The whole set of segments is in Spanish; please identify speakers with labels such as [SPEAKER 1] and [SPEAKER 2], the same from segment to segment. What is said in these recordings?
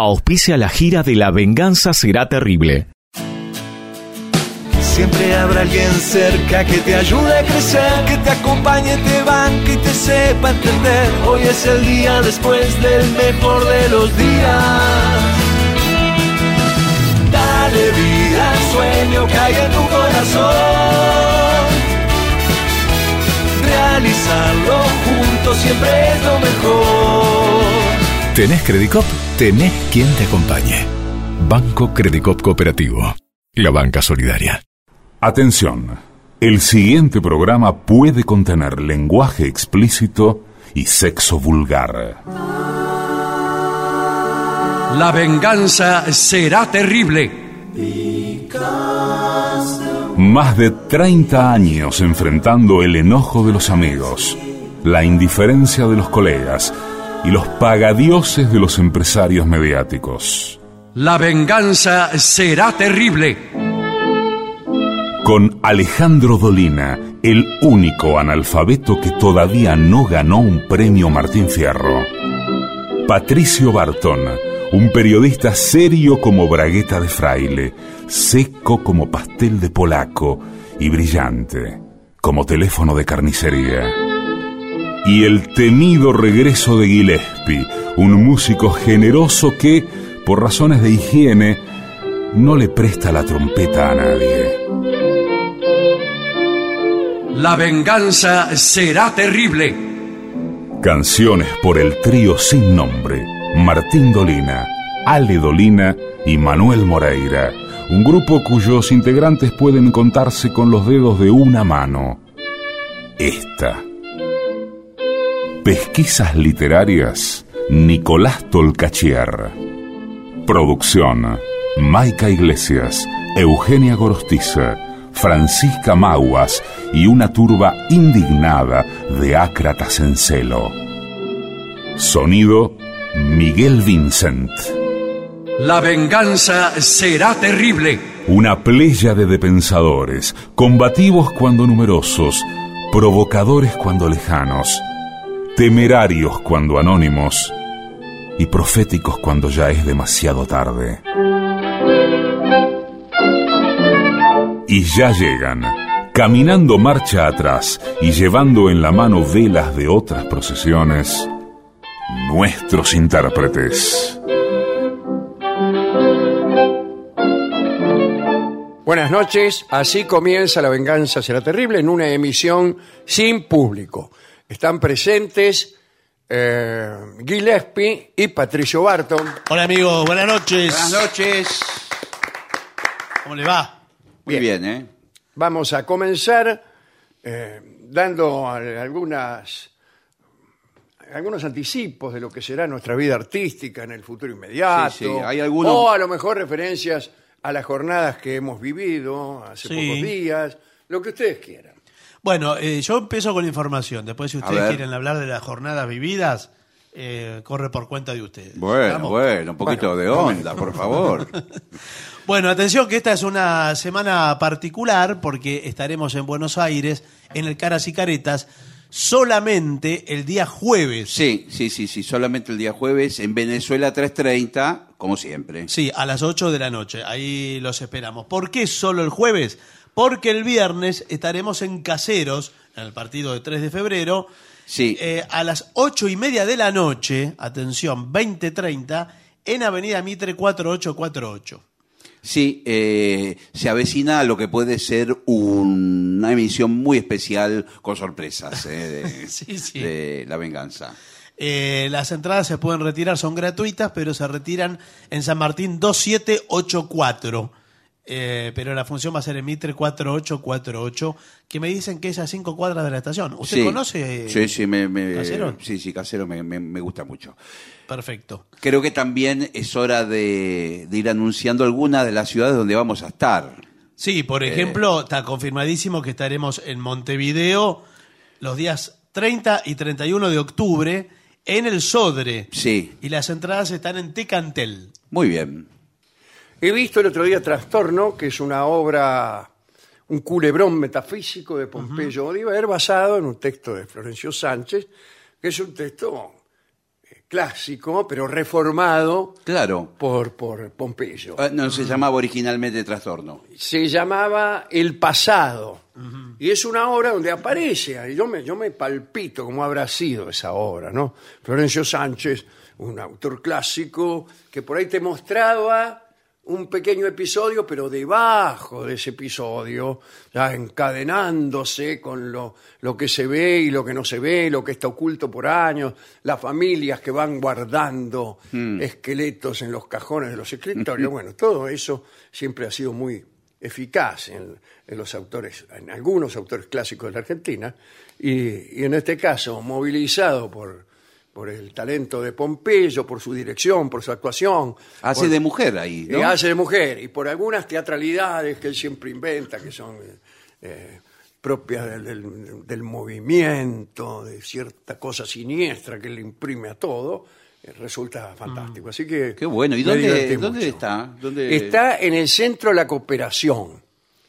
[SPEAKER 1] auspicia la gira de La Venganza Será Terrible.
[SPEAKER 2] Siempre habrá alguien cerca que te ayude a crecer, que te acompañe, te banque y te sepa entender. Hoy es el día después del mejor de los días. Dale vida al sueño que hay en tu corazón. Realizarlo juntos siempre es lo mejor.
[SPEAKER 3] ¿Tenés Credicop? Tenés quien te acompañe. Banco Credicop Cooperativo. La banca solidaria.
[SPEAKER 4] Atención. El siguiente programa puede contener lenguaje explícito y sexo vulgar.
[SPEAKER 5] La venganza será terrible.
[SPEAKER 4] Más de 30 años enfrentando el enojo de los amigos, la indiferencia de los colegas y los pagadioses de los empresarios mediáticos.
[SPEAKER 5] La venganza será terrible.
[SPEAKER 4] Con Alejandro Dolina, el único analfabeto que todavía no ganó un premio Martín Fierro. Patricio Bartón, un periodista serio como bragueta de fraile, seco como pastel de polaco y brillante como teléfono de carnicería y el temido regreso de Gillespie, un músico generoso que, por razones de higiene, no le presta la trompeta a nadie.
[SPEAKER 5] La venganza será terrible.
[SPEAKER 4] Canciones por el trío sin nombre, Martín Dolina, Ale Dolina y Manuel Moreira, un grupo cuyos integrantes pueden contarse con los dedos de una mano. Esta. Pesquisas literarias, Nicolás Tolcachier. Producción, Maica Iglesias, Eugenia Gorostiza, Francisca Maguas y una turba indignada de ácratas en celo. Sonido, Miguel Vincent.
[SPEAKER 5] La venganza será terrible.
[SPEAKER 4] Una pléyade de pensadores, combativos cuando numerosos, provocadores cuando lejanos, temerarios cuando anónimos y proféticos cuando ya es demasiado tarde.
[SPEAKER 6] Mm.
[SPEAKER 4] Y ya llegan, caminando marcha atrás y llevando en la mano velas de otras procesiones, nuestros intérpretes.
[SPEAKER 7] Buenas noches, así comienza La Venganza Será Terrible en una emisión sin público. Están presentes eh, Gillespie y Patricio Barton.
[SPEAKER 6] Hola amigos, buenas noches.
[SPEAKER 8] Buenas noches.
[SPEAKER 6] ¿Cómo le va?
[SPEAKER 8] Muy bien, ¿eh?
[SPEAKER 7] Vamos a comenzar eh, dando al- algunas, algunos anticipos de lo que será nuestra vida artística en el futuro inmediato.
[SPEAKER 8] Sí, sí, hay algunos-
[SPEAKER 7] O a lo mejor referencias a las jornadas que hemos vivido hace
[SPEAKER 6] Sí.
[SPEAKER 7] pocos días, lo que ustedes quieran.
[SPEAKER 6] Bueno, eh, yo empiezo con información. Después, si ustedes
[SPEAKER 8] ver.
[SPEAKER 6] quieren hablar de las jornadas vividas, eh, corre por cuenta de ustedes.
[SPEAKER 8] Bueno,
[SPEAKER 6] ¿Estamos?
[SPEAKER 8] bueno, un poquito de onda, por favor.
[SPEAKER 6] Bueno, atención que esta es una semana particular porque estaremos en Buenos Aires, en el Caras y Caretas, solamente el día jueves.
[SPEAKER 8] Sí, sí, sí, sí, solamente el día jueves en Venezuela 3.30, como siempre.
[SPEAKER 6] Sí, a las 8 de la noche. Ahí los esperamos. ¿Por qué solo el jueves? Porque el viernes estaremos en Caseros, en el partido de 3 de febrero.
[SPEAKER 8] Sí.
[SPEAKER 6] Eh, a las 8 y media de la noche, atención, 20.30, en Avenida Mitre 4848.
[SPEAKER 8] Sí, eh, se avecina lo que puede ser una emisión muy especial con sorpresas eh, de,
[SPEAKER 6] Sí, sí.
[SPEAKER 8] de La Venganza.
[SPEAKER 6] Eh, las entradas se pueden retirar, son gratuitas, pero se retiran en San Martín 2784. Eh, pero la función va a ser en Mitre 4848, que me dicen que es a cinco cuadras de la estación. ¿Usted
[SPEAKER 8] Sí.
[SPEAKER 6] conoce? eh,
[SPEAKER 8] Sí, sí, me, me-
[SPEAKER 6] Casero?
[SPEAKER 8] Sí, sí, Casero me- me- me gusta mucho.
[SPEAKER 6] Perfecto.
[SPEAKER 8] Creo que también es hora de, de ir anunciando algunas de las ciudades donde vamos a estar.
[SPEAKER 6] Sí,
[SPEAKER 7] Eh,
[SPEAKER 6] por ejemplo, está confirmadísimo que estaremos en Montevideo los días 30 y 31 de octubre en el Sodre.
[SPEAKER 8] Sí,
[SPEAKER 6] Y las entradas están en Tecantel.
[SPEAKER 8] muy bien.
[SPEAKER 7] He visto el otro día Trastorno, que es una obra, un culebrón metafísico de Pompeyo Oliver, basado en un texto de Florencio Sánchez, que es un texto eh, clásico, pero reformado
[SPEAKER 8] Claro.
[SPEAKER 7] por, por Pompeyo.
[SPEAKER 8] Eh, No se llamaba originalmente trastorno.
[SPEAKER 7] se llamaba El pasado. Y es una obra donde aparece, y yo me, yo me palpito cómo habrá sido esa obra, ¿no? Florencio Sánchez, un autor clásico, que por ahí te mostraba un pequeño episodio, pero debajo de ese episodio, ya encadenándose con lo, lo que se ve y lo que no se ve, lo que está oculto por años, las familias que van guardando
[SPEAKER 8] Mm.
[SPEAKER 7] esqueletos en los cajones de los escritorios, bueno, todo eso siempre ha sido muy eficaz en, en los autores, en algunos autores clásicos de la Argentina, y, y en este caso, movilizado por, por el talento de Pompeyo, por su dirección, por su actuación.
[SPEAKER 8] Hace
[SPEAKER 7] por-
[SPEAKER 8] de mujer ahí, ¿no?
[SPEAKER 7] y hace de mujer, y por algunas teatralidades que él siempre inventa, que son eh, propias del, del- del movimiento, de cierta cosa siniestra que le imprime a todo, eh, resulta fantástico. Así que.
[SPEAKER 8] Mm. Qué bueno. ¿Y
[SPEAKER 7] me
[SPEAKER 8] dónde,
[SPEAKER 7] divertí
[SPEAKER 8] dónde
[SPEAKER 7] mucho.
[SPEAKER 8] está? ¿Dónde-
[SPEAKER 7] Está en el centro de la cooperación.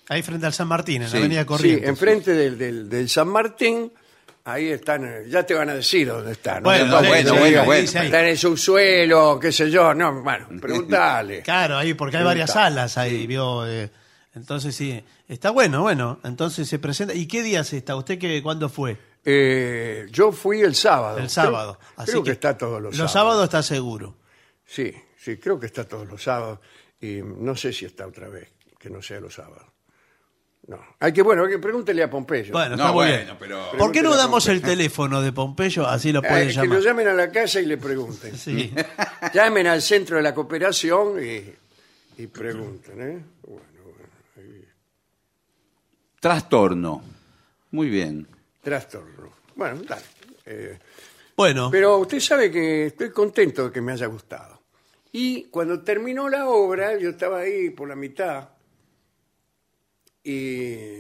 [SPEAKER 6] Ahí frente al San Martín, en
[SPEAKER 8] Sí,
[SPEAKER 6] la Avenida
[SPEAKER 7] Sí,
[SPEAKER 6] Corrientes.
[SPEAKER 7] enfrente del, del- del San Martín. Ahí están, eh, ya te van a decir dónde están.
[SPEAKER 6] Bueno,
[SPEAKER 7] No,
[SPEAKER 8] sí, sí, sí, sí.
[SPEAKER 7] Está en el subsuelo, qué sé yo. No, bueno, preguntale.
[SPEAKER 6] Claro, ahí, porque hay varias salas ahí, vio. eh, entonces sí, está bueno, bueno. Entonces se presenta. ¿Y qué días está? ¿Usted qué, cuándo fue?
[SPEAKER 7] Eh, yo fui el sábado.
[SPEAKER 6] El sábado.
[SPEAKER 7] Creo, creo que, está todos los, sábados.
[SPEAKER 6] está seguro.
[SPEAKER 7] Sí, sí, creo que está todos los sábados. Y no sé si está otra vez, que no sea los sábados. No. Hay que, bueno, hay que pregúntele a Pompeyo.
[SPEAKER 6] Bueno,
[SPEAKER 8] No,
[SPEAKER 6] está muy
[SPEAKER 8] bueno,
[SPEAKER 6] bien.
[SPEAKER 8] pero-
[SPEAKER 6] ¿Por qué no
[SPEAKER 7] Pregúntele a
[SPEAKER 6] damos el teléfono de Pompeyo? Así lo
[SPEAKER 7] Eh,
[SPEAKER 6] pueden
[SPEAKER 7] que
[SPEAKER 6] llamar.
[SPEAKER 7] lo llamen a la casa y le pregunten.
[SPEAKER 6] Sí.
[SPEAKER 7] Llamen al centro de la cooperación y, y pregunten. ¿eh? Bueno, bueno,
[SPEAKER 8] Trastorno. Muy bien.
[SPEAKER 7] trastorno. Bueno, dale. Eh,
[SPEAKER 6] Bueno,
[SPEAKER 7] Pero usted sabe que estoy contento de que me haya gustado. Y cuando terminó la obra, yo estaba ahí por la mitad y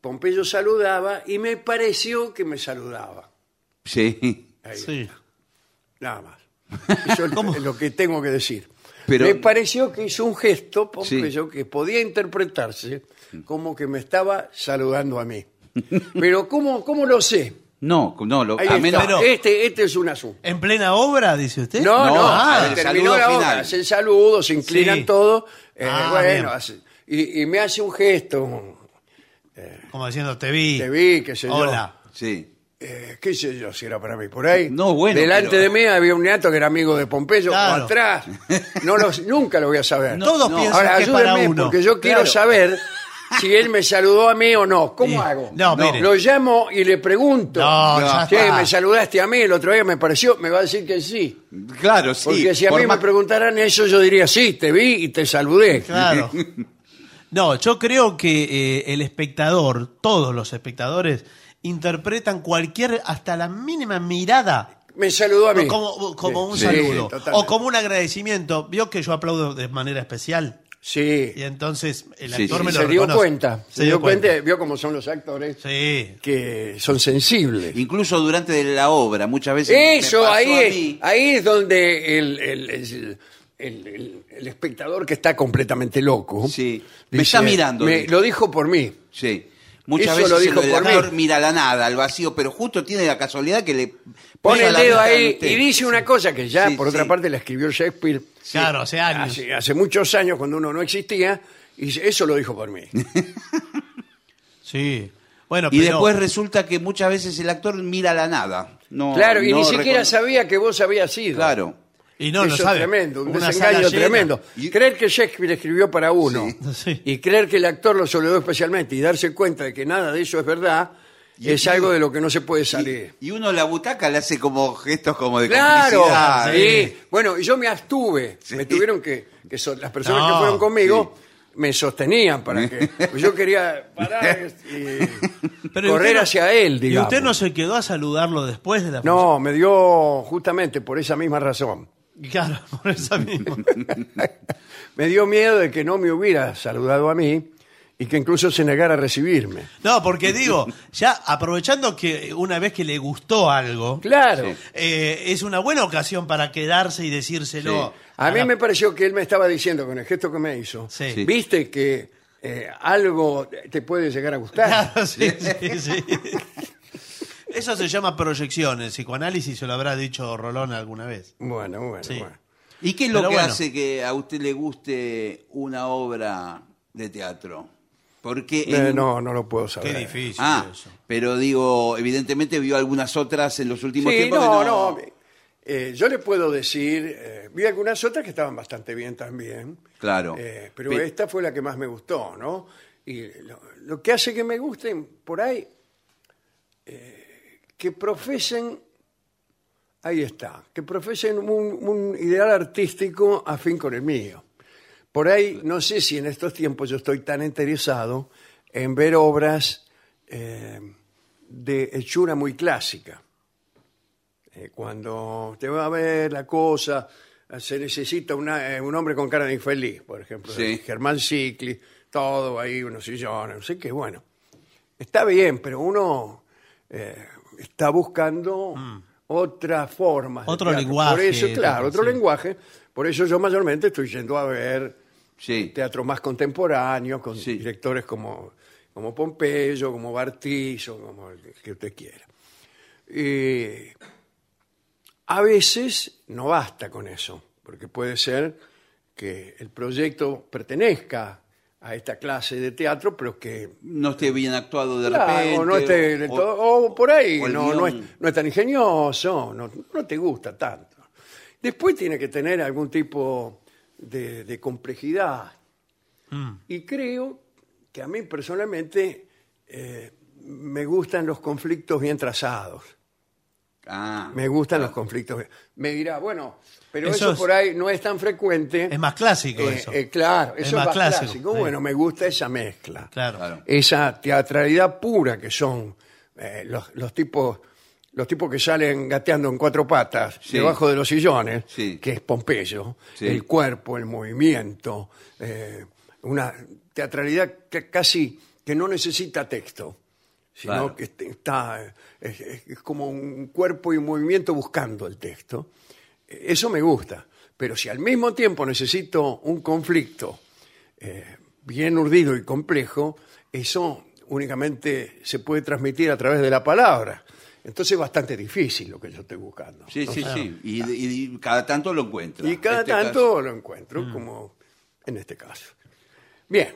[SPEAKER 7] Pompeyo saludaba y me pareció que me saludaba.
[SPEAKER 8] Sí.
[SPEAKER 7] Ahí,
[SPEAKER 6] sí.
[SPEAKER 7] Nada más. Eso es
[SPEAKER 6] ¿Cómo?
[SPEAKER 7] lo que tengo que decir.
[SPEAKER 8] Pero-
[SPEAKER 7] me pareció que hizo un gesto, Pompeyo, que podía interpretarse
[SPEAKER 6] Mm.
[SPEAKER 7] como que me estaba saludando a mí. Pero ¿cómo, cómo lo sé?
[SPEAKER 8] No, no, lo-
[SPEAKER 7] Ahí
[SPEAKER 8] a
[SPEAKER 7] está.
[SPEAKER 8] menos.
[SPEAKER 6] Pero-
[SPEAKER 7] este, este es un asunto.
[SPEAKER 6] ¿En plena obra, dice usted?
[SPEAKER 7] No, no,
[SPEAKER 8] No, ah,
[SPEAKER 7] se
[SPEAKER 8] el
[SPEAKER 7] terminó
[SPEAKER 8] saludo
[SPEAKER 7] la
[SPEAKER 8] final.
[SPEAKER 7] obra, hacen saludos, se inclinan
[SPEAKER 6] Sí.
[SPEAKER 7] todo. eh,
[SPEAKER 6] Ah,
[SPEAKER 7] bueno,
[SPEAKER 6] bien.
[SPEAKER 7] hace- y, y me hace un gesto, un,
[SPEAKER 6] Como diciendo, te vi.
[SPEAKER 7] te vi, qué sé yo.
[SPEAKER 6] Hola.
[SPEAKER 8] Sí.
[SPEAKER 7] eh, qué sé yo si era para mí, por ahí.
[SPEAKER 8] No, bueno,
[SPEAKER 7] Delante
[SPEAKER 8] pero-
[SPEAKER 7] de mí había un neato que era amigo de Pompeyo,
[SPEAKER 6] Claro.
[SPEAKER 7] o atrás. No lo- nunca lo voy a saber.
[SPEAKER 6] Todos
[SPEAKER 8] no.
[SPEAKER 6] piensan
[SPEAKER 7] Ahora
[SPEAKER 6] que es para
[SPEAKER 7] ayúdenme,
[SPEAKER 6] uno.
[SPEAKER 7] porque yo quiero
[SPEAKER 8] Claro.
[SPEAKER 7] saber si él me saludó a mí o no. ¿Cómo
[SPEAKER 6] Sí.
[SPEAKER 7] hago?
[SPEAKER 6] No, mire.
[SPEAKER 7] Lo llamo y le pregunto.
[SPEAKER 6] No, ya
[SPEAKER 7] Che,
[SPEAKER 6] está.
[SPEAKER 7] me saludaste a mí el otro día, me pareció, me va a decir que sí.
[SPEAKER 8] Claro, sí.
[SPEAKER 7] Porque si a
[SPEAKER 8] por
[SPEAKER 7] mí
[SPEAKER 8] más-
[SPEAKER 7] me preguntaran eso, yo diría, sí, te vi y te saludé.
[SPEAKER 6] Claro. No, yo creo que eh, el espectador, todos los espectadores, interpretan cualquier, hasta la mínima mirada,
[SPEAKER 7] Me saludó a mí.
[SPEAKER 6] como, como un
[SPEAKER 7] Sí,
[SPEAKER 6] saludo.
[SPEAKER 7] sí, totalmente.
[SPEAKER 6] o como un agradecimiento. Vio que yo aplaudo de manera especial.
[SPEAKER 7] Sí,
[SPEAKER 6] Y entonces el
[SPEAKER 8] Sí,
[SPEAKER 6] actor
[SPEAKER 8] sí,
[SPEAKER 6] me lo
[SPEAKER 7] se dio
[SPEAKER 6] reconoce.
[SPEAKER 7] cuenta. Se, dio cuenta, vio cómo son los actores
[SPEAKER 6] Sí.
[SPEAKER 7] que son sensibles.
[SPEAKER 8] Incluso durante la obra, muchas veces. me
[SPEAKER 7] Eso,
[SPEAKER 8] pasó
[SPEAKER 7] ahí
[SPEAKER 8] a
[SPEAKER 7] es,
[SPEAKER 8] mí.
[SPEAKER 7] ahí es donde el, el- el- el- el- el espectador que está completamente loco.
[SPEAKER 8] Sí. Me está mirando.
[SPEAKER 7] me- lo dijo por mí.
[SPEAKER 8] Sí. Muchas
[SPEAKER 7] Eso
[SPEAKER 8] veces
[SPEAKER 7] lo dijo
[SPEAKER 8] el
[SPEAKER 7] por mí.
[SPEAKER 8] actor mira a la nada, al vacío, pero justo tiene la casualidad que le
[SPEAKER 7] Pone
[SPEAKER 8] pasa
[SPEAKER 7] el
[SPEAKER 8] la
[SPEAKER 7] dedo
[SPEAKER 8] vista
[SPEAKER 7] ahí
[SPEAKER 8] ante
[SPEAKER 7] y
[SPEAKER 8] usted.
[SPEAKER 7] dice una cosa que ya,
[SPEAKER 8] Sí,
[SPEAKER 7] por otra
[SPEAKER 8] sí.
[SPEAKER 7] parte, la escribió Shakespeare
[SPEAKER 6] Claro, hace años.
[SPEAKER 7] hace, hace muchos años cuando uno no existía. Y dice, eso lo dijo por mí.
[SPEAKER 6] Sí. Bueno,
[SPEAKER 8] Y
[SPEAKER 6] pero-
[SPEAKER 8] después resulta que muchas veces el actor mira a la nada. No,
[SPEAKER 7] claro, y
[SPEAKER 8] no
[SPEAKER 7] ni siquiera
[SPEAKER 8] recono-
[SPEAKER 7] sabía que vos habías sido.
[SPEAKER 8] Claro.
[SPEAKER 6] Y no,
[SPEAKER 7] Eso
[SPEAKER 6] lo sabe.
[SPEAKER 7] es tremendo, un
[SPEAKER 6] Una
[SPEAKER 7] desengaño
[SPEAKER 6] sala llena.
[SPEAKER 7] tremendo. Creer que Shakespeare escribió para uno
[SPEAKER 6] Sí.
[SPEAKER 7] y creer que el actor lo soledó especialmente y darse cuenta de que nada de eso es verdad es algo de lo que no se puede salir.
[SPEAKER 8] Y uno la butaca le hace como gestos como de
[SPEAKER 7] Claro,
[SPEAKER 8] complicidad.
[SPEAKER 7] sí.
[SPEAKER 8] ¿eh?
[SPEAKER 7] Bueno, y yo me abstuve.
[SPEAKER 8] Sí.
[SPEAKER 7] Me tuvieron que, que so- las personas que
[SPEAKER 6] No,
[SPEAKER 7] fueron conmigo me sostenían para que pues yo quería parar y
[SPEAKER 6] Pero usted
[SPEAKER 7] correr
[SPEAKER 6] no-
[SPEAKER 7] hacia él, digamos.
[SPEAKER 6] ¿Y usted no se quedó a saludarlo después de la función?
[SPEAKER 7] No, me dio justamente por esa misma razón.
[SPEAKER 6] Claro, por eso mismo.
[SPEAKER 7] Me dio miedo de que no me hubiera saludado a mí y que incluso se negara a recibirme.
[SPEAKER 6] No, porque digo, ya aprovechando que una vez que le gustó algo,
[SPEAKER 7] Claro.
[SPEAKER 6] eh, es una buena ocasión para quedarse y decírselo.
[SPEAKER 7] A mí
[SPEAKER 6] la-
[SPEAKER 7] me pareció que él me estaba diciendo con el gesto que me hizo,
[SPEAKER 6] Sí. Sí.
[SPEAKER 7] viste que eh, algo te puede llegar a gustar.
[SPEAKER 6] Claro, sí, sí, sí. Eso se llama proyección. El psicoanálisis se lo habrá dicho Rolón alguna vez.
[SPEAKER 7] Bueno, bueno,
[SPEAKER 6] Sí.
[SPEAKER 7] bueno.
[SPEAKER 8] ¿Y qué es lo
[SPEAKER 6] Pero
[SPEAKER 8] que
[SPEAKER 6] bueno.
[SPEAKER 8] hace que a usted le guste una obra de teatro? Porque
[SPEAKER 7] Eh,
[SPEAKER 8] en-
[SPEAKER 7] no, no lo puedo saber.
[SPEAKER 6] Qué difícil
[SPEAKER 8] Ah,
[SPEAKER 6] eso.
[SPEAKER 8] pero digo, evidentemente vio algunas otras en los últimos
[SPEAKER 7] Sí,
[SPEAKER 8] tiempos. que
[SPEAKER 7] no, no. Eh, yo le puedo decir, eh, vi algunas otras que estaban bastante bien también.
[SPEAKER 8] Claro.
[SPEAKER 7] Eh, pero
[SPEAKER 8] Pe-
[SPEAKER 7] esta fue la que más me gustó, ¿no? Y lo, lo que hace que me gusten por ahí, eh, que profesen, ahí está, que profesen un, un ideal artístico afín con el mío. Por ahí, no sé si en estos tiempos yo estoy tan interesado en ver obras eh, de hechura muy clásica. Eh, cuando te va a ver la cosa, eh, se necesita una- eh, un hombre con cara de infeliz, por ejemplo.
[SPEAKER 8] Sí.
[SPEAKER 7] Germán Cicli, todo ahí, unos sillones, no sé qué, bueno. Está bien, pero uno eh, está buscando otras formas. de
[SPEAKER 6] Otro
[SPEAKER 7] teatro. Por
[SPEAKER 6] lenguaje,
[SPEAKER 7] eso, claro, otro
[SPEAKER 6] sí.
[SPEAKER 7] lenguaje. Por eso yo mayormente estoy yendo a ver
[SPEAKER 8] Sí.
[SPEAKER 7] teatro más contemporáneo, con
[SPEAKER 8] Sí.
[SPEAKER 7] directores como, como Pompeyo, como Bartizo, como el que usted quiera. Y a veces no basta con eso, porque puede ser que el proyecto pertenezca a esta clase de teatro, pero que
[SPEAKER 8] No esté bien actuado de
[SPEAKER 7] Claro,
[SPEAKER 8] repente.
[SPEAKER 7] o no esté del todo- o, por ahí,
[SPEAKER 8] o el
[SPEAKER 7] no, no es,
[SPEAKER 8] guión.
[SPEAKER 7] no es tan ingenioso, no, no te gusta tanto. Después tiene que tener algún tipo de, de complejidad. Y creo que a mí personalmente eh, me gustan los conflictos bien trazados.
[SPEAKER 8] Ah,
[SPEAKER 7] Me gustan los conflictos. bien- Me dirá, bueno, pero eso,
[SPEAKER 6] Eso es-
[SPEAKER 7] por ahí no es tan frecuente.
[SPEAKER 6] Es más clásico
[SPEAKER 7] Eh,
[SPEAKER 6] eso.
[SPEAKER 7] eh, claro, eso es más clásico.
[SPEAKER 6] sí.
[SPEAKER 7] Bueno, me gusta esa mezcla
[SPEAKER 6] Claro.
[SPEAKER 8] Claro.
[SPEAKER 7] esa teatralidad pura que son eh, los, los tipos los tipos que salen gateando en cuatro patas
[SPEAKER 8] Sí.
[SPEAKER 7] debajo de los sillones,
[SPEAKER 8] Sí.
[SPEAKER 7] que es Pompeyo,
[SPEAKER 8] Sí.
[SPEAKER 7] el cuerpo, el movimiento, eh, una teatralidad que casi que no necesita texto, sino
[SPEAKER 8] Claro.
[SPEAKER 7] que est- está eh, es, es como un cuerpo y un movimiento buscando el texto. Eh, Eso me gusta, pero si al mismo tiempo necesito un conflicto
[SPEAKER 8] eh,
[SPEAKER 7] bien urdido y complejo, eso únicamente se puede transmitir a través de la palabra. Entonces es bastante difícil lo que yo estoy buscando.
[SPEAKER 8] sí, sí, sí. Y, y- y cada tanto lo encuentra.
[SPEAKER 7] Y cada
[SPEAKER 8] Este
[SPEAKER 7] tanto
[SPEAKER 8] caso-
[SPEAKER 7] lo encuentro,
[SPEAKER 6] Mm.
[SPEAKER 7] como en este caso. Bien,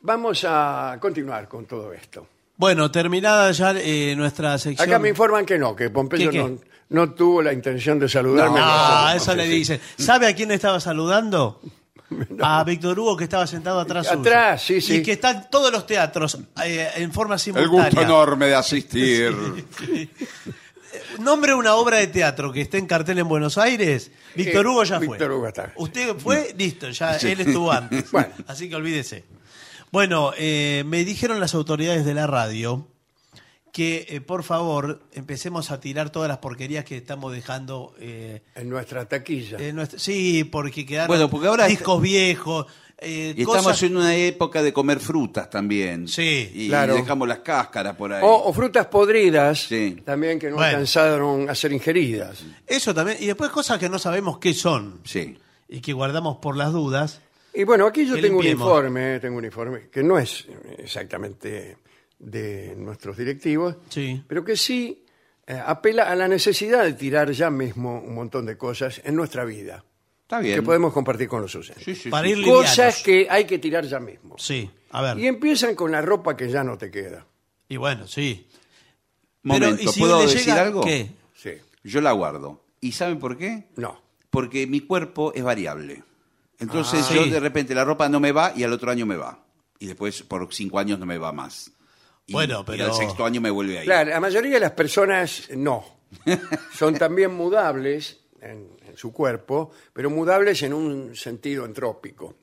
[SPEAKER 7] vamos a continuar con todo esto.
[SPEAKER 6] Bueno, terminada ya eh, nuestra sección.
[SPEAKER 7] Acá me informan que no, que Pompeyo
[SPEAKER 6] ¿Qué, qué?
[SPEAKER 7] No, no tuvo la intención de saludarme.
[SPEAKER 6] Ah,
[SPEAKER 7] No,
[SPEAKER 6] eso le dicen. ¿Sabe a quién estaba saludando? A Víctor Hugo que estaba sentado atrás. suyo.
[SPEAKER 7] Atrás, sí, sí.
[SPEAKER 6] Y que está en todos los teatros eh, en forma
[SPEAKER 9] El
[SPEAKER 6] simultánea.
[SPEAKER 9] gusto enorme de asistir.
[SPEAKER 6] Nombre una obra de teatro que esté en cartel en Buenos Aires. Víctor
[SPEAKER 7] Eh,
[SPEAKER 6] Hugo ya fue.
[SPEAKER 7] Víctor Hugo está.
[SPEAKER 6] Usted fue, listo, ya él estuvo antes.
[SPEAKER 7] Bueno.
[SPEAKER 6] Así que olvídese. Bueno, eh, me dijeron las autoridades de la radio que eh, por favor empecemos a tirar todas las porquerías que estamos dejando. eh,
[SPEAKER 7] En nuestra taquilla.
[SPEAKER 6] en nuestra- sí, porque quedaron
[SPEAKER 8] Bueno, porque ahora
[SPEAKER 6] discos viejos. eh,
[SPEAKER 8] Y estamos
[SPEAKER 6] cosas-
[SPEAKER 8] en una época de comer frutas también.
[SPEAKER 6] Sí,
[SPEAKER 8] Y
[SPEAKER 7] claro.
[SPEAKER 8] dejamos las cáscaras por ahí.
[SPEAKER 7] O, o frutas podridas
[SPEAKER 8] Sí.
[SPEAKER 7] también que no
[SPEAKER 6] Bueno.
[SPEAKER 7] alcanzaron a ser ingeridas.
[SPEAKER 6] Eso también. Y después cosas que no sabemos qué son
[SPEAKER 8] Sí.
[SPEAKER 6] y que guardamos por las dudas.
[SPEAKER 7] Y bueno, aquí yo
[SPEAKER 6] Que
[SPEAKER 7] tengo un
[SPEAKER 6] limpiemos.
[SPEAKER 7] informe, tengo un informe que no es exactamente de nuestros directivos,
[SPEAKER 6] Sí.
[SPEAKER 7] pero que sí eh, apela a la necesidad de tirar ya mismo un montón de cosas en nuestra vida
[SPEAKER 8] Está bien.
[SPEAKER 7] que podemos compartir con los usuarios.
[SPEAKER 8] Sí, sí,
[SPEAKER 6] para
[SPEAKER 8] sí.
[SPEAKER 6] ir livianos.
[SPEAKER 7] Cosas que hay que tirar ya mismo.
[SPEAKER 6] Sí, a ver.
[SPEAKER 7] Y empiezan con la ropa que ya no te queda.
[SPEAKER 6] Y bueno, sí.
[SPEAKER 8] Momento,
[SPEAKER 6] Pero, ¿y si
[SPEAKER 8] ¿puedo
[SPEAKER 6] le
[SPEAKER 8] decir
[SPEAKER 6] llega
[SPEAKER 8] algo?
[SPEAKER 6] qué?
[SPEAKER 7] Sí,
[SPEAKER 8] Yo la guardo. ¿Y saben por qué?
[SPEAKER 7] no.
[SPEAKER 8] Porque mi cuerpo es variable. Entonces
[SPEAKER 6] Ah.
[SPEAKER 8] yo
[SPEAKER 6] Sí.
[SPEAKER 8] de repente la ropa no me va y al otro año me va. Y después por cinco años no me va más. Y,
[SPEAKER 6] Bueno,
[SPEAKER 8] Y al
[SPEAKER 6] pero-
[SPEAKER 8] sexto año me vuelve ahí.
[SPEAKER 7] Claro, la mayoría de las personas no. Son también mudables en- en su cuerpo, pero mudables en un sentido entrópico.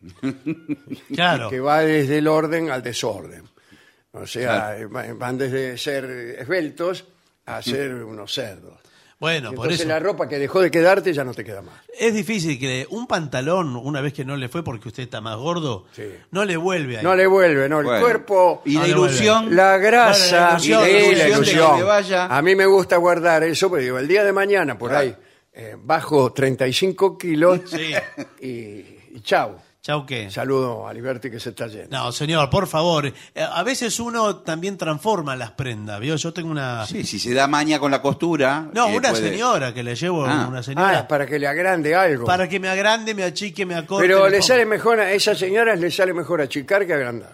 [SPEAKER 6] Claro.
[SPEAKER 7] que va desde el orden al desorden. O sea, eh, va- van desde ser esbeltos a ser unos cerdos.
[SPEAKER 6] Bueno, por
[SPEAKER 7] Entonces
[SPEAKER 6] eso.
[SPEAKER 7] la ropa que dejó de quedarte ya no te queda más.
[SPEAKER 6] Es difícil que un pantalón, una vez que no le fue porque usted está más gordo,
[SPEAKER 7] Sí.
[SPEAKER 6] no le vuelve ahí.
[SPEAKER 7] No le vuelve, no, el
[SPEAKER 8] Bueno.
[SPEAKER 7] cuerpo,
[SPEAKER 8] Y
[SPEAKER 6] Ah,
[SPEAKER 8] la
[SPEAKER 6] le vuelve.
[SPEAKER 8] ilusión.
[SPEAKER 7] la grasa
[SPEAKER 6] Bueno, la
[SPEAKER 7] y
[SPEAKER 6] ilusión,
[SPEAKER 7] la
[SPEAKER 6] la ilusión de
[SPEAKER 7] ilusión.
[SPEAKER 8] que me vaya.
[SPEAKER 7] A mí me gusta guardar eso, pero digo, el día de mañana por ahí eh, bajo 35 kilos
[SPEAKER 6] Sí.
[SPEAKER 7] y, y chau.
[SPEAKER 6] Chauque.
[SPEAKER 7] Saludo a Liberty que se está yendo.
[SPEAKER 6] No, señor, por favor. Eh, A veces uno también transforma las prendas, ¿vio? Yo tengo una...
[SPEAKER 8] Sí, si se da maña con la costura.
[SPEAKER 6] no,
[SPEAKER 8] eh,
[SPEAKER 6] una
[SPEAKER 8] puede-
[SPEAKER 6] señora que le llevo,
[SPEAKER 8] Ah.
[SPEAKER 6] una señora.
[SPEAKER 7] Ah, para que le agrande algo.
[SPEAKER 6] Para que me agrande, me achique, me acorte.
[SPEAKER 7] Pero
[SPEAKER 6] me
[SPEAKER 7] le
[SPEAKER 6] ponga.
[SPEAKER 7] sale mejor a esas señoras, le sale mejor achicar que agrandar.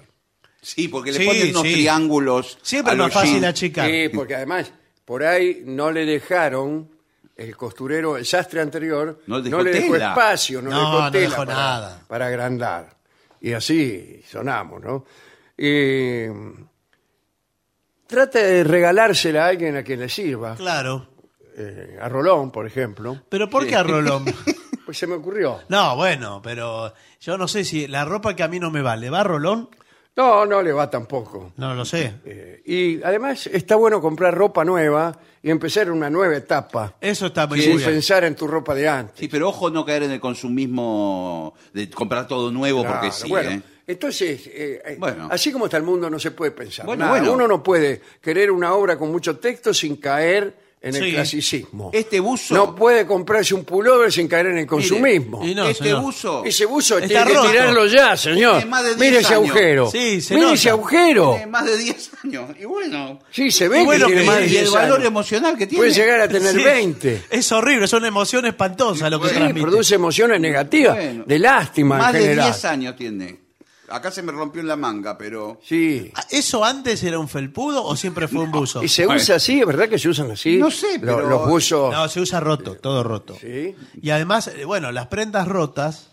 [SPEAKER 8] Sí, porque le
[SPEAKER 6] Sí,
[SPEAKER 8] ponen unos
[SPEAKER 6] sí.
[SPEAKER 8] triángulos.
[SPEAKER 6] Siempre
[SPEAKER 8] a
[SPEAKER 6] es más
[SPEAKER 8] los
[SPEAKER 6] fácil
[SPEAKER 8] jeans.
[SPEAKER 6] achicar.
[SPEAKER 7] Sí, porque además, por ahí no le dejaron el costurero, el sastre anterior,
[SPEAKER 8] No
[SPEAKER 7] no,
[SPEAKER 8] le dejó
[SPEAKER 7] le dejó
[SPEAKER 8] tela.
[SPEAKER 7] espacio, no,
[SPEAKER 6] No, no
[SPEAKER 7] le dejó tela
[SPEAKER 6] dejó
[SPEAKER 7] para,
[SPEAKER 6] nada.
[SPEAKER 7] para agrandar. Y así sonamos, ¿no? Eh, trate de regalársela a alguien a quien le sirva.
[SPEAKER 6] Claro.
[SPEAKER 7] Eh, a Rolón, por ejemplo.
[SPEAKER 6] Pero ¿por qué a Rolón?
[SPEAKER 7] Pues se me ocurrió.
[SPEAKER 6] no, bueno, pero yo no sé si la ropa que a mí no me vale, ¿va a Rolón?
[SPEAKER 7] No, no le va tampoco.
[SPEAKER 6] No lo sé.
[SPEAKER 7] Eh, y además está bueno comprar ropa nueva y empezar una nueva etapa.
[SPEAKER 6] Eso está muy
[SPEAKER 7] Sin
[SPEAKER 6] bien.
[SPEAKER 7] pensar en tu ropa de antes.
[SPEAKER 8] Sí, pero ojo no caer en el consumismo de comprar todo nuevo porque
[SPEAKER 7] Claro,
[SPEAKER 8] sí.
[SPEAKER 7] bueno,
[SPEAKER 8] ¿eh?
[SPEAKER 7] entonces, eh, eh,
[SPEAKER 8] Bueno.
[SPEAKER 7] así como está el mundo, no se puede pensar.
[SPEAKER 8] Bueno,
[SPEAKER 7] nada.
[SPEAKER 8] bueno.
[SPEAKER 7] Uno no puede querer una obra con mucho texto sin caer en el
[SPEAKER 6] Sí.
[SPEAKER 7] clasicismo.
[SPEAKER 8] Este buzo.
[SPEAKER 7] No puede comprarse un pullover sin caer en el consumismo.
[SPEAKER 6] y no,
[SPEAKER 8] este
[SPEAKER 6] señor.
[SPEAKER 8] buzo.
[SPEAKER 7] Ese buzo
[SPEAKER 6] Está
[SPEAKER 7] tiene que
[SPEAKER 6] roto.
[SPEAKER 7] tirarlo ya, señor.
[SPEAKER 8] Tiene más de
[SPEAKER 7] Mire
[SPEAKER 8] 10
[SPEAKER 7] ese
[SPEAKER 8] años.
[SPEAKER 7] agujero.
[SPEAKER 6] Sí, se
[SPEAKER 7] Mire
[SPEAKER 6] nota.
[SPEAKER 7] ese agujero.
[SPEAKER 8] Tiene más de 10 años. Y bueno.
[SPEAKER 7] Sí, se ve
[SPEAKER 6] Y bueno,
[SPEAKER 7] que tiene
[SPEAKER 6] que-
[SPEAKER 7] más
[SPEAKER 8] y
[SPEAKER 7] de
[SPEAKER 8] el
[SPEAKER 7] 10
[SPEAKER 8] valor
[SPEAKER 7] años.
[SPEAKER 8] emocional que tiene.
[SPEAKER 7] Puede llegar a tener
[SPEAKER 6] Sí.
[SPEAKER 7] 20.
[SPEAKER 6] Es horrible, es una emoción espantosa lo que
[SPEAKER 7] Sí,
[SPEAKER 6] transmite.
[SPEAKER 7] produce emociones negativas,
[SPEAKER 8] Bueno.
[SPEAKER 7] de lástima
[SPEAKER 8] Más de
[SPEAKER 7] en general.
[SPEAKER 8] 10 años tiene. Acá se me rompió en la manga, pero. Ah,
[SPEAKER 7] Sí.
[SPEAKER 6] ¿Eso antes era un felpudo o siempre fue un buzo?
[SPEAKER 7] Y se usa así, es verdad que se usan así.
[SPEAKER 8] No sé,
[SPEAKER 7] Lo-
[SPEAKER 8] pero-
[SPEAKER 7] Los buzos.
[SPEAKER 6] No, se usa roto, todo roto.
[SPEAKER 7] Sí.
[SPEAKER 6] Y además, eh, bueno, las prendas rotas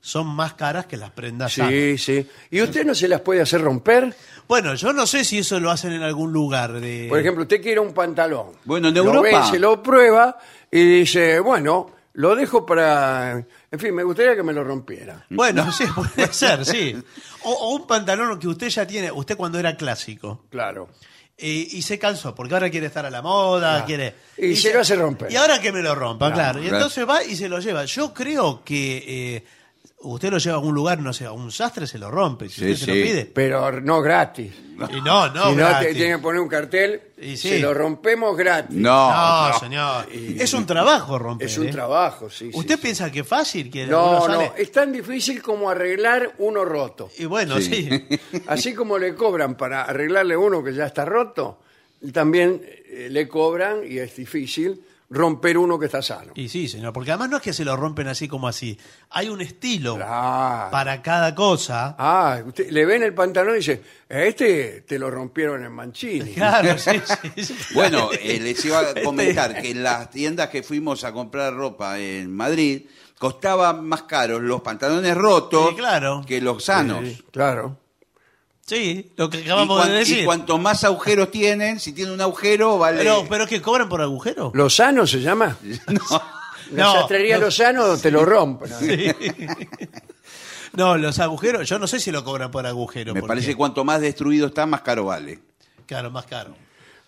[SPEAKER 6] son más caras que las prendas sanas.
[SPEAKER 7] Sí, sí. ¿Y usted no se las puede hacer romper?
[SPEAKER 6] Bueno, yo no sé si eso lo hacen en algún lugar de...
[SPEAKER 7] Por ejemplo, usted quiere un pantalón.
[SPEAKER 8] Bueno, en
[SPEAKER 7] Lo
[SPEAKER 8] Europa-
[SPEAKER 7] ve, se lo prueba y dice, bueno, lo dejo para... En fin, me gustaría que me lo rompiera.
[SPEAKER 6] Bueno, sí, pues, puede ser, sí. O, o un pantalón que usted ya tiene, usted cuando era clásico,
[SPEAKER 7] Claro.
[SPEAKER 6] eh, y se cansó, porque ahora quiere estar a la moda, quiere...
[SPEAKER 7] Y se lo hace romper.
[SPEAKER 6] Y ahora que me lo rompa, claro. Y
[SPEAKER 8] claro.
[SPEAKER 6] entonces va y se lo lleva. Yo creo que eh, usted lo lleva a algún lugar, no sé, a un sastre se lo rompe, si
[SPEAKER 8] Sí,
[SPEAKER 6] usted se
[SPEAKER 8] sí.
[SPEAKER 6] lo pide.
[SPEAKER 7] Pero no gratis.
[SPEAKER 6] Y no, no,
[SPEAKER 7] si no, te
[SPEAKER 6] gratis.
[SPEAKER 7] tienen que poner un cartel,
[SPEAKER 6] Y sí.
[SPEAKER 7] se lo rompemos gratis.
[SPEAKER 8] No.
[SPEAKER 6] No, señor. Es un trabajo romper.
[SPEAKER 7] Es un
[SPEAKER 6] ¿eh?
[SPEAKER 7] trabajo, sí. sí,
[SPEAKER 6] ¿Usted
[SPEAKER 7] sí.
[SPEAKER 6] piensa que es fácil? Que
[SPEAKER 7] No,
[SPEAKER 6] uno
[SPEAKER 7] no,
[SPEAKER 6] sale-
[SPEAKER 7] es tan difícil como arreglar uno roto.
[SPEAKER 6] Y bueno, sí.
[SPEAKER 7] Así como le cobran para arreglarle uno que ya está roto, también eh, le cobran, y es difícil, romper uno que está sano.
[SPEAKER 6] Y sí, señor. Porque además no es que se lo rompen así como así. Hay un estilo
[SPEAKER 7] Claro.
[SPEAKER 6] para cada cosa.
[SPEAKER 7] Ah, usted le ven el pantalón y dice, "A este te lo rompieron en Mancini.
[SPEAKER 6] Claro, sí, sí, sí.
[SPEAKER 8] Bueno, eh, les iba
[SPEAKER 7] Este
[SPEAKER 8] a comentar que en las tiendas que fuimos a comprar ropa en Madrid costaban más caros los pantalones rotos
[SPEAKER 6] Sí, claro.
[SPEAKER 8] que los sanos.
[SPEAKER 7] Sí, claro.
[SPEAKER 6] Sí, lo que
[SPEAKER 8] Y,
[SPEAKER 6] acabamos
[SPEAKER 8] cuan-
[SPEAKER 6] de
[SPEAKER 8] y
[SPEAKER 6] decir.
[SPEAKER 8] cuanto más agujeros tienen, si tiene un agujero, vale.
[SPEAKER 6] Pero, pero es que cobran por agujero.
[SPEAKER 7] ¿Lo sano se llama? La
[SPEAKER 6] No,
[SPEAKER 7] sastrería
[SPEAKER 6] no.
[SPEAKER 7] lo sano te lo rompen.
[SPEAKER 6] No, los agujeros, yo no sé si lo cobran por agujero.
[SPEAKER 8] Me
[SPEAKER 6] porque-
[SPEAKER 8] parece que cuanto más destruido está, más caro vale.
[SPEAKER 6] Claro, más caro.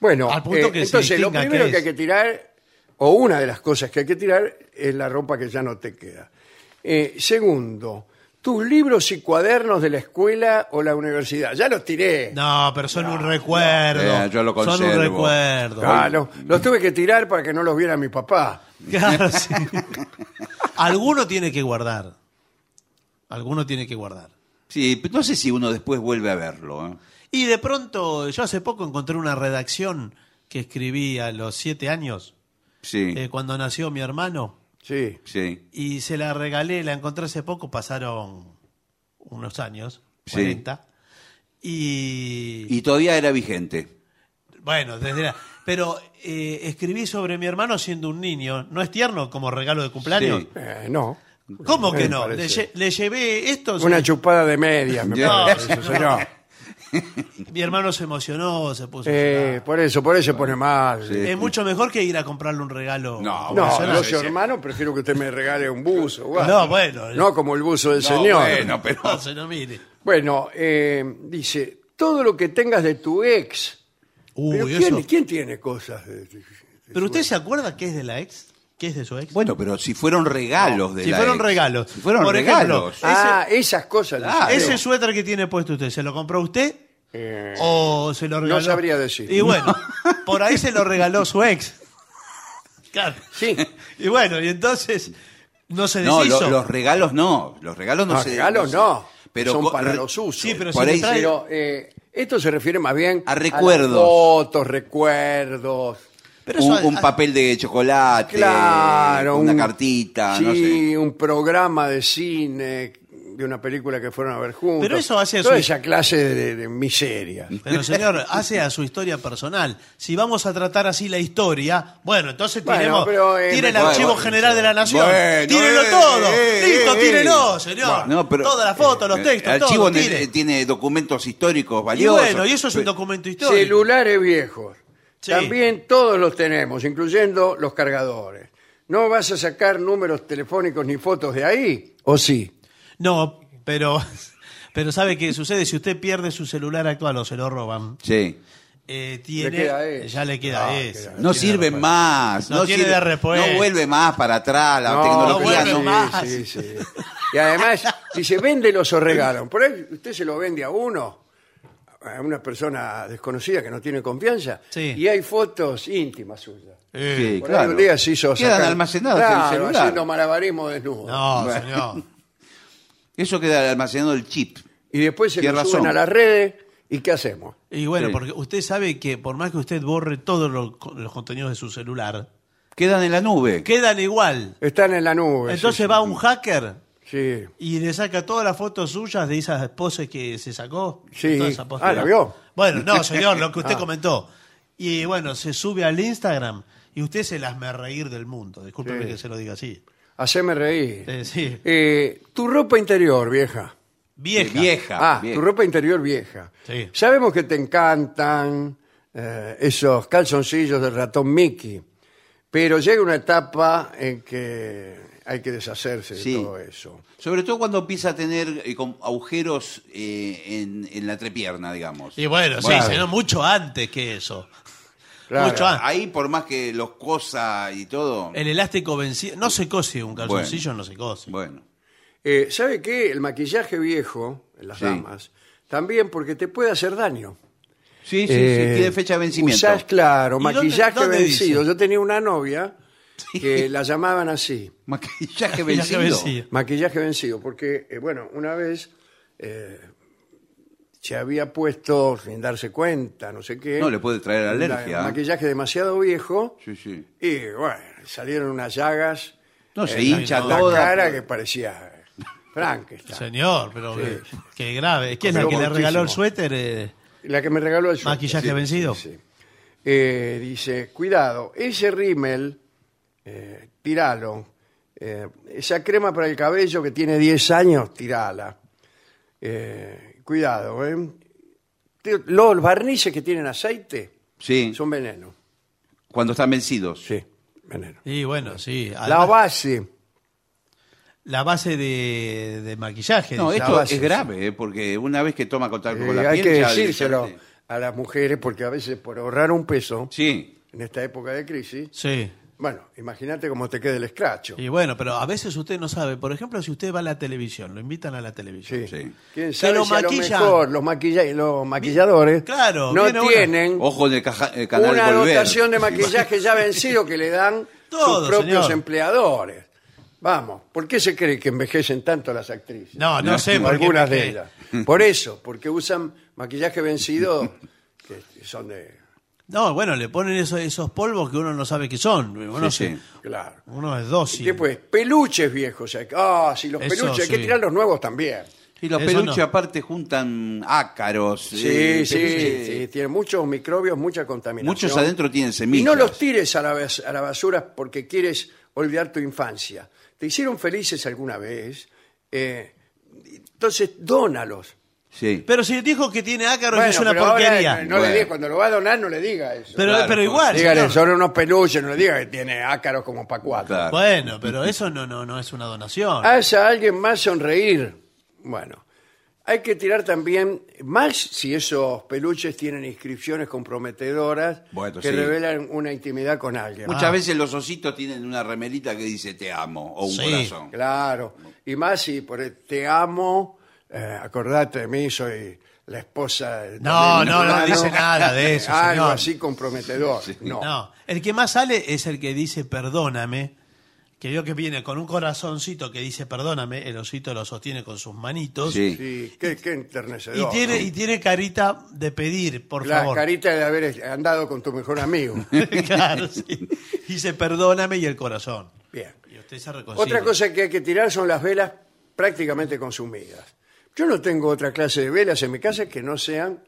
[SPEAKER 7] Bueno,
[SPEAKER 6] Al punto
[SPEAKER 7] eh,
[SPEAKER 6] que se
[SPEAKER 7] entonces lo
[SPEAKER 6] distinga qué
[SPEAKER 7] primero que hay
[SPEAKER 6] es.
[SPEAKER 7] que tirar, o una de las cosas que hay que tirar, es la ropa que ya no te queda. Eh, segundo, tus libros y cuadernos de la escuela o la universidad. Ya los tiré.
[SPEAKER 6] No, pero son un recuerdo.
[SPEAKER 8] Eh, yo lo
[SPEAKER 6] Son un
[SPEAKER 8] conservo.
[SPEAKER 6] recuerdo.
[SPEAKER 7] Ah, los, los tuve que tirar para que no los viera mi papá.
[SPEAKER 6] Claro, sí. Alguno tiene que guardar. Alguno tiene que guardar.
[SPEAKER 8] Sí, pero no sé si uno después vuelve a verlo. ¿eh?
[SPEAKER 6] Y de pronto, yo hace poco encontré una redacción que escribí a los siete años,
[SPEAKER 8] Sí,
[SPEAKER 6] eh, cuando nació mi hermano,
[SPEAKER 7] Sí.
[SPEAKER 8] sí.
[SPEAKER 6] y se la regalé, la encontré hace poco, pasaron unos años,
[SPEAKER 8] Sí.
[SPEAKER 6] 40. Y,
[SPEAKER 8] Y todavía era vigente.
[SPEAKER 6] bueno, desde la- pero eh, escribí sobre mi hermano siendo un niño. ¿No es tierno como regalo de cumpleaños?
[SPEAKER 8] Sí.
[SPEAKER 7] Eh, no.
[SPEAKER 6] ¿Cómo que
[SPEAKER 7] Me
[SPEAKER 6] no? Le,
[SPEAKER 7] parece.
[SPEAKER 6] lle- le llevé esto.
[SPEAKER 7] Una chupada de medias, me
[SPEAKER 8] No,
[SPEAKER 7] parece,
[SPEAKER 6] no.
[SPEAKER 7] señor.
[SPEAKER 6] Mi hermano se emocionó, se puso. a
[SPEAKER 7] Eh,
[SPEAKER 6] llorar.
[SPEAKER 7] por eso, por eso se pone mal.
[SPEAKER 6] Es mucho mejor que ir a comprarle un regalo.
[SPEAKER 8] No,
[SPEAKER 7] No,
[SPEAKER 6] emocional.
[SPEAKER 7] yo, soy hermano, prefiero que usted me regale un buzo. o algo.
[SPEAKER 6] No, bueno.
[SPEAKER 7] No como el buzo del
[SPEAKER 8] No,
[SPEAKER 7] señor.
[SPEAKER 8] bueno, pero
[SPEAKER 6] No, se no mire.
[SPEAKER 7] Bueno, eh, dice, todo lo que tengas de tu ex. Pero
[SPEAKER 6] Uy,
[SPEAKER 7] ¿quién,
[SPEAKER 6] eso.
[SPEAKER 7] quién tiene cosas? de- de-
[SPEAKER 6] Pero usted se acuerda que es de la ex, que es de su ex.
[SPEAKER 8] Bueno, pero si fueron regalos de
[SPEAKER 6] si
[SPEAKER 8] la
[SPEAKER 6] fueron
[SPEAKER 8] ex.
[SPEAKER 6] regalos.
[SPEAKER 8] Si fueron
[SPEAKER 6] Por
[SPEAKER 8] regalos.
[SPEAKER 6] ejemplo,
[SPEAKER 7] ah, esas cosas. dice
[SPEAKER 8] Claro.
[SPEAKER 7] usted.
[SPEAKER 6] Ese Oh, suéter que tiene puesto usted, ¿se lo compró usted?
[SPEAKER 7] Eh,
[SPEAKER 6] ¿O se lo regaló?
[SPEAKER 7] sabría decir.
[SPEAKER 6] Y bueno, por ahí se lo regaló su ex. Claro.
[SPEAKER 7] sí,
[SPEAKER 6] Y bueno, y entonces No se
[SPEAKER 8] No,
[SPEAKER 6] deshizo.
[SPEAKER 8] lo- los regalos no. Los regalos no
[SPEAKER 7] Los
[SPEAKER 8] se
[SPEAKER 7] regalos no.
[SPEAKER 8] Pero
[SPEAKER 7] son
[SPEAKER 8] co-
[SPEAKER 7] para
[SPEAKER 8] re-
[SPEAKER 7] los usos.
[SPEAKER 6] Sí, pero
[SPEAKER 8] Por
[SPEAKER 6] si
[SPEAKER 8] ahí
[SPEAKER 6] le trae-
[SPEAKER 7] Pero, eh, esto se refiere más bien
[SPEAKER 8] A
[SPEAKER 7] las
[SPEAKER 8] recuerdos.
[SPEAKER 7] fotos, recuerdos.
[SPEAKER 6] Pero
[SPEAKER 8] un,
[SPEAKER 6] eso-
[SPEAKER 8] un papel de chocolate,
[SPEAKER 7] Claro,
[SPEAKER 8] una
[SPEAKER 7] un-
[SPEAKER 8] cartita,
[SPEAKER 7] sí,
[SPEAKER 8] ah, no sé.
[SPEAKER 7] un programa de cine de una película que fueron a ver juntos.
[SPEAKER 6] Pero eso hace a
[SPEAKER 7] toda
[SPEAKER 6] su-
[SPEAKER 7] esa clase de, de miseria.
[SPEAKER 6] Pero señor, hace a su historia personal. Si vamos a tratar así la historia, bueno, entonces
[SPEAKER 7] Bueno,
[SPEAKER 6] tiremos,
[SPEAKER 7] pero, eh,
[SPEAKER 6] tire el
[SPEAKER 8] bueno,
[SPEAKER 6] Archivo
[SPEAKER 8] bueno,
[SPEAKER 6] General de la Nación.
[SPEAKER 8] Bueno,
[SPEAKER 6] tírenlo
[SPEAKER 8] eh,
[SPEAKER 6] todo.
[SPEAKER 8] eh,
[SPEAKER 6] Listo,
[SPEAKER 8] eh,
[SPEAKER 6] tírenlo,
[SPEAKER 8] eh.
[SPEAKER 6] señor.
[SPEAKER 8] No, pero-
[SPEAKER 6] Todas las fotos, los
[SPEAKER 8] Eh,
[SPEAKER 6] textos,
[SPEAKER 8] El archivo
[SPEAKER 6] todo,
[SPEAKER 8] ne-
[SPEAKER 6] tire.
[SPEAKER 8] tiene documentos históricos
[SPEAKER 6] Y
[SPEAKER 8] valiosos.
[SPEAKER 6] bueno, y eso es un
[SPEAKER 8] Pero-
[SPEAKER 6] documento histórico.
[SPEAKER 7] Celulares viejos.
[SPEAKER 6] Sí.
[SPEAKER 7] También todos los tenemos, incluyendo los cargadores. ¿No vas a sacar números telefónicos ni fotos de ahí? ¿O sí?
[SPEAKER 6] No, pero, pero ¿sabe qué sucede? Si usted pierde su celular actual o se lo roban,
[SPEAKER 8] Sí.
[SPEAKER 6] eh, tiene,
[SPEAKER 7] queda ese.
[SPEAKER 6] ya le queda
[SPEAKER 7] Ah,
[SPEAKER 6] ese.
[SPEAKER 7] queda
[SPEAKER 8] No
[SPEAKER 6] Tiene
[SPEAKER 8] sirve
[SPEAKER 6] repuesto.
[SPEAKER 8] más.
[SPEAKER 6] No tiene
[SPEAKER 8] sirve-
[SPEAKER 6] de repuesto.
[SPEAKER 8] No vuelve más para atrás. La
[SPEAKER 6] no
[SPEAKER 8] tecnología
[SPEAKER 6] vuelve
[SPEAKER 8] no.
[SPEAKER 6] más.
[SPEAKER 7] sí, sí. Y además, si se vende, los regalan. Por ahí usted se lo vende a uno, a una persona desconocida que no tiene confianza,
[SPEAKER 6] Sí.
[SPEAKER 7] y hay fotos íntimas suyas.
[SPEAKER 6] Eh,
[SPEAKER 8] Sí,
[SPEAKER 7] Por ahí
[SPEAKER 8] claro.
[SPEAKER 7] un día se hizo
[SPEAKER 8] Quedan
[SPEAKER 7] sacar-
[SPEAKER 8] almacenados en el
[SPEAKER 7] Claro,
[SPEAKER 8] celular.
[SPEAKER 7] haciendo malabarismo desnudo.
[SPEAKER 6] No, señor.
[SPEAKER 8] Eso queda almacenado el chip.
[SPEAKER 7] Y después se lo
[SPEAKER 8] Tiene
[SPEAKER 7] suben
[SPEAKER 8] razón.
[SPEAKER 7] a las redes, ¿y qué hacemos?
[SPEAKER 6] Y bueno,
[SPEAKER 8] Sí.
[SPEAKER 6] porque usted sabe que por más que usted borre todos los, los contenidos de su celular,
[SPEAKER 8] Quedan en la nube.
[SPEAKER 6] quedan igual.
[SPEAKER 7] Están en la nube.
[SPEAKER 6] Entonces va un hacker
[SPEAKER 7] Pues Sí.
[SPEAKER 6] y le saca todas las fotos suyas de esas poses que se sacó.
[SPEAKER 7] Sí.
[SPEAKER 6] Todas esas poses.
[SPEAKER 7] Ah, ¿la vio? Ah.
[SPEAKER 6] Bueno, no, señor, lo que usted comentó. Y bueno, se sube al Instagram y usted se las me reír del mundo. Discúlpeme
[SPEAKER 7] Sí.
[SPEAKER 6] que se lo diga así.
[SPEAKER 7] Haceme reír.
[SPEAKER 6] Eh, sí.
[SPEAKER 7] Eh, tu ropa interior, vieja.
[SPEAKER 6] Vieja.
[SPEAKER 8] Vieja.
[SPEAKER 7] Ah,
[SPEAKER 8] vieja.
[SPEAKER 7] tu ropa interior vieja.
[SPEAKER 6] Sí.
[SPEAKER 7] Sabemos que te encantan eh, esos calzoncillos del ratón Mickey, pero llega una etapa en que hay que deshacerse
[SPEAKER 8] Sí.
[SPEAKER 7] de todo eso.
[SPEAKER 8] Sobre todo cuando empieza a tener eh, con agujeros eh, en, en la trepierna, digamos.
[SPEAKER 6] Y bueno,
[SPEAKER 7] Bueno.
[SPEAKER 6] sí, sino mucho antes que eso.
[SPEAKER 7] Claro.
[SPEAKER 6] Mucho antes.
[SPEAKER 8] Ahí, por más que los cosa y todo.
[SPEAKER 6] El elástico vencido. No se cose un calzoncillo, no se cose.
[SPEAKER 8] Bueno.
[SPEAKER 7] Eh, ¿Sabe qué? El maquillaje viejo, en las
[SPEAKER 8] Sí.
[SPEAKER 7] damas, también porque te puede hacer daño.
[SPEAKER 8] Sí, sí, sí.
[SPEAKER 7] Eh,
[SPEAKER 8] Tiene fecha de vencimiento.
[SPEAKER 7] Usás, claro,
[SPEAKER 6] ¿Y dónde-
[SPEAKER 7] maquillaje
[SPEAKER 6] dónde
[SPEAKER 7] vencido.
[SPEAKER 6] dice?
[SPEAKER 7] Yo tenía una novia que la llamaban así.
[SPEAKER 8] Maquillaje
[SPEAKER 6] Ya se
[SPEAKER 8] vencido.
[SPEAKER 6] vencía.
[SPEAKER 7] Maquillaje vencido, porque, eh, bueno, una vez eh, se había puesto, sin darse cuenta, no sé qué.
[SPEAKER 8] No, le puede traer
[SPEAKER 7] la-
[SPEAKER 8] alergia.
[SPEAKER 7] Maquillaje demasiado viejo.
[SPEAKER 8] Sí, sí.
[SPEAKER 7] Y bueno, salieron unas llagas.
[SPEAKER 8] No, se
[SPEAKER 7] en
[SPEAKER 8] hincha
[SPEAKER 7] la
[SPEAKER 8] toda.
[SPEAKER 7] cara que parecía eh, Frankenstein.
[SPEAKER 6] Señor, pero
[SPEAKER 7] Sí.
[SPEAKER 6] qué, qué grave. ¿Quién es la
[SPEAKER 7] Pero
[SPEAKER 6] que le regaló el
[SPEAKER 7] muchísimo.
[SPEAKER 6] suéter? eh?
[SPEAKER 7] La que me regaló el suéter.
[SPEAKER 6] Maquillaje vencido.
[SPEAKER 7] Eh, dice, cuidado, ese rímel, eh, tiralo. Eh, esa crema para el cabello que tiene 10 años, tirala. Eh, cuidado, ¿eh? Te- Los barnices que tienen aceite
[SPEAKER 8] Sí,
[SPEAKER 7] son veneno.
[SPEAKER 8] cuando están vencidos. Ah,
[SPEAKER 7] Sí, veneno.
[SPEAKER 6] Y bueno, sí.
[SPEAKER 7] La
[SPEAKER 6] además,
[SPEAKER 7] base,
[SPEAKER 6] la base de, de maquillaje.
[SPEAKER 8] No,
[SPEAKER 6] dice.
[SPEAKER 8] esto
[SPEAKER 7] base,
[SPEAKER 8] es grave, eh, porque una vez que toma contacto con
[SPEAKER 7] eh,
[SPEAKER 8] la
[SPEAKER 7] hay
[SPEAKER 8] piel...
[SPEAKER 7] que
[SPEAKER 8] ya
[SPEAKER 7] decírselo
[SPEAKER 8] directamente-
[SPEAKER 7] a las mujeres porque a veces por ahorrar un peso
[SPEAKER 8] Sí,
[SPEAKER 7] en esta época de crisis,
[SPEAKER 6] Sí.
[SPEAKER 7] bueno, imagínate cómo te queda el escracho.
[SPEAKER 6] Y bueno, pero a veces usted no sabe. Por ejemplo, si usted va a la televisión, lo invitan a la televisión.
[SPEAKER 7] Sí.
[SPEAKER 8] Sí.
[SPEAKER 7] ¿Quién
[SPEAKER 6] Que
[SPEAKER 7] sabe
[SPEAKER 6] lo
[SPEAKER 7] si a lo
[SPEAKER 6] maquillan.
[SPEAKER 7] mejor los, maquilla- los maquilladores
[SPEAKER 6] claro,
[SPEAKER 7] no
[SPEAKER 6] viene uno.
[SPEAKER 7] tienen
[SPEAKER 8] ojo en el, caja- el canal
[SPEAKER 7] una
[SPEAKER 8] Volver.
[SPEAKER 7] anotación de maquillaje ya vencido que le dan
[SPEAKER 6] Todo,
[SPEAKER 7] sus propios
[SPEAKER 6] señor.
[SPEAKER 7] empleadores. Vamos, ¿por qué se cree que envejecen tanto las actrices?
[SPEAKER 6] No, no sé.
[SPEAKER 7] O
[SPEAKER 6] por qué-
[SPEAKER 7] algunas
[SPEAKER 6] porque-
[SPEAKER 7] de ellas. Por eso, porque usan maquillaje vencido que son de...
[SPEAKER 6] No, bueno, le ponen eso- esos polvos que uno no sabe qué son. Uno,
[SPEAKER 8] Sí,
[SPEAKER 6] se-
[SPEAKER 8] sí.
[SPEAKER 7] Claro.
[SPEAKER 6] uno es
[SPEAKER 7] ¿Y
[SPEAKER 6] dócil.
[SPEAKER 7] qué pues? Peluches viejos. hay que- Ah, sí, los
[SPEAKER 6] Eso,
[SPEAKER 7] peluches. Hay que
[SPEAKER 6] sí.
[SPEAKER 7] tirar los nuevos también.
[SPEAKER 8] Y los
[SPEAKER 6] Eso
[SPEAKER 8] peluches
[SPEAKER 6] no.
[SPEAKER 8] aparte juntan ácaros.
[SPEAKER 7] Sí,
[SPEAKER 8] eh,
[SPEAKER 7] sí,
[SPEAKER 8] peluches.
[SPEAKER 7] sí, tiene muchos microbios, mucha contaminación.
[SPEAKER 8] Muchos adentro tienen semillas.
[SPEAKER 7] Y no los tires a la, bas- a la basura porque quieres olvidar tu infancia. Te hicieron felices alguna vez, eh, entonces dónalos.
[SPEAKER 8] Sí.
[SPEAKER 6] Pero si dijo que tiene ácaros
[SPEAKER 7] Bueno,
[SPEAKER 6] y es una
[SPEAKER 7] pero ahora
[SPEAKER 6] porquería.
[SPEAKER 7] no, no le
[SPEAKER 8] Bueno.
[SPEAKER 7] digas, cuando lo va a donar no le diga eso.
[SPEAKER 6] pero,
[SPEAKER 8] claro, pues,
[SPEAKER 6] pero igual.
[SPEAKER 7] Dígale,
[SPEAKER 6] señor.
[SPEAKER 7] son unos peluches, no le diga que tiene ácaros como pa' cuatro.
[SPEAKER 8] Claro.
[SPEAKER 7] Ah,
[SPEAKER 6] Bueno, pero eso no, no, no es una donación.
[SPEAKER 7] Haz a alguien más sonreír. Bueno, hay que tirar también, más si esos peluches tienen inscripciones comprometedoras
[SPEAKER 8] Bueno,
[SPEAKER 7] que
[SPEAKER 8] sí.
[SPEAKER 7] revelan una intimidad con alguien. Ah,
[SPEAKER 8] Muchas veces los ositos tienen una remelita que dice te amo o un
[SPEAKER 6] Sí.
[SPEAKER 8] corazón.
[SPEAKER 7] Claro. Y más si por el te amo, eh, acordate de mí, soy la esposa de
[SPEAKER 6] No,
[SPEAKER 7] de mi
[SPEAKER 6] no, no
[SPEAKER 7] hermano.
[SPEAKER 6] dice nada de eso,
[SPEAKER 7] Algo
[SPEAKER 6] señor.
[SPEAKER 7] así comprometedor. No.
[SPEAKER 6] No, el que más sale es el que dice perdóname, que vio que viene con un corazoncito que dice perdóname, el osito lo sostiene con sus manitos.
[SPEAKER 8] Sí.
[SPEAKER 7] Sí, qué, qué enternecedor.
[SPEAKER 6] Y tiene,
[SPEAKER 7] ¿no?
[SPEAKER 6] y tiene carita de pedir, por
[SPEAKER 7] la
[SPEAKER 6] favor.
[SPEAKER 7] carita de haber andado con tu mejor amigo.
[SPEAKER 6] claro, sí. Dice perdóname y el corazón.
[SPEAKER 7] Bien.
[SPEAKER 6] Y usted se reconcilia.
[SPEAKER 7] Otra cosa que hay que tirar son las velas prácticamente consumidas. Yo no tengo otra clase de velas en mi casa que no sean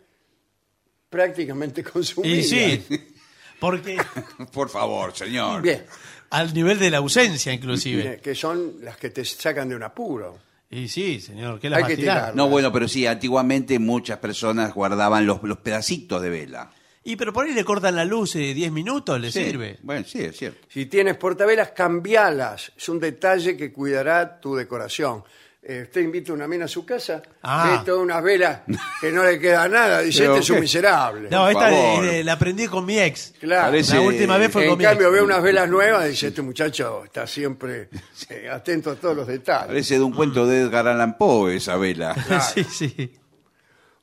[SPEAKER 7] prácticamente consumidas.
[SPEAKER 6] Y sí, porque
[SPEAKER 8] Por favor, señor.
[SPEAKER 7] Bien,
[SPEAKER 6] al nivel de la ausencia, inclusive.
[SPEAKER 7] bien, que son las que te sacan de un apuro.
[SPEAKER 6] Y sí, señor, ¿qué las
[SPEAKER 7] Hay
[SPEAKER 6] va a
[SPEAKER 7] que
[SPEAKER 6] tirar?
[SPEAKER 7] tirar.
[SPEAKER 8] No, bueno, pero sí, antiguamente muchas personas guardaban los, los pedacitos de vela.
[SPEAKER 6] Y pero por ahí le cortan la luz eh, 10 minutos, le
[SPEAKER 8] Sí,
[SPEAKER 6] sirve.
[SPEAKER 8] Bueno, sí, es cierto.
[SPEAKER 7] Si tienes portavelas, cambialas. Es un detalle que cuidará tu decoración. Eh, usted invita a una mina a su casa,
[SPEAKER 6] Ah.
[SPEAKER 7] ve todas unas velas que no le queda nada, dice,
[SPEAKER 8] Pero,
[SPEAKER 7] este es un
[SPEAKER 8] ¿qué?
[SPEAKER 7] miserable.
[SPEAKER 6] No,
[SPEAKER 8] por
[SPEAKER 6] esta de-
[SPEAKER 8] favor.
[SPEAKER 6] de- Eh, la aprendí con mi ex.
[SPEAKER 7] Claro.
[SPEAKER 8] Parece-
[SPEAKER 6] La última vez fue
[SPEAKER 7] en
[SPEAKER 6] con mi
[SPEAKER 7] cambio
[SPEAKER 6] ex.
[SPEAKER 7] ve unas velas nuevas y dice, este muchacho está siempre eh, atento a todos los detalles.
[SPEAKER 8] Parece de un cuento de Edgar Allan Poe esa vela.
[SPEAKER 6] sí, sí.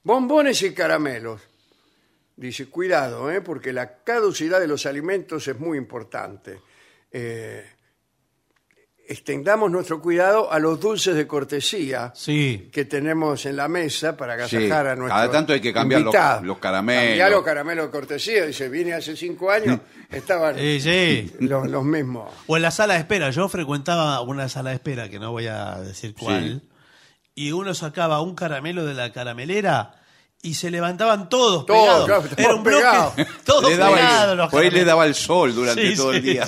[SPEAKER 7] Bombones y caramelos. Dice, cuidado, ¿eh? porque la caducidad de los alimentos es muy importante. Eh, extendamos nuestro cuidado a los dulces de cortesía
[SPEAKER 6] Sí.
[SPEAKER 7] que tenemos en la mesa para agasajar
[SPEAKER 8] Sí,
[SPEAKER 7] a nuestros
[SPEAKER 8] cada tanto hay que cambiar los-
[SPEAKER 7] invitados.
[SPEAKER 8] los caramelos.
[SPEAKER 7] Cambiar los caramelos de cortesía. Dice, vine hace cinco años, estaban
[SPEAKER 6] Sí, sí.
[SPEAKER 7] los, los mismos.
[SPEAKER 6] O en la sala de espera. Yo frecuentaba una sala de espera, que no voy a decir cuál. Y uno sacaba un caramelo de la caramelera y se levantaban todos pegados.
[SPEAKER 7] Todos, claro, todos
[SPEAKER 6] Era un bloque.
[SPEAKER 7] pegados.
[SPEAKER 6] Todos
[SPEAKER 8] Le daba el-
[SPEAKER 6] pegados los
[SPEAKER 8] por ahí le
[SPEAKER 6] caramelos.
[SPEAKER 8] daba el sol durante
[SPEAKER 6] Sí,
[SPEAKER 8] todo el
[SPEAKER 6] sí.
[SPEAKER 8] día.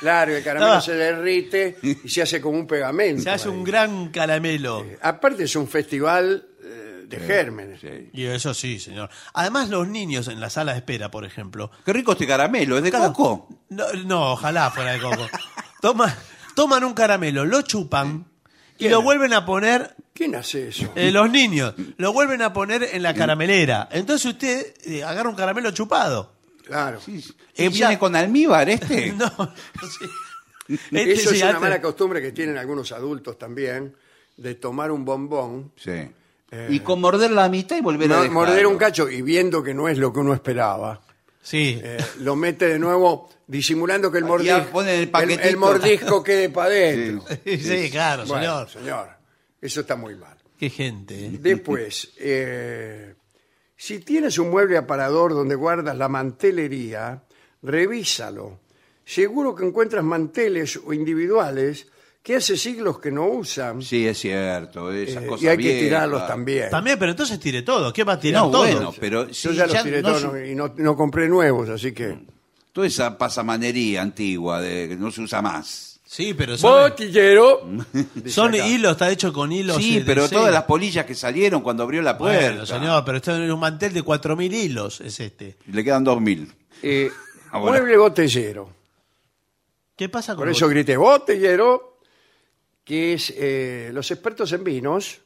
[SPEAKER 7] Claro, el caramelo
[SPEAKER 6] Ah.
[SPEAKER 7] se derrite y se hace como un pegamento.
[SPEAKER 6] Se hace
[SPEAKER 7] ahí. Eh,
[SPEAKER 6] un gran caramelo.
[SPEAKER 7] Aparte es un festival eh, de gérmenes.
[SPEAKER 8] Sí.
[SPEAKER 6] Y eso sí, señor. Además, los niños en la sala de espera, por ejemplo.
[SPEAKER 8] Qué rico este caramelo, ¿es de coco?
[SPEAKER 6] No, no, ojalá fuera de coco. Toma- toman un caramelo, lo chupan y lo vuelven a poner
[SPEAKER 7] ¿Quién hace eso?
[SPEAKER 6] Eh, los niños lo vuelven a poner en la caramelera. Entonces usted eh, agarra un caramelo chupado.
[SPEAKER 7] Claro.
[SPEAKER 8] ¿Eh,
[SPEAKER 6] ya-
[SPEAKER 8] ¿Viene con almíbar este?
[SPEAKER 6] No, no sé. Este
[SPEAKER 7] Eso
[SPEAKER 6] sí,
[SPEAKER 7] es una
[SPEAKER 6] antes-
[SPEAKER 7] mala costumbre que tienen algunos adultos también, de tomar un bombón, eh,
[SPEAKER 8] Sí. y con morder la mitad y volver a
[SPEAKER 7] no,
[SPEAKER 8] dejarlo.
[SPEAKER 7] morder un cacho y viendo que no es lo que uno esperaba,
[SPEAKER 6] Sí.
[SPEAKER 7] eh, lo mete de nuevo disimulando que el,
[SPEAKER 8] Ya
[SPEAKER 7] mordisco
[SPEAKER 8] pone el
[SPEAKER 7] el,
[SPEAKER 8] paquetito.
[SPEAKER 7] mordisco quede para adentro.
[SPEAKER 6] Sí, claro,
[SPEAKER 7] Bueno,
[SPEAKER 6] señor.
[SPEAKER 7] señor, eso está muy mal.
[SPEAKER 6] Qué gente. eh.
[SPEAKER 7] Después, eh, si tienes un mueble aparador donde guardas la mantelería, revísalo. Seguro que encuentras manteles o individuales que hace siglos que no usan
[SPEAKER 8] Sí, es cierto, esas
[SPEAKER 7] eh,
[SPEAKER 8] cosas
[SPEAKER 7] y hay que
[SPEAKER 8] viejas.
[SPEAKER 7] tirarlos también.
[SPEAKER 6] También, pero entonces tire todo. ¿Qué va a tirar
[SPEAKER 8] No,
[SPEAKER 6] todo?
[SPEAKER 8] bueno, pero si
[SPEAKER 7] Yo ya los
[SPEAKER 8] ya
[SPEAKER 7] tiré
[SPEAKER 8] no
[SPEAKER 7] todos
[SPEAKER 8] se-
[SPEAKER 7] no- y no, no compré nuevos, así que...
[SPEAKER 8] toda esa pasamanería antigua de que no se usa más.
[SPEAKER 6] Sí, pero son,
[SPEAKER 7] ¡Botillero!
[SPEAKER 6] son
[SPEAKER 7] Dice acá.
[SPEAKER 6] hilos, está hecho con hilos. eh,
[SPEAKER 8] sí,
[SPEAKER 6] de
[SPEAKER 8] pero
[SPEAKER 6] seda.
[SPEAKER 8] todas las polillas que salieron cuando abrió la puerta.
[SPEAKER 6] Bueno, señor, pero esto es un mantel de 4.000 hilos, es este.
[SPEAKER 8] Le quedan dos mil.
[SPEAKER 7] Eh,
[SPEAKER 8] Ahora.
[SPEAKER 7] Mueble botellero.
[SPEAKER 6] ¿Qué pasa con
[SPEAKER 7] Por eso
[SPEAKER 6] vos?
[SPEAKER 7] grité botellero, que es eh, los expertos en vinos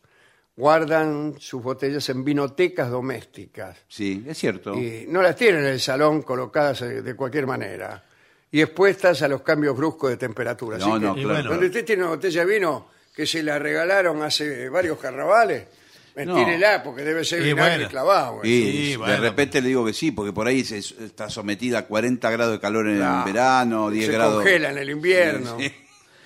[SPEAKER 7] guardan sus botellas en vinotecas domésticas.
[SPEAKER 8] Sí, es cierto.
[SPEAKER 7] Y no las tienen en el salón colocadas eh, de cualquier manera. Y expuestas a los cambios bruscos de temperatura. Así
[SPEAKER 8] no, no,
[SPEAKER 7] que,
[SPEAKER 6] Y
[SPEAKER 8] claro.
[SPEAKER 7] Donde usted tiene una botella de vino que se la regalaron hace varios carnavales, mentírela, porque debe ser
[SPEAKER 6] Y
[SPEAKER 7] vinagre
[SPEAKER 6] bueno.
[SPEAKER 7] clavado.
[SPEAKER 8] Y
[SPEAKER 7] eh.
[SPEAKER 6] Sí,
[SPEAKER 8] de
[SPEAKER 6] bueno.
[SPEAKER 8] repente le digo que sí, porque por ahí se- está sometida a 40 grados de calor en
[SPEAKER 7] Claro.
[SPEAKER 8] el verano, 10
[SPEAKER 7] se
[SPEAKER 8] grados.
[SPEAKER 7] congela en el invierno.
[SPEAKER 8] Sí.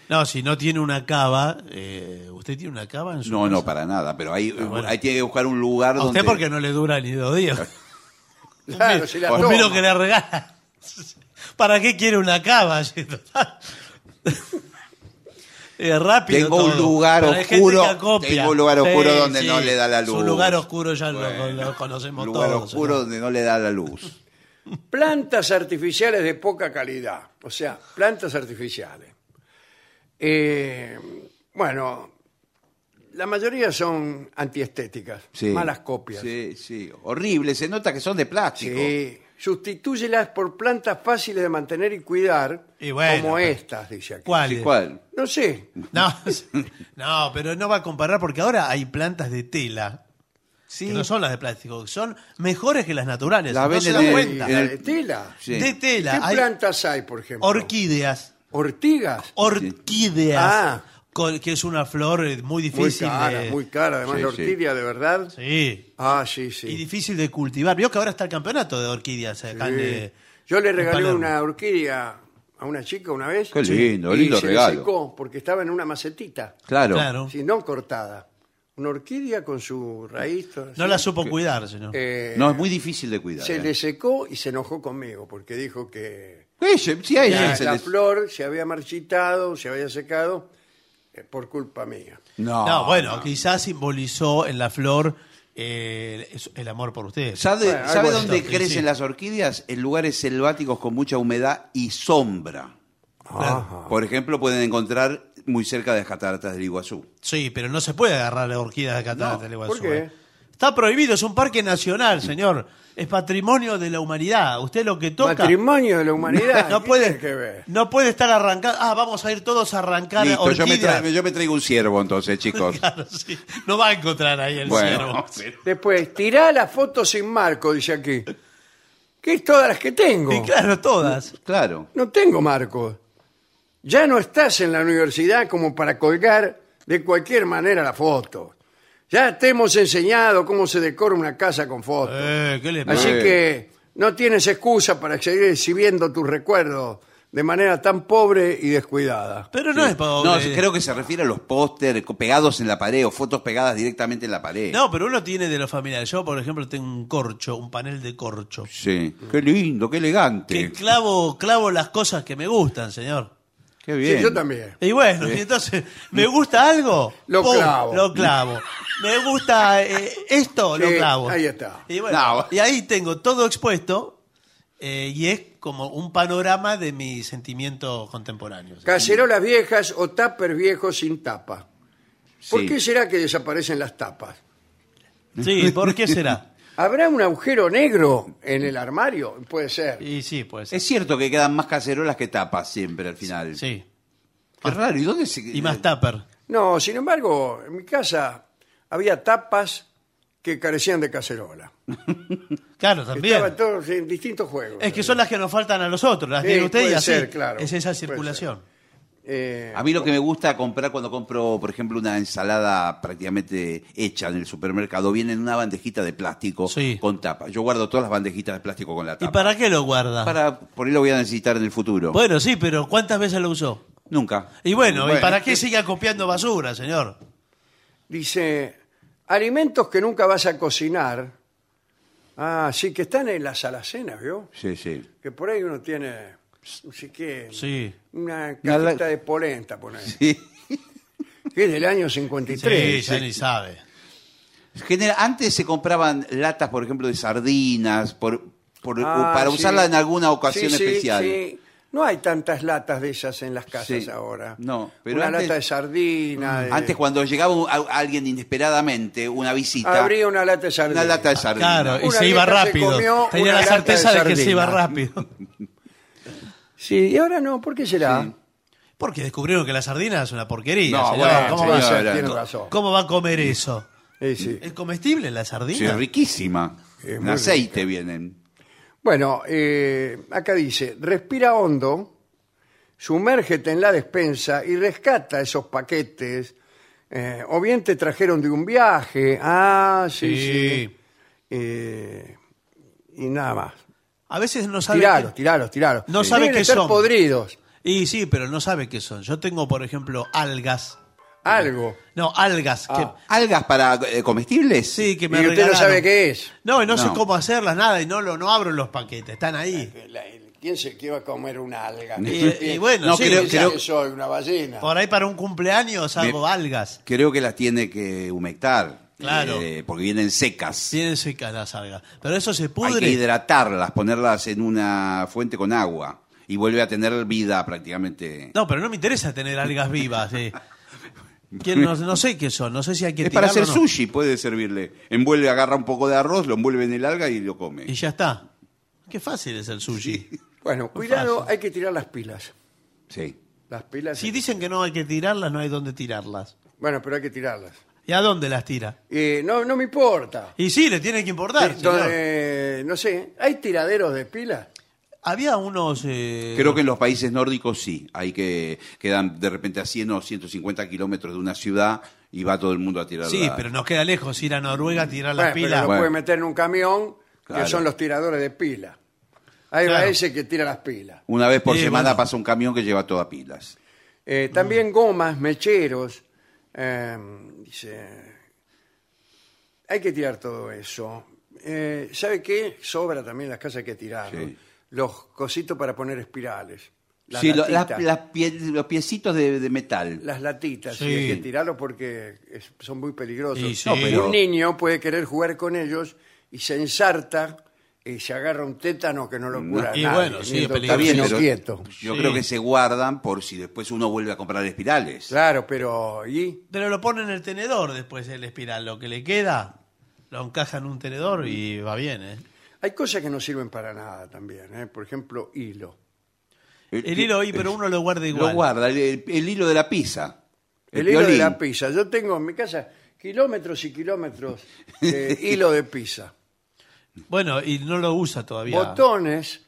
[SPEAKER 6] No, si no tiene una cava, eh, ¿usted tiene una cava en su
[SPEAKER 8] No, no,
[SPEAKER 6] casa?
[SPEAKER 8] para nada, pero ahí,
[SPEAKER 6] bueno.
[SPEAKER 8] ahí tiene que buscar un lugar
[SPEAKER 6] A
[SPEAKER 8] donde...
[SPEAKER 6] usted porque no le dura ni dos días.
[SPEAKER 7] Claro, se la
[SPEAKER 6] Un
[SPEAKER 7] toma.
[SPEAKER 6] vino Pues que le regala. ¿Para qué quiere una cava? Si total? Eh, rápido.
[SPEAKER 8] Tengo
[SPEAKER 6] todo.
[SPEAKER 8] un lugar
[SPEAKER 6] Pero hay gente
[SPEAKER 8] oscuro,
[SPEAKER 6] que acopia.
[SPEAKER 8] tengo un lugar oscuro donde no le da la
[SPEAKER 6] Su
[SPEAKER 8] luz.
[SPEAKER 6] lugar oscuro ya lo-
[SPEAKER 8] Bueno,
[SPEAKER 6] lo, conocemos
[SPEAKER 8] un lugar
[SPEAKER 6] todos.
[SPEAKER 8] oscuro donde no le da la luz.
[SPEAKER 7] Plantas artificiales de poca calidad, o sea, plantas artificiales. Eh, bueno, la mayoría son antiestéticas,
[SPEAKER 8] Sí.
[SPEAKER 7] malas copias.
[SPEAKER 8] Sí, sí, horrible, se nota que son de plástico.
[SPEAKER 7] Sí, sustitúyelas por plantas fáciles de mantener y cuidar,
[SPEAKER 6] Y bueno,
[SPEAKER 7] como
[SPEAKER 6] pero-
[SPEAKER 7] estas, dice aquí.
[SPEAKER 6] ¿Cuál?
[SPEAKER 8] Sí, ¿Cuál?
[SPEAKER 7] No sé,
[SPEAKER 6] No, no, pero no va a comparar porque ahora hay plantas de tela.
[SPEAKER 8] Sí.
[SPEAKER 6] Que no son las de plástico, son mejores que las naturales.
[SPEAKER 8] Las
[SPEAKER 6] no
[SPEAKER 8] venden
[SPEAKER 6] se dan
[SPEAKER 8] en-
[SPEAKER 6] cuenta.
[SPEAKER 7] la de tela.
[SPEAKER 8] Sí.
[SPEAKER 6] De tela.
[SPEAKER 7] ¿Qué
[SPEAKER 6] hay
[SPEAKER 7] plantas hay, por ejemplo?
[SPEAKER 6] orquídeas.
[SPEAKER 7] Ortigas.
[SPEAKER 6] orquídeas,
[SPEAKER 7] Ah.
[SPEAKER 6] con- que es una flor eh, muy
[SPEAKER 7] Muy
[SPEAKER 6] difícil
[SPEAKER 7] cara,
[SPEAKER 6] de...
[SPEAKER 7] muy cara. Además,
[SPEAKER 8] Sí,
[SPEAKER 7] la
[SPEAKER 8] sí.
[SPEAKER 7] ortidia, de verdad.
[SPEAKER 6] Sí,
[SPEAKER 7] Ah, sí,
[SPEAKER 6] y
[SPEAKER 7] sí.
[SPEAKER 6] difícil de eh, cultivar. Vio que ahora está el campeonato de orquídeas acá en,
[SPEAKER 7] Sí.
[SPEAKER 6] eh,
[SPEAKER 7] Yo le
[SPEAKER 6] en
[SPEAKER 7] regalé
[SPEAKER 6] Palermo.
[SPEAKER 7] una orquídea a una chica una vez.
[SPEAKER 8] Qué lindo,
[SPEAKER 7] y
[SPEAKER 8] lindo
[SPEAKER 7] se le
[SPEAKER 8] regalo.
[SPEAKER 7] secó porque estaba en una macetita,
[SPEAKER 8] Claro.
[SPEAKER 6] Claro.
[SPEAKER 7] si no cortada. Una orquídea con su raíz. todo
[SPEAKER 6] No
[SPEAKER 7] así.
[SPEAKER 6] la supo cuidar, señor.
[SPEAKER 7] Eh,
[SPEAKER 8] No, es muy difícil de cuidar.
[SPEAKER 7] se
[SPEAKER 8] eh.
[SPEAKER 7] le secó y se enojó conmigo porque dijo que
[SPEAKER 8] Ella, sí, a ella
[SPEAKER 7] la,
[SPEAKER 8] se
[SPEAKER 7] la
[SPEAKER 8] le-
[SPEAKER 7] flor se había marchitado, se había secado eh, por culpa mía.
[SPEAKER 8] Ah, No,
[SPEAKER 6] no, bueno, quizás simbolizó en la flor eh, el, el amor por usted.
[SPEAKER 8] ¿Sabe,
[SPEAKER 7] Bueno, algo
[SPEAKER 8] sabe
[SPEAKER 7] así.
[SPEAKER 8] dónde
[SPEAKER 6] Sí,
[SPEAKER 8] crecen
[SPEAKER 6] sí.
[SPEAKER 8] las orquídeas? En lugares selváticos con mucha humedad y sombra. Por ejemplo, pueden encontrar muy cerca de las cataratas del Iguazú.
[SPEAKER 6] Sí, pero no se puede agarrar las orquídeas de Cataratas
[SPEAKER 8] No,
[SPEAKER 6] del Iguazú,
[SPEAKER 7] ¿por qué?
[SPEAKER 6] eh. Está prohibido, es un parque nacional, señor. Es patrimonio de la humanidad. Usted lo que toca.
[SPEAKER 7] Matrimonio de la humanidad.
[SPEAKER 6] No
[SPEAKER 7] ¿qué
[SPEAKER 6] puede,
[SPEAKER 7] tiene que ver?
[SPEAKER 6] no puede estar arrancando. Ah, vamos a ir todos a arrancar
[SPEAKER 8] Listo, yo me,
[SPEAKER 6] orquídeas.
[SPEAKER 8] tra- yo me traigo un ciervo entonces, chicos.
[SPEAKER 6] Claro, sí. No va a encontrar ahí el
[SPEAKER 8] bueno,
[SPEAKER 6] ciervo.
[SPEAKER 7] Después, tirá la foto sin marco, dice aquí. Que es todas las que tengo.
[SPEAKER 6] Y claro, todas.
[SPEAKER 8] claro.
[SPEAKER 7] No tengo marco. Ya no estás en la universidad como para colgar de cualquier manera la foto. Ya te hemos enseñado cómo se decora una casa con fotos.
[SPEAKER 6] Eh, ¿qué le
[SPEAKER 7] Así
[SPEAKER 6] pasa?
[SPEAKER 7] que no tienes excusa para seguir exhibiendo tus recuerdos de manera tan pobre y descuidada.
[SPEAKER 6] Pero no es pobre.
[SPEAKER 8] No, creo que se refiere a los pósteres co- pegados en la pared o fotos pegadas directamente en la pared.
[SPEAKER 6] No, pero uno tiene de los familiares. Yo, por ejemplo, tengo un corcho, un panel de corcho.
[SPEAKER 8] Sí. Qué lindo, qué elegante.
[SPEAKER 6] Que clavo, clavo las cosas que me gustan, señor.
[SPEAKER 8] Qué
[SPEAKER 7] Sí,
[SPEAKER 8] bien.
[SPEAKER 7] yo también.
[SPEAKER 6] Y bueno, y entonces, ¿me gusta algo?
[SPEAKER 7] Lo clavo.
[SPEAKER 6] Lo clavo. ¿Me gusta eh, esto? lo
[SPEAKER 7] Sí,
[SPEAKER 6] clavo.
[SPEAKER 7] ahí está.
[SPEAKER 6] Y, bueno,
[SPEAKER 8] No.
[SPEAKER 6] y ahí tengo todo expuesto eh, y es como un panorama de mis sentimientos contemporáneos.
[SPEAKER 7] Cacerolas viejas o tuppers viejos sin tapa. ¿Por
[SPEAKER 8] Sí.
[SPEAKER 7] qué será que desaparecen las tapas?
[SPEAKER 6] Sí, ¿por qué será?
[SPEAKER 7] ¿Habrá un agujero negro en el armario? Puede ser.
[SPEAKER 6] Y sí, pues.
[SPEAKER 8] Es cierto que quedan más cacerolas que tapas siempre al final.
[SPEAKER 6] Sí.
[SPEAKER 8] Qué raro. ¿Y dónde se.?
[SPEAKER 6] Y más tupper.
[SPEAKER 7] No, sin embargo, en mi casa había tapas que carecían de cacerola.
[SPEAKER 6] Claro,
[SPEAKER 7] Estaban
[SPEAKER 6] también.
[SPEAKER 7] todos en distintos juegos.
[SPEAKER 6] Es que son las que nos faltan a los otros, las
[SPEAKER 7] Sí,
[SPEAKER 6] tiene usted y
[SPEAKER 7] puede
[SPEAKER 6] así.
[SPEAKER 7] ser, claro,
[SPEAKER 6] es esa
[SPEAKER 7] puede
[SPEAKER 6] circulación.
[SPEAKER 7] Eh,
[SPEAKER 8] A mí lo que me gusta comprar cuando compro, por ejemplo, una ensalada prácticamente hecha en el supermercado, viene en una bandejita de plástico
[SPEAKER 6] Sí.
[SPEAKER 8] con tapa. Yo guardo todas las bandejitas de plástico con la
[SPEAKER 6] ¿Y
[SPEAKER 8] tapa.
[SPEAKER 6] para qué lo guarda?
[SPEAKER 8] Para- por ahí lo voy a necesitar en el futuro.
[SPEAKER 6] Bueno, sí, pero ¿cuántas veces lo usó?
[SPEAKER 8] Nunca.
[SPEAKER 6] Y bueno, ¿y para qué siga copiando basura, señor?
[SPEAKER 7] Dice, alimentos que nunca vas a cocinar. Ah, sí, que están en las alacenas, ¿vio?
[SPEAKER 8] Sí, sí.
[SPEAKER 7] Que por ahí uno tiene, no sé qué,
[SPEAKER 6] Sí.
[SPEAKER 7] una
[SPEAKER 8] Una la-
[SPEAKER 7] cajita de polenta, por ahí,
[SPEAKER 8] Sí.
[SPEAKER 7] que es del año
[SPEAKER 6] Sí,
[SPEAKER 7] 53.
[SPEAKER 6] ya ni sabe.
[SPEAKER 8] Genera- antes se compraban latas, por ejemplo, de sardinas, por, por-
[SPEAKER 7] Ah,
[SPEAKER 8] para
[SPEAKER 7] sí.
[SPEAKER 8] usarla en alguna ocasión
[SPEAKER 7] Sí, sí,
[SPEAKER 8] especial.
[SPEAKER 7] sí. No hay tantas latas de esas en las casas
[SPEAKER 8] Sí.
[SPEAKER 7] ahora.
[SPEAKER 8] No, pero
[SPEAKER 7] una
[SPEAKER 8] antes- Mm.
[SPEAKER 7] lata de sardina. Ah, de-
[SPEAKER 8] Antes cuando llegaba un- a- alguien inesperadamente, una visita,
[SPEAKER 7] Abría una lata de sardina.
[SPEAKER 8] una lata de sardina.
[SPEAKER 6] Claro, y
[SPEAKER 7] Una
[SPEAKER 6] se iba
[SPEAKER 7] vieja se
[SPEAKER 6] rápido.
[SPEAKER 7] comió
[SPEAKER 6] Tenía
[SPEAKER 7] una
[SPEAKER 6] la
[SPEAKER 7] lata
[SPEAKER 6] certeza
[SPEAKER 7] de
[SPEAKER 6] de, que se iba
[SPEAKER 7] sardina.
[SPEAKER 6] rápido.
[SPEAKER 7] Sí, y ahora no, ¿por qué será?
[SPEAKER 6] Porque descubrieron que la sardina es una porquería.
[SPEAKER 8] No,
[SPEAKER 6] señor.
[SPEAKER 8] bueno,
[SPEAKER 6] ¿Cómo,
[SPEAKER 8] señor.
[SPEAKER 6] va a ser?
[SPEAKER 8] Señora.
[SPEAKER 7] Tiene razón.
[SPEAKER 6] ¿Cómo va a comer eso?
[SPEAKER 7] Sí, sí.
[SPEAKER 6] ¿Es comestible la sardina?
[SPEAKER 8] Sí, riquísima.
[SPEAKER 7] Es
[SPEAKER 8] En
[SPEAKER 7] muy
[SPEAKER 8] aceite vienen.
[SPEAKER 7] Bueno, eh, acá dice, respira hondo, sumérgete en la despensa y rescata esos paquetes. eh, o bien te trajeron de un viaje. Ah, sí, sí.
[SPEAKER 6] Sí.
[SPEAKER 7] Eh, y nada más.
[SPEAKER 6] A veces no sabe.
[SPEAKER 7] Tiralos,
[SPEAKER 6] qué-
[SPEAKER 7] tiralos, tiralos.
[SPEAKER 6] No sabe
[SPEAKER 7] Deben
[SPEAKER 6] qué
[SPEAKER 7] estar
[SPEAKER 6] son.
[SPEAKER 7] podridos.
[SPEAKER 6] Y sí, pero no sabe qué son. Yo tengo, por ejemplo, algas.
[SPEAKER 7] Algo.
[SPEAKER 6] No, algas.
[SPEAKER 7] Ah.
[SPEAKER 6] que-
[SPEAKER 8] ¿Algas para eh, comestibles?
[SPEAKER 6] sí, que me
[SPEAKER 7] Y usted no
[SPEAKER 6] regalaron.
[SPEAKER 7] sabe qué es.
[SPEAKER 6] No, y no, sé
[SPEAKER 8] No.
[SPEAKER 6] cómo hacerlas, nada, y no, lo, no abro los paquetes, están ahí.
[SPEAKER 7] La- el- ¿Quién se que iba a comer una alga?
[SPEAKER 6] Y- y bueno,
[SPEAKER 7] no,
[SPEAKER 6] sí,
[SPEAKER 7] creo,
[SPEAKER 6] creo-
[SPEAKER 7] que soy una ballena.
[SPEAKER 6] Por ahí para un cumpleaños hago algas.
[SPEAKER 8] Creo que las tiene que humectar.
[SPEAKER 6] Claro.
[SPEAKER 8] eh, porque vienen secas.
[SPEAKER 6] Tienen secas las algas. Pero eso se
[SPEAKER 8] Hay que
[SPEAKER 6] pudre.
[SPEAKER 8] hidratarlas, ponerlas en una fuente con agua. Y vuelve a tener vida prácticamente.
[SPEAKER 6] No, pero no me interesa tener algas vivas. eh. Que no, no sé qué son, no sé si hay que
[SPEAKER 8] es para hacer
[SPEAKER 6] tirarlo o no.
[SPEAKER 8] sushi, puede servirle. Envuelve, agarra un poco de arroz, lo envuelve en el alga y lo come.
[SPEAKER 6] Y ya está. Qué fácil es el sushi.
[SPEAKER 7] bueno, cuidado,
[SPEAKER 6] fácil.
[SPEAKER 7] hay que tirar las pilas.
[SPEAKER 8] Sí.
[SPEAKER 7] Las pilas.
[SPEAKER 6] Si dicen que no hay que tirarlas, no hay dónde tirarlas.
[SPEAKER 7] Bueno, pero hay que tirarlas.
[SPEAKER 6] ¿Y a dónde las tira?
[SPEAKER 7] Eh, no, no me importa.
[SPEAKER 6] Y sí, le tiene que importar.
[SPEAKER 7] Esto,
[SPEAKER 6] señor.
[SPEAKER 7] eh, no sé, ¿hay tiraderos de pilas?
[SPEAKER 6] Había unos... eh,
[SPEAKER 8] Creo que en los países nórdicos sí. Hay que quedan de repente a 100 o 150 kilómetros de una ciudad y va todo el mundo a tirar
[SPEAKER 6] Sí,
[SPEAKER 8] la-
[SPEAKER 6] pero nos queda lejos ir a Noruega a tirar las
[SPEAKER 7] Bueno, pero
[SPEAKER 6] pilas.
[SPEAKER 7] lo
[SPEAKER 8] Bueno.
[SPEAKER 7] puede meter en un camión,
[SPEAKER 8] Claro.
[SPEAKER 7] que son los tiradores de pilas. Ahí va
[SPEAKER 6] Claro.
[SPEAKER 7] ese que tira las pilas.
[SPEAKER 8] Una vez por
[SPEAKER 6] Sí,
[SPEAKER 8] semana
[SPEAKER 6] bueno.
[SPEAKER 8] pasa un camión que lleva todas pilas.
[SPEAKER 7] Eh, también
[SPEAKER 6] Mm.
[SPEAKER 7] gomas, mecheros. eh, dice, hay que tirar todo eso. Eh, ¿Sabe qué? Sobra también las casas que tirar.
[SPEAKER 8] Sí.
[SPEAKER 7] Los cositos para poner espirales. Las
[SPEAKER 8] sí, lo-
[SPEAKER 7] latitas.
[SPEAKER 8] las- las pie- los piecitos de, de metal.
[SPEAKER 7] Las latitas, sí,
[SPEAKER 6] Sí.
[SPEAKER 7] hay que tirarlos porque es- son muy peligrosos.
[SPEAKER 6] Y sí.
[SPEAKER 7] No, pero un niño puede querer jugar con ellos y se ensarta y se agarra un tétano que no lo cura
[SPEAKER 6] Y
[SPEAKER 7] nadie,
[SPEAKER 6] bueno,
[SPEAKER 7] ni
[SPEAKER 6] sí,
[SPEAKER 7] el
[SPEAKER 6] es
[SPEAKER 7] doctor
[SPEAKER 6] peligroso.
[SPEAKER 7] Sino
[SPEAKER 8] pero
[SPEAKER 7] quieto.
[SPEAKER 8] Yo
[SPEAKER 6] Sí.
[SPEAKER 8] creo que se guardan por si después uno vuelve a comprar espirales.
[SPEAKER 7] Claro, pero ¿y?
[SPEAKER 6] Pero lo pone en el tenedor después el espiral. Lo que le queda lo encaja en un tenedor y va bien, ¿eh?
[SPEAKER 7] Hay cosas que no sirven para nada también, ¿eh? por ejemplo, hilo.
[SPEAKER 6] El hilo ahí, pero uno lo guarda igual.
[SPEAKER 8] Eh, Lo guarda, eh. el, el- el hilo de la pizza.
[SPEAKER 7] El, hilo de
[SPEAKER 8] violín.
[SPEAKER 7] la pizza. Yo tengo en mi casa kilómetros y kilómetros de hilo de pizza.
[SPEAKER 6] Bueno, y no lo usa todavía.
[SPEAKER 7] Botones,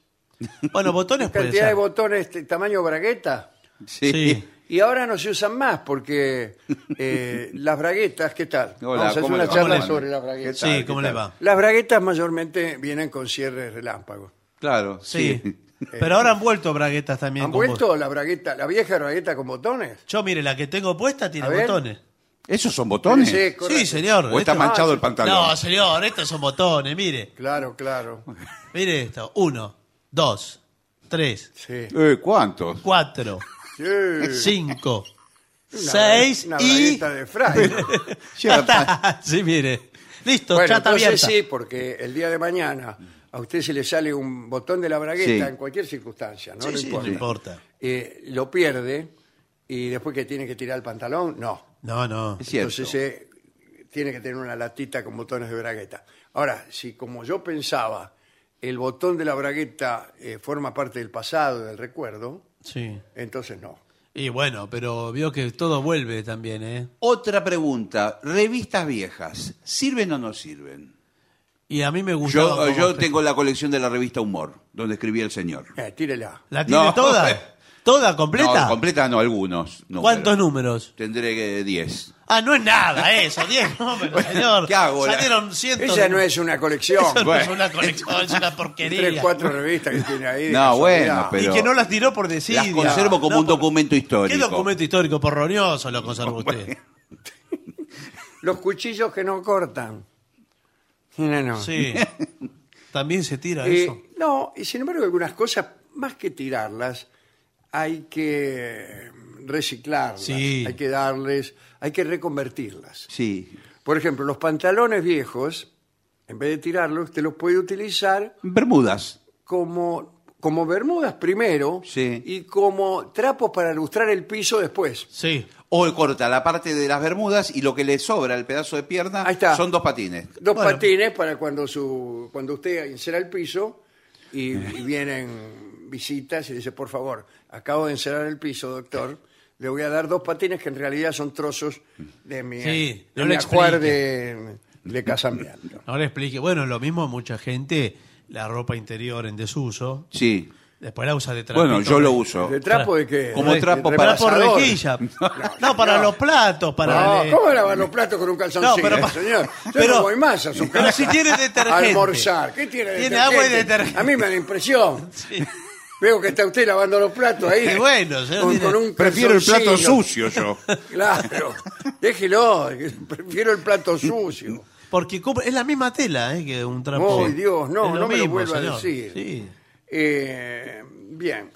[SPEAKER 6] Bueno, botones puede
[SPEAKER 7] cantidad
[SPEAKER 6] ser.
[SPEAKER 7] de Eh. botones de tamaño bragueta.
[SPEAKER 8] Sí.
[SPEAKER 6] Sí.
[SPEAKER 7] Y ahora no se usan más porque eh, las braguetas, ¿qué tal?
[SPEAKER 8] Hola,
[SPEAKER 7] Vamos a hacer
[SPEAKER 8] ¿cómo
[SPEAKER 7] una
[SPEAKER 8] le va?
[SPEAKER 7] charla
[SPEAKER 6] ¿Cómo le va?
[SPEAKER 7] sobre las braguetas.
[SPEAKER 6] Sí, ¿cómo le va?
[SPEAKER 7] Las braguetas mayormente vienen con cierres relámpagos.
[SPEAKER 8] Claro,
[SPEAKER 6] Sí.
[SPEAKER 8] sí.
[SPEAKER 6] Pero ahora han vuelto braguetas también.
[SPEAKER 7] ¿Han
[SPEAKER 6] con
[SPEAKER 7] vuelto la bragueta, la vieja bragueta con botones?
[SPEAKER 6] bot- Yo, mire, la que tengo puesta tiene
[SPEAKER 7] A ver.
[SPEAKER 6] botones.
[SPEAKER 8] ¿Esos son botones?
[SPEAKER 7] Sí, correcto.
[SPEAKER 6] Sí, señor.
[SPEAKER 8] ¿O está
[SPEAKER 6] Esto-
[SPEAKER 8] manchado el pantalón?
[SPEAKER 6] No, señor, estos son botones, mire.
[SPEAKER 7] Claro, claro.
[SPEAKER 6] Mire esto. Uno, dos, tres,
[SPEAKER 7] Sí.
[SPEAKER 8] Eh, ¿Cuántos?
[SPEAKER 6] cuatro,
[SPEAKER 7] Sí.
[SPEAKER 6] cinco,
[SPEAKER 7] Una-
[SPEAKER 6] seis
[SPEAKER 7] una
[SPEAKER 6] y...
[SPEAKER 7] bragueta de Fry.
[SPEAKER 6] Ya está. sí, mire. Listo,
[SPEAKER 7] bueno,
[SPEAKER 6] chata
[SPEAKER 7] entonces
[SPEAKER 6] abierta.
[SPEAKER 7] sí, porque el día de mañana a usted se le sale un botón de la bragueta
[SPEAKER 8] Sí.
[SPEAKER 7] en cualquier circunstancia, ¿no?
[SPEAKER 6] Sí,
[SPEAKER 7] No
[SPEAKER 6] sí, no importa.
[SPEAKER 7] Eh, lo pierde y después que tiene que tirar el pantalón, no.
[SPEAKER 6] No, no.
[SPEAKER 8] Es cierto.
[SPEAKER 7] Entonces eh, tiene que tener una latita con botones de bragueta. Ahora, si como yo pensaba, el botón de la bragueta eh, forma parte del pasado, del recuerdo,
[SPEAKER 6] Sí.
[SPEAKER 7] entonces no.
[SPEAKER 6] Y bueno, pero vio que todo vuelve también, ¿eh?
[SPEAKER 8] Otra pregunta. Revistas viejas, ¿sirven o no sirven?
[SPEAKER 6] Y a mí me gustó.
[SPEAKER 8] Yo, eh, yo tengo la colección de la revista Humor, donde escribía el señor.
[SPEAKER 7] Eh, tírela.
[SPEAKER 6] ¿La tiene
[SPEAKER 8] No.
[SPEAKER 6] toda? ¿Toda completa?
[SPEAKER 8] No, completa no, algunos. números.
[SPEAKER 6] ¿Cuántos números?
[SPEAKER 8] Tendré eh, 10.
[SPEAKER 6] Ah, no es nada eso, 10 números, señor.
[SPEAKER 8] ¿Qué hago? La-
[SPEAKER 6] Salieron cientos.
[SPEAKER 7] Esa
[SPEAKER 6] de-
[SPEAKER 7] no es una colección.
[SPEAKER 6] Eso no
[SPEAKER 8] Bueno.
[SPEAKER 6] es una colección, es una
[SPEAKER 7] Tres,
[SPEAKER 6] porquería.
[SPEAKER 7] cuatro revistas que tiene ahí. de
[SPEAKER 8] No,
[SPEAKER 7] casualidad.
[SPEAKER 8] bueno, pero-
[SPEAKER 6] Y que no las tiró por decir.
[SPEAKER 8] Las conservo como un documento histórico.
[SPEAKER 6] ¿Qué documento histórico porroñoso lo conserva usted?
[SPEAKER 7] Los cuchillos que no cortan. No, no.
[SPEAKER 6] Sí. También se tira
[SPEAKER 7] Eh,
[SPEAKER 6] eso.
[SPEAKER 7] no, y sin embargo algunas cosas, más que tirarlas, hay que reciclarlas,
[SPEAKER 6] Sí.
[SPEAKER 7] hay que darles, hay que reconvertirlas.
[SPEAKER 8] Sí.
[SPEAKER 7] Por ejemplo, los pantalones viejos, en vez de tirarlos, te los puede utilizar
[SPEAKER 8] Bermudas.
[SPEAKER 7] como, como bermudas primero
[SPEAKER 8] Sí.
[SPEAKER 7] y como trapos para lustrar el piso después.
[SPEAKER 6] Sí.
[SPEAKER 8] O corta la parte de las bermudas y lo que le sobra, el pedazo de pierna,
[SPEAKER 7] Ahí está.
[SPEAKER 8] son dos patines.
[SPEAKER 7] Dos
[SPEAKER 6] Bueno.
[SPEAKER 7] patines para cuando su cuando usted encera el piso y, y vienen visitas y dice, por favor, acabo de encerar el piso, doctor, le voy a dar dos patines que en realidad son trozos de mi,
[SPEAKER 6] Sí,
[SPEAKER 7] de
[SPEAKER 6] no
[SPEAKER 7] mi
[SPEAKER 6] le
[SPEAKER 7] ajuar
[SPEAKER 6] explique.
[SPEAKER 7] de, de casamiento.
[SPEAKER 6] No le explique. Bueno, lo mismo mucha gente, la ropa interior en desuso,
[SPEAKER 8] Sí.
[SPEAKER 6] después la usa de trapito.
[SPEAKER 8] Bueno, yo lo uso.
[SPEAKER 7] ¿De trapo de qué?
[SPEAKER 8] Como
[SPEAKER 7] ¿De-
[SPEAKER 8] trapo
[SPEAKER 7] de
[SPEAKER 6] Para por
[SPEAKER 7] repasador?
[SPEAKER 6] rejilla. No, para
[SPEAKER 7] no.
[SPEAKER 6] los platos, para...
[SPEAKER 7] No,
[SPEAKER 6] el-
[SPEAKER 7] ¿cómo lavar los platos con un calzoncillo,
[SPEAKER 6] No, pero pa-
[SPEAKER 7] señor? Yo
[SPEAKER 6] pero-
[SPEAKER 7] no voy más a su casa.
[SPEAKER 6] pero si tiene
[SPEAKER 7] A
[SPEAKER 6] detergente.
[SPEAKER 7] almorzar. ¿Qué tiene detergente?
[SPEAKER 6] Tiene agua y detergente.
[SPEAKER 7] A mí me da impresión. Veo que está usted lavando los platos ahí.
[SPEAKER 6] Qué bueno, señor,
[SPEAKER 7] con,
[SPEAKER 6] tiene-
[SPEAKER 7] con un
[SPEAKER 8] Prefiero el plato
[SPEAKER 7] calzoncillo.
[SPEAKER 8] sucio yo.
[SPEAKER 7] Claro. Déjelo. Prefiero el plato sucio.
[SPEAKER 6] Porque cubre- es la misma tela eh, que un trapo.
[SPEAKER 7] Ay, Dios, no,
[SPEAKER 6] Es
[SPEAKER 7] no me lo vuelva a
[SPEAKER 6] señor.
[SPEAKER 7] decir.
[SPEAKER 6] Sí.
[SPEAKER 7] Eh, bien.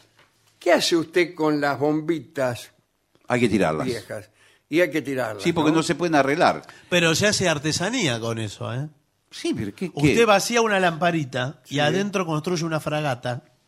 [SPEAKER 7] ¿Qué hace usted con las bombitas
[SPEAKER 8] Hay que tirarlas.
[SPEAKER 7] viejas? Y hay que tirarlas.
[SPEAKER 8] Sí, porque no se pueden arreglar.
[SPEAKER 6] Pero se hace artesanía con eso. ¿eh?
[SPEAKER 8] Sí, pero ¿qué? qué?
[SPEAKER 6] Usted vacía una lamparita y adentro construye una fragata.
[SPEAKER 7] No,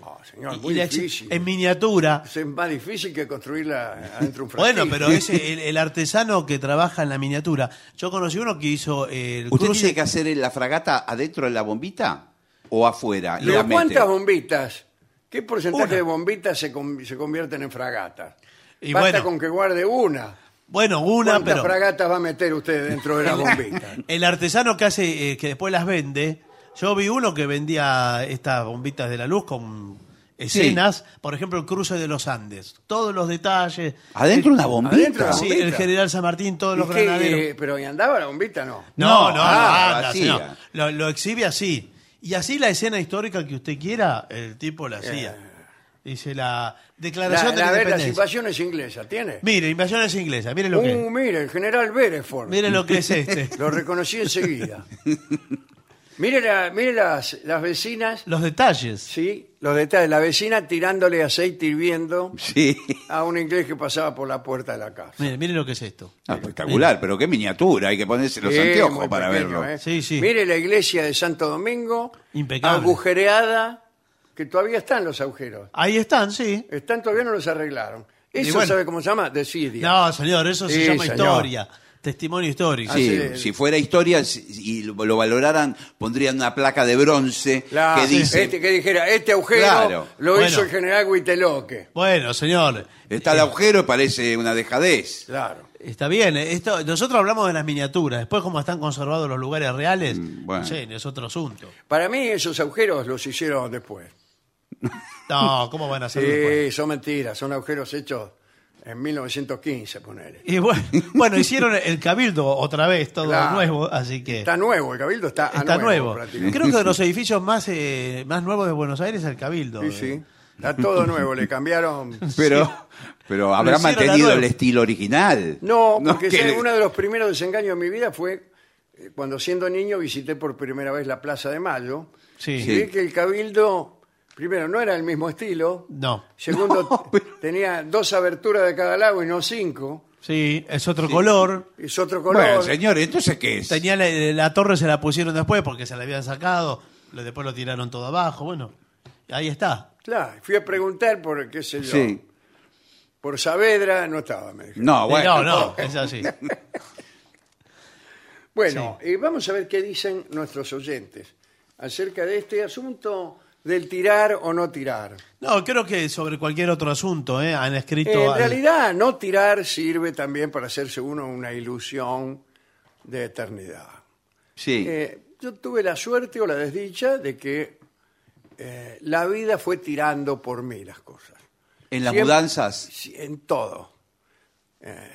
[SPEAKER 7] Oh, señor,
[SPEAKER 6] y
[SPEAKER 7] muy
[SPEAKER 6] la ex- em-
[SPEAKER 7] difícil.
[SPEAKER 6] en miniatura.
[SPEAKER 7] Es más difícil que construirla adentro de un
[SPEAKER 6] Bueno,
[SPEAKER 7] frasquito.
[SPEAKER 6] pero es el, el artesano que trabaja en la miniatura. Yo conocí uno que hizo eh, el
[SPEAKER 8] ¿Usted
[SPEAKER 6] cruce-
[SPEAKER 8] tiene que hacer la fragata adentro de la bombita o afuera? y la
[SPEAKER 7] Pero
[SPEAKER 8] mete?
[SPEAKER 7] ¿cuántas bombitas? ¿Qué porcentaje
[SPEAKER 6] Una.
[SPEAKER 7] de bombitas se, con- se convierten en fragatas?
[SPEAKER 6] Y
[SPEAKER 7] Basta
[SPEAKER 6] bueno.
[SPEAKER 7] con que guarde una.
[SPEAKER 6] Bueno, una,
[SPEAKER 7] ¿Cuántas
[SPEAKER 6] pero
[SPEAKER 7] fragatas va a meter usted dentro de la bombita?
[SPEAKER 6] el artesano que hace, eh, que después las vende. Yo vi uno que vendía estas bombitas de la luz con escenas, por ejemplo, el cruce de los Andes. Todos los detalles.
[SPEAKER 8] ¿Adentro una bombita?
[SPEAKER 7] Adentro de la
[SPEAKER 6] Sí,
[SPEAKER 7] bombita.
[SPEAKER 6] el general San Martín, todos
[SPEAKER 7] ¿Y
[SPEAKER 6] los
[SPEAKER 7] qué,
[SPEAKER 6] granaderos.
[SPEAKER 7] eh, pero ¿y andaba la bombita? No.
[SPEAKER 6] No, no, no,
[SPEAKER 8] ah,
[SPEAKER 6] anda,
[SPEAKER 8] vacía.
[SPEAKER 6] señor. Lo, lo exhibe así. Y así la escena histórica que usted quiera, el tipo la hacía. Dice la
[SPEAKER 7] Eh. La,
[SPEAKER 6] Declaración de
[SPEAKER 7] la
[SPEAKER 6] la
[SPEAKER 7] de las
[SPEAKER 6] Independencia.
[SPEAKER 7] invasiones inglesas, ¿tiene?
[SPEAKER 6] Mire, invasiones inglesas, mire lo que
[SPEAKER 7] Uh,
[SPEAKER 6] es.
[SPEAKER 7] mire, el general Bereford.
[SPEAKER 6] Mire lo que es este.
[SPEAKER 7] Lo reconocí enseguida. mire la- mire las, las vecinas,
[SPEAKER 6] Los detalles.
[SPEAKER 7] sí, los detalles. La vecina tirándole aceite hirviendo
[SPEAKER 8] Sí.
[SPEAKER 7] a un inglés que pasaba por la puerta de la casa.
[SPEAKER 6] Mire, mire lo que es esto.
[SPEAKER 8] Ah, espectacular, pero qué miniatura. Hay que ponerse los
[SPEAKER 7] Sí,
[SPEAKER 8] anteojos
[SPEAKER 7] muy
[SPEAKER 8] para
[SPEAKER 7] pequeño,
[SPEAKER 8] verlo.
[SPEAKER 7] ¿eh?
[SPEAKER 6] Sí, sí.
[SPEAKER 7] Mire la iglesia de Santo Domingo,
[SPEAKER 6] Impecable.
[SPEAKER 7] agujereada, que todavía están los agujeros.
[SPEAKER 6] Ahí están, sí.
[SPEAKER 7] Están todavía no los arreglaron. ¿Eso
[SPEAKER 6] Y bueno.
[SPEAKER 7] sabe cómo se llama? Desidia.
[SPEAKER 6] No, señor, eso
[SPEAKER 7] Sí,
[SPEAKER 6] se llama
[SPEAKER 7] señor.
[SPEAKER 6] historia. Testimonio histórico.
[SPEAKER 8] Sí,
[SPEAKER 7] Ah, sí.
[SPEAKER 8] si fuera historia si- y lo, lo valoraran, pondrían una placa de bronce
[SPEAKER 7] La-
[SPEAKER 8] que dice...
[SPEAKER 7] este, que dijera, este agujero
[SPEAKER 8] Claro.
[SPEAKER 7] lo
[SPEAKER 6] Bueno.
[SPEAKER 7] hizo el general Huiteloque.
[SPEAKER 6] Bueno, señor.
[SPEAKER 8] Está el agujero y parece una dejadez.
[SPEAKER 7] Claro.
[SPEAKER 6] Está bien, eh, esto, nosotros hablamos de las miniaturas, después cómo están conservados los lugares reales,
[SPEAKER 7] Mm,
[SPEAKER 8] bueno.
[SPEAKER 6] no sé, es otro asunto.
[SPEAKER 7] Para mí esos agujeros los hicieron después.
[SPEAKER 6] No, ¿cómo van a hacer después?
[SPEAKER 7] Sí, son mentiras, son agujeros hechos en 1915, ponele.
[SPEAKER 6] Y bueno, bueno, hicieron el cabildo otra vez, todo
[SPEAKER 7] Claro.
[SPEAKER 6] nuevo, así que
[SPEAKER 7] Está
[SPEAKER 6] está,
[SPEAKER 7] nuevo, el cabildo está, a
[SPEAKER 6] nuevo.
[SPEAKER 7] prácticamente.
[SPEAKER 6] Creo que de los edificios más eh, más nuevos de Buenos Aires es el cabildo.
[SPEAKER 7] Sí, sí. Está todo nuevo, le cambiaron.
[SPEAKER 8] Pero, pero habrá
[SPEAKER 6] hicieron la
[SPEAKER 8] mantenido
[SPEAKER 6] nueva.
[SPEAKER 8] el estilo original.
[SPEAKER 7] No, porque
[SPEAKER 8] que-
[SPEAKER 7] ¿sabe? uno de los primeros desengaños de mi vida fue eh, cuando siendo niño visité por primera vez la Plaza de Mayo.
[SPEAKER 6] Sí.
[SPEAKER 7] Y
[SPEAKER 6] Sí.
[SPEAKER 7] vi que el cabildo, primero, no era el mismo estilo.
[SPEAKER 6] No.
[SPEAKER 7] Segundo, tenía dos aberturas de cada lado y no cinco.
[SPEAKER 6] Sí, es otro color.
[SPEAKER 7] Es otro color.
[SPEAKER 8] Bueno, señor, entonces ¿qué es?
[SPEAKER 6] Tenía la, eh, la torre se la pusieron después porque se la habían sacado, lo- después lo tiraron todo abajo, bueno. Ahí está.
[SPEAKER 7] Claro, fui a preguntar por qué sé yo.
[SPEAKER 8] Sí.
[SPEAKER 7] Por Saavedra no estaba, me dijeron.
[SPEAKER 8] No, bueno.
[SPEAKER 6] Eh, No, no, es así.
[SPEAKER 7] Bueno, y vamos a ver qué dicen nuestros oyentes acerca de este asunto del tirar o no tirar.
[SPEAKER 6] No, creo que sobre cualquier otro asunto, ¿eh? Han escrito.
[SPEAKER 7] En
[SPEAKER 6] al-
[SPEAKER 7] realidad, no tirar sirve también para hacerse uno una ilusión de eternidad.
[SPEAKER 8] Sí.
[SPEAKER 7] Eh, yo tuve la suerte o la desdicha de que eh, la vida fue tirando por mí las cosas.
[SPEAKER 8] en las
[SPEAKER 7] siempre-
[SPEAKER 8] mudanzas.
[SPEAKER 7] Sí, en todo. Eh,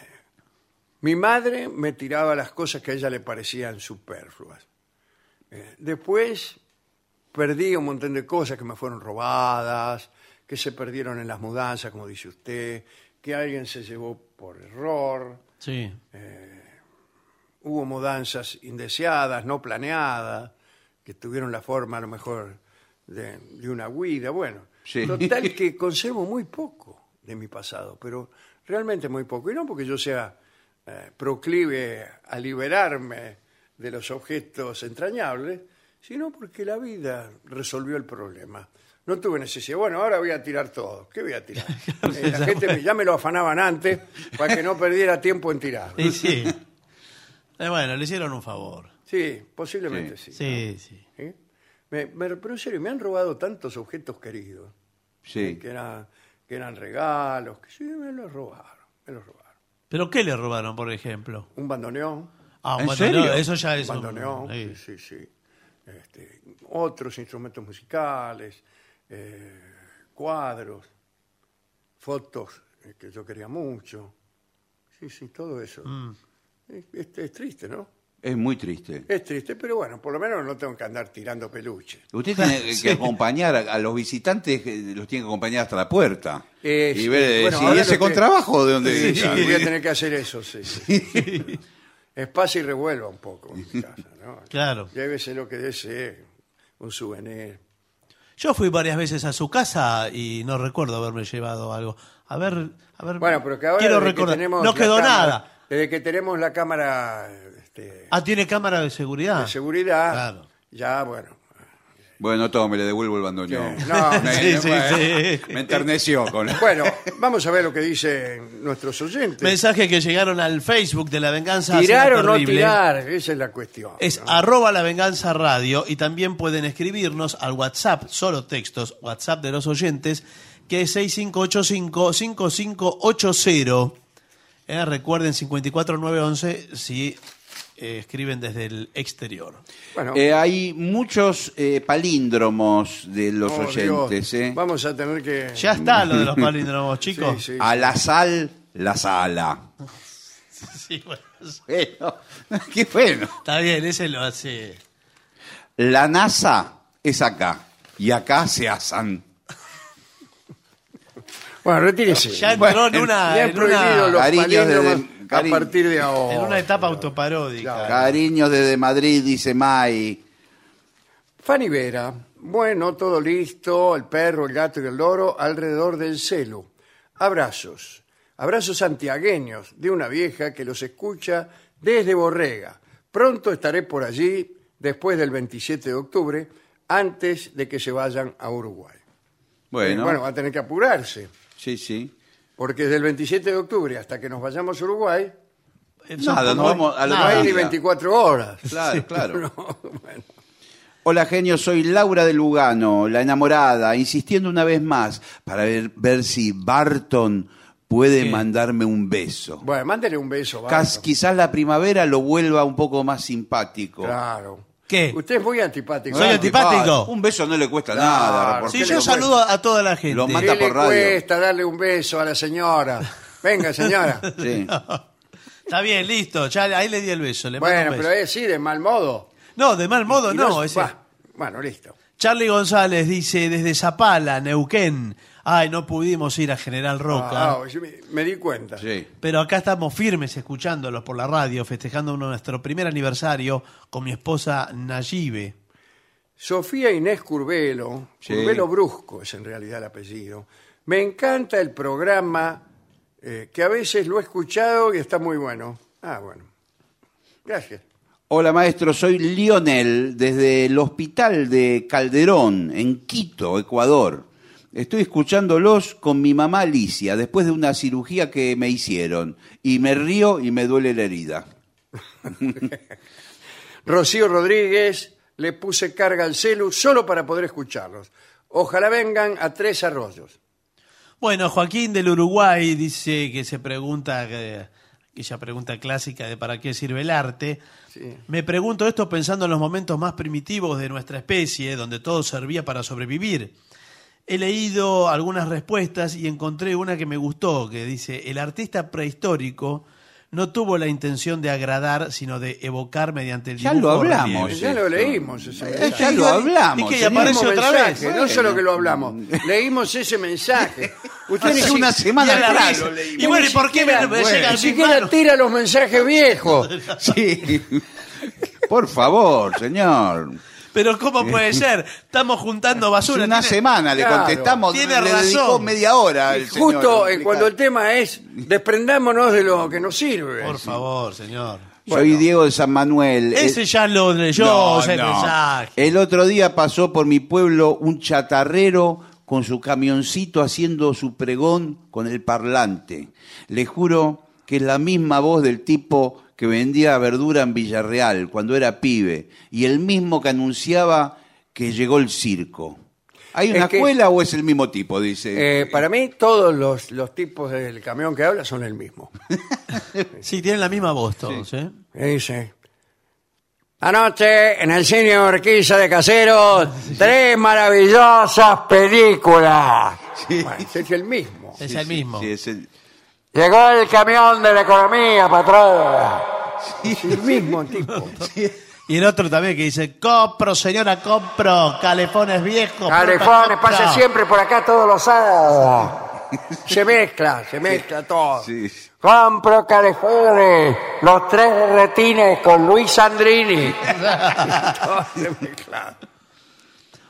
[SPEAKER 7] mi madre me tiraba las cosas que a ella le parecían superfluas. Eh, después perdí un montón de cosas que me fueron robadas, que se perdieron en las mudanzas, como dice usted, que alguien se llevó por error,
[SPEAKER 6] Sí.
[SPEAKER 7] Eh, hubo mudanzas indeseadas, no planeadas, que tuvieron la forma a lo mejor de, de una huida. Bueno,
[SPEAKER 8] Sí.
[SPEAKER 7] total que conservo muy poco de mi pasado, pero realmente muy poco. Y no porque yo sea eh, proclive a liberarme de los objetos entrañables, sino porque la vida resolvió el problema. No tuve necesidad. Bueno, ahora voy a tirar todo. ¿Qué voy a tirar? Eh, la gente me- ya me lo afanaban antes para que no perdiera tiempo en tirar.
[SPEAKER 6] Y sí. Eh, bueno, le hicieron un favor.
[SPEAKER 7] Sí, posiblemente sí.
[SPEAKER 6] Sí, sí.
[SPEAKER 7] ¿sí? Me, me- pero en serio, me han robado tantos objetos queridos,
[SPEAKER 8] Sí.
[SPEAKER 7] que, era- que eran regalos, que sí, me los robaron, me los robaron.
[SPEAKER 6] ¿Pero qué le robaron, por ejemplo?
[SPEAKER 7] Un bandoneón,
[SPEAKER 6] Ah,
[SPEAKER 8] ¿En
[SPEAKER 6] bueno,
[SPEAKER 8] serio?
[SPEAKER 6] no, eso ya es. un-
[SPEAKER 7] bandoneón,
[SPEAKER 6] sí.
[SPEAKER 7] sí, sí, sí. Este, otros instrumentos musicales, eh, cuadros, fotos eh, que yo quería mucho. Sí, sí, todo eso.
[SPEAKER 6] Mm.
[SPEAKER 7] Es- es- es triste, ¿no?
[SPEAKER 8] Es muy triste.
[SPEAKER 7] Es triste, pero bueno, por lo menos no tengo que andar tirando peluches.
[SPEAKER 8] Usted tiene que acompañar a, a los visitantes, eh, los tiene que acompañar hasta la puerta.
[SPEAKER 7] Eh, sí.
[SPEAKER 8] y ver, eh,
[SPEAKER 7] Bueno,
[SPEAKER 8] si
[SPEAKER 7] ahora
[SPEAKER 8] ese
[SPEAKER 7] lo que-
[SPEAKER 8] contrabajo de donde
[SPEAKER 7] Sí, voy a tener que hacer eso, sí. Espacio y revuelva un poco en mi casa, ¿no?
[SPEAKER 6] Claro.
[SPEAKER 7] Llévese lo que desee, un souvenir.
[SPEAKER 6] Yo fui varias veces a su casa y no recuerdo haberme llevado algo. A ver, a ver.
[SPEAKER 7] Bueno, pero que ahora
[SPEAKER 6] quiero
[SPEAKER 7] desde que
[SPEAKER 6] recordar.
[SPEAKER 7] tenemos
[SPEAKER 6] no
[SPEAKER 7] la
[SPEAKER 6] quedó
[SPEAKER 7] cámara-
[SPEAKER 6] nada.
[SPEAKER 7] Desde que tenemos la cámara este,
[SPEAKER 6] Ah, tiene cámara de seguridad.
[SPEAKER 7] de seguridad,
[SPEAKER 6] claro.
[SPEAKER 7] ya, bueno.
[SPEAKER 8] Bueno, tome, le devuelvo el bandoneón.
[SPEAKER 7] Sí. No.
[SPEAKER 8] me,
[SPEAKER 6] Sí, sí,
[SPEAKER 8] me-
[SPEAKER 6] sí.
[SPEAKER 8] me enterneció con
[SPEAKER 7] Bueno, vamos a ver lo que dicen nuestros oyentes.
[SPEAKER 6] Mensajes que llegaron al Facebook de La Venganza.
[SPEAKER 7] tirar
[SPEAKER 6] Será
[SPEAKER 7] o no
[SPEAKER 6] Ah, Terrible. ¿eh?
[SPEAKER 7] tirar, esa es la cuestión.
[SPEAKER 6] Es
[SPEAKER 7] ¿no?
[SPEAKER 6] arroba la venganza radio y también pueden escribirnos al WhatsApp, solo textos, WhatsApp de los oyentes, que es 6585-5580. Eh, recuerden 54911 si eh, escriben desde el exterior.
[SPEAKER 7] Bueno,
[SPEAKER 8] Eh, hay muchos eh, palíndromos de los
[SPEAKER 7] oh,
[SPEAKER 8] oyentes.
[SPEAKER 7] Dios,
[SPEAKER 8] eh.
[SPEAKER 7] Vamos a tener que...
[SPEAKER 6] Ya está lo de los palíndromos,
[SPEAKER 7] Sí,
[SPEAKER 6] chicos.
[SPEAKER 7] sí,
[SPEAKER 8] A la sal, la sala.
[SPEAKER 6] Sí, bueno,
[SPEAKER 8] Bueno, qué bueno.
[SPEAKER 6] está bien, ese lo hace.
[SPEAKER 8] La NASA es acá. Y acá se asan.
[SPEAKER 7] Bueno, retírese.
[SPEAKER 6] Ya entró en, una,
[SPEAKER 7] Le han
[SPEAKER 6] en, una,
[SPEAKER 7] prohibido los
[SPEAKER 8] Cariño
[SPEAKER 7] palíndromas
[SPEAKER 8] desde- cari-
[SPEAKER 7] a partir de ahora.
[SPEAKER 6] en
[SPEAKER 8] Oh,
[SPEAKER 6] una etapa autoparódica.
[SPEAKER 8] Cariños desde Madrid, dice May.
[SPEAKER 7] Fanny Vera. Bueno, todo listo, el perro, el gato y el loro alrededor del celo. Abrazos. Abrazos santiagueños de una vieja que los escucha desde Borrega. Pronto estaré por allí, después del 27 de octubre, antes de que se vayan a Uruguay.
[SPEAKER 8] Bueno,
[SPEAKER 7] bueno va a tener que apurarse,
[SPEAKER 8] sí, sí.
[SPEAKER 7] porque desde el 27 de octubre hasta que nos vayamos a Uruguay,
[SPEAKER 6] Son
[SPEAKER 8] Nada,
[SPEAKER 6] como-
[SPEAKER 8] nos vamos a la
[SPEAKER 7] no hay ni
[SPEAKER 8] Mira.
[SPEAKER 7] 24 horas.
[SPEAKER 8] Claro, claro.
[SPEAKER 7] Bueno.
[SPEAKER 8] Hola genio, soy Laura de Lugano, la enamorada, insistiendo una vez más para ver, ver si Barton puede mandarme un beso.
[SPEAKER 7] Bueno, mándele un beso. Barton.
[SPEAKER 8] Cas- quizás la primavera lo vuelva un poco más simpático.
[SPEAKER 7] Claro.
[SPEAKER 6] ¿Qué?
[SPEAKER 7] Usted es muy antipático.
[SPEAKER 6] Soy
[SPEAKER 8] Ah,
[SPEAKER 6] antipático. antipático.
[SPEAKER 8] Un beso no le cuesta
[SPEAKER 7] Claro.
[SPEAKER 8] nada. ¿por
[SPEAKER 7] ¿por
[SPEAKER 6] Sí,
[SPEAKER 8] qué
[SPEAKER 7] le
[SPEAKER 6] yo
[SPEAKER 8] lo-
[SPEAKER 7] cuesta?
[SPEAKER 6] saludo a toda la gente.
[SPEAKER 8] Lo
[SPEAKER 7] ¿Qué
[SPEAKER 8] manda
[SPEAKER 7] le
[SPEAKER 8] por radio.
[SPEAKER 7] cuesta darle un beso a la señora? Venga, señora.
[SPEAKER 8] Sí.
[SPEAKER 6] Está bien, listo. Ya ahí le di el beso. le mando
[SPEAKER 7] bueno,
[SPEAKER 6] un
[SPEAKER 7] pero
[SPEAKER 6] beso.
[SPEAKER 7] es sí, de mal modo.
[SPEAKER 6] No, de mal modo
[SPEAKER 7] Y
[SPEAKER 6] no.
[SPEAKER 7] no-
[SPEAKER 6] ese-
[SPEAKER 7] Bah, Bueno, listo.
[SPEAKER 6] Charlie González dice desde Zapala, Neuquén. Ay, no pudimos ir a General Roca. ¿eh?
[SPEAKER 7] Ah, ah, yo me, me di cuenta.
[SPEAKER 8] Sí.
[SPEAKER 6] Pero acá estamos firmes escuchándolos por la radio, festejando uno- nuestro primer aniversario con mi esposa Nayibe.
[SPEAKER 7] Sofía Inés Curvelo,
[SPEAKER 8] Sí.
[SPEAKER 7] Curvelo Brusco es en realidad el apellido. Me encanta el programa, eh, que a veces lo he escuchado y está muy bueno. Ah, bueno. Gracias.
[SPEAKER 8] Hola maestro, soy Lionel desde el hospital de Calderón, en Quito, Ecuador. Estoy escuchándolos con mi mamá Alicia, después de una cirugía que me hicieron. Y me río y me duele la herida.
[SPEAKER 7] Rocío Rodríguez, le puse carga al celu solo para poder escucharlos. Ojalá vengan a Tres Arroyos.
[SPEAKER 6] Bueno, Joaquín del Uruguay dice que se pregunta, eh, aquella pregunta clásica de para qué sirve el arte.
[SPEAKER 7] Sí.
[SPEAKER 6] Me pregunto esto pensando en los momentos más primitivos de nuestra especie, donde todo servía para sobrevivir. He leído algunas respuestas y encontré una que me gustó, que dice, el artista prehistórico no tuvo la intención de agradar, sino de evocar mediante el
[SPEAKER 8] Ya
[SPEAKER 6] dibujo
[SPEAKER 8] lo
[SPEAKER 6] o relieve".
[SPEAKER 8] hablamos.
[SPEAKER 7] Ya
[SPEAKER 8] esto.
[SPEAKER 7] lo leímos. ese
[SPEAKER 8] Eh,
[SPEAKER 7] mensaje.
[SPEAKER 8] ya lo hablamos.
[SPEAKER 6] Y que
[SPEAKER 8] señor.
[SPEAKER 6] aparece
[SPEAKER 7] Mismo
[SPEAKER 6] otra vez.
[SPEAKER 7] mensaje, No solo que lo hablamos, leímos ese mensaje. Usted
[SPEAKER 8] Hace
[SPEAKER 7] ni si-
[SPEAKER 8] una semana
[SPEAKER 6] y a la
[SPEAKER 8] atrás
[SPEAKER 6] vez-
[SPEAKER 8] lo
[SPEAKER 6] Y
[SPEAKER 8] leímos.
[SPEAKER 6] bueno, ¿y por qué me, me
[SPEAKER 8] Bueno,
[SPEAKER 6] llega
[SPEAKER 7] ni
[SPEAKER 6] al
[SPEAKER 7] siquiera tira los mensajes viejos.
[SPEAKER 8] Sí. Por favor, señor.
[SPEAKER 6] Pero ¿cómo puede ser? Estamos juntando
[SPEAKER 8] Hace
[SPEAKER 6] basura.
[SPEAKER 8] una
[SPEAKER 6] tiene-
[SPEAKER 8] semana le
[SPEAKER 7] Claro.
[SPEAKER 8] contestamos,
[SPEAKER 6] Tiene
[SPEAKER 8] le dedicó
[SPEAKER 6] razón.
[SPEAKER 8] media hora. El señor,
[SPEAKER 7] Justo eh,
[SPEAKER 8] explicar.
[SPEAKER 7] cuando el tema es desprendámonos de lo que nos sirve.
[SPEAKER 6] Por favor, señor.
[SPEAKER 8] Soy Diego de San Manuel.
[SPEAKER 6] Ese
[SPEAKER 8] Eh,
[SPEAKER 6] ya lo leyó,
[SPEAKER 8] No,
[SPEAKER 6] ese
[SPEAKER 8] no.
[SPEAKER 6] mensaje.
[SPEAKER 8] El otro día pasó por mi pueblo un chatarrero con su camioncito haciendo su pregón con el parlante. Le juro que es la misma voz del tipo que vendía verdura en Villarreal cuando era pibe y el mismo que anunciaba que llegó el circo. ¿Hay
[SPEAKER 7] Es
[SPEAKER 8] una
[SPEAKER 7] que-
[SPEAKER 8] escuela o es el mismo tipo? Dice.
[SPEAKER 7] Eh, para mí todos los, los tipos del camión que habla son el mismo.
[SPEAKER 6] Sí, tienen la misma voz todos, ¿eh?
[SPEAKER 7] Y dice, anoche en el cine Urquiza de Caseros, tres maravillosas películas. Bueno, es el mismo.
[SPEAKER 6] Es el mismo.
[SPEAKER 8] Sí, es el-
[SPEAKER 7] Llegó el camión de la economía, patrón. Es el mismo tipo.
[SPEAKER 6] Y el otro también que dice, compro, señora, compro, calefones viejos.
[SPEAKER 7] Calefones,
[SPEAKER 6] frutas,
[SPEAKER 7] pasa
[SPEAKER 6] compro".
[SPEAKER 7] siempre por acá todos los sábados. Se mezcla, se mezcla todo.
[SPEAKER 8] sí.
[SPEAKER 7] Compro calefones, los tres derretines con Luis Sandrini. Todo se mezcla.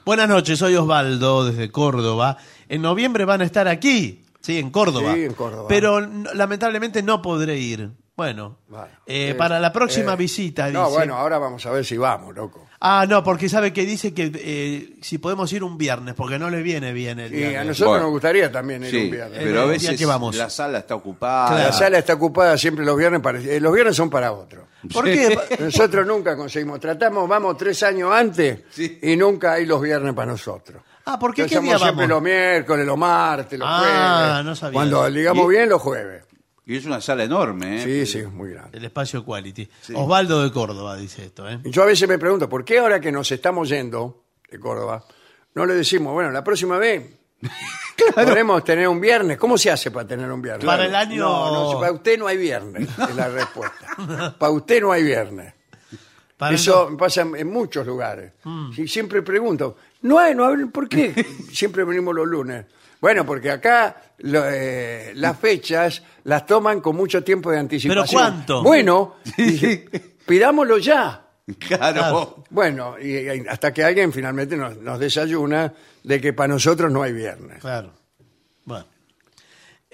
[SPEAKER 6] Buenas noches, soy Osvaldo desde Córdoba. En noviembre van a estar aquí, sí, en Córdoba.
[SPEAKER 7] Sí, en Córdoba.
[SPEAKER 6] Pero n- lamentablemente no podré ir. Bueno,
[SPEAKER 7] Bueno,
[SPEAKER 6] eh,
[SPEAKER 7] eh,
[SPEAKER 6] para la próxima
[SPEAKER 7] eh,
[SPEAKER 6] visita, dice.
[SPEAKER 7] No, bueno, ahora vamos a ver si vamos, loco.
[SPEAKER 6] Ah, no, porque sabe que dice que eh, si podemos ir un viernes, porque no le viene bien el
[SPEAKER 7] Y a
[SPEAKER 6] viernes.
[SPEAKER 7] nosotros
[SPEAKER 8] Bueno.
[SPEAKER 7] nos gustaría también ir
[SPEAKER 8] Sí,
[SPEAKER 7] un
[SPEAKER 8] pero
[SPEAKER 7] viernes.
[SPEAKER 8] a
[SPEAKER 6] El día
[SPEAKER 8] veces
[SPEAKER 6] que vamos.
[SPEAKER 8] la sala está
[SPEAKER 6] Ah,
[SPEAKER 8] ocupada.
[SPEAKER 7] La sala está ocupada siempre los viernes. Para, eh, los viernes son para otro.
[SPEAKER 6] ¿Por qué?
[SPEAKER 7] Nosotros nunca conseguimos. Tratamos, vamos tres años antes
[SPEAKER 8] Sí.
[SPEAKER 7] y nunca hay los viernes para nosotros.
[SPEAKER 6] Ah, ¿por qué?
[SPEAKER 7] Entonces
[SPEAKER 6] ¿Qué día
[SPEAKER 7] hacemos siempre los
[SPEAKER 6] vamos?
[SPEAKER 7] miércoles, los martes, los
[SPEAKER 6] Ah,
[SPEAKER 7] jueves.
[SPEAKER 6] no sabía
[SPEAKER 7] Cuando
[SPEAKER 6] eso.
[SPEAKER 7] ligamos
[SPEAKER 8] Y-
[SPEAKER 7] bien, los jueves.
[SPEAKER 8] Y es una sala enorme. ¿eh?
[SPEAKER 7] Sí, sí, es muy grande.
[SPEAKER 6] El espacio quality. Osvaldo de Córdoba dice esto, ¿eh?
[SPEAKER 7] Y Yo a veces me pregunto, ¿por qué ahora que nos estamos yendo de Córdoba, no le decimos, bueno, la próxima vez podemos tener un viernes? ¿Cómo se hace para tener un viernes?
[SPEAKER 6] Para el año-
[SPEAKER 7] No, no, para usted no hay viernes, es la respuesta. para usted no hay viernes.
[SPEAKER 6] Para Mm.
[SPEAKER 7] Eso me pasa en muchos lugares. Sí, siempre pregunto, no hay, no hay- ¿por qué siempre venimos los lunes? Bueno, porque acá lo, eh, las fechas las toman con mucho tiempo de anticipación.
[SPEAKER 6] cuánto?
[SPEAKER 7] Bueno, dice, pidámoslo ya. Ah,
[SPEAKER 8] Claro.
[SPEAKER 7] Bueno, y, y hasta que alguien finalmente nos, nos desayuna de que para nosotros no hay viernes.
[SPEAKER 6] Claro. Bueno.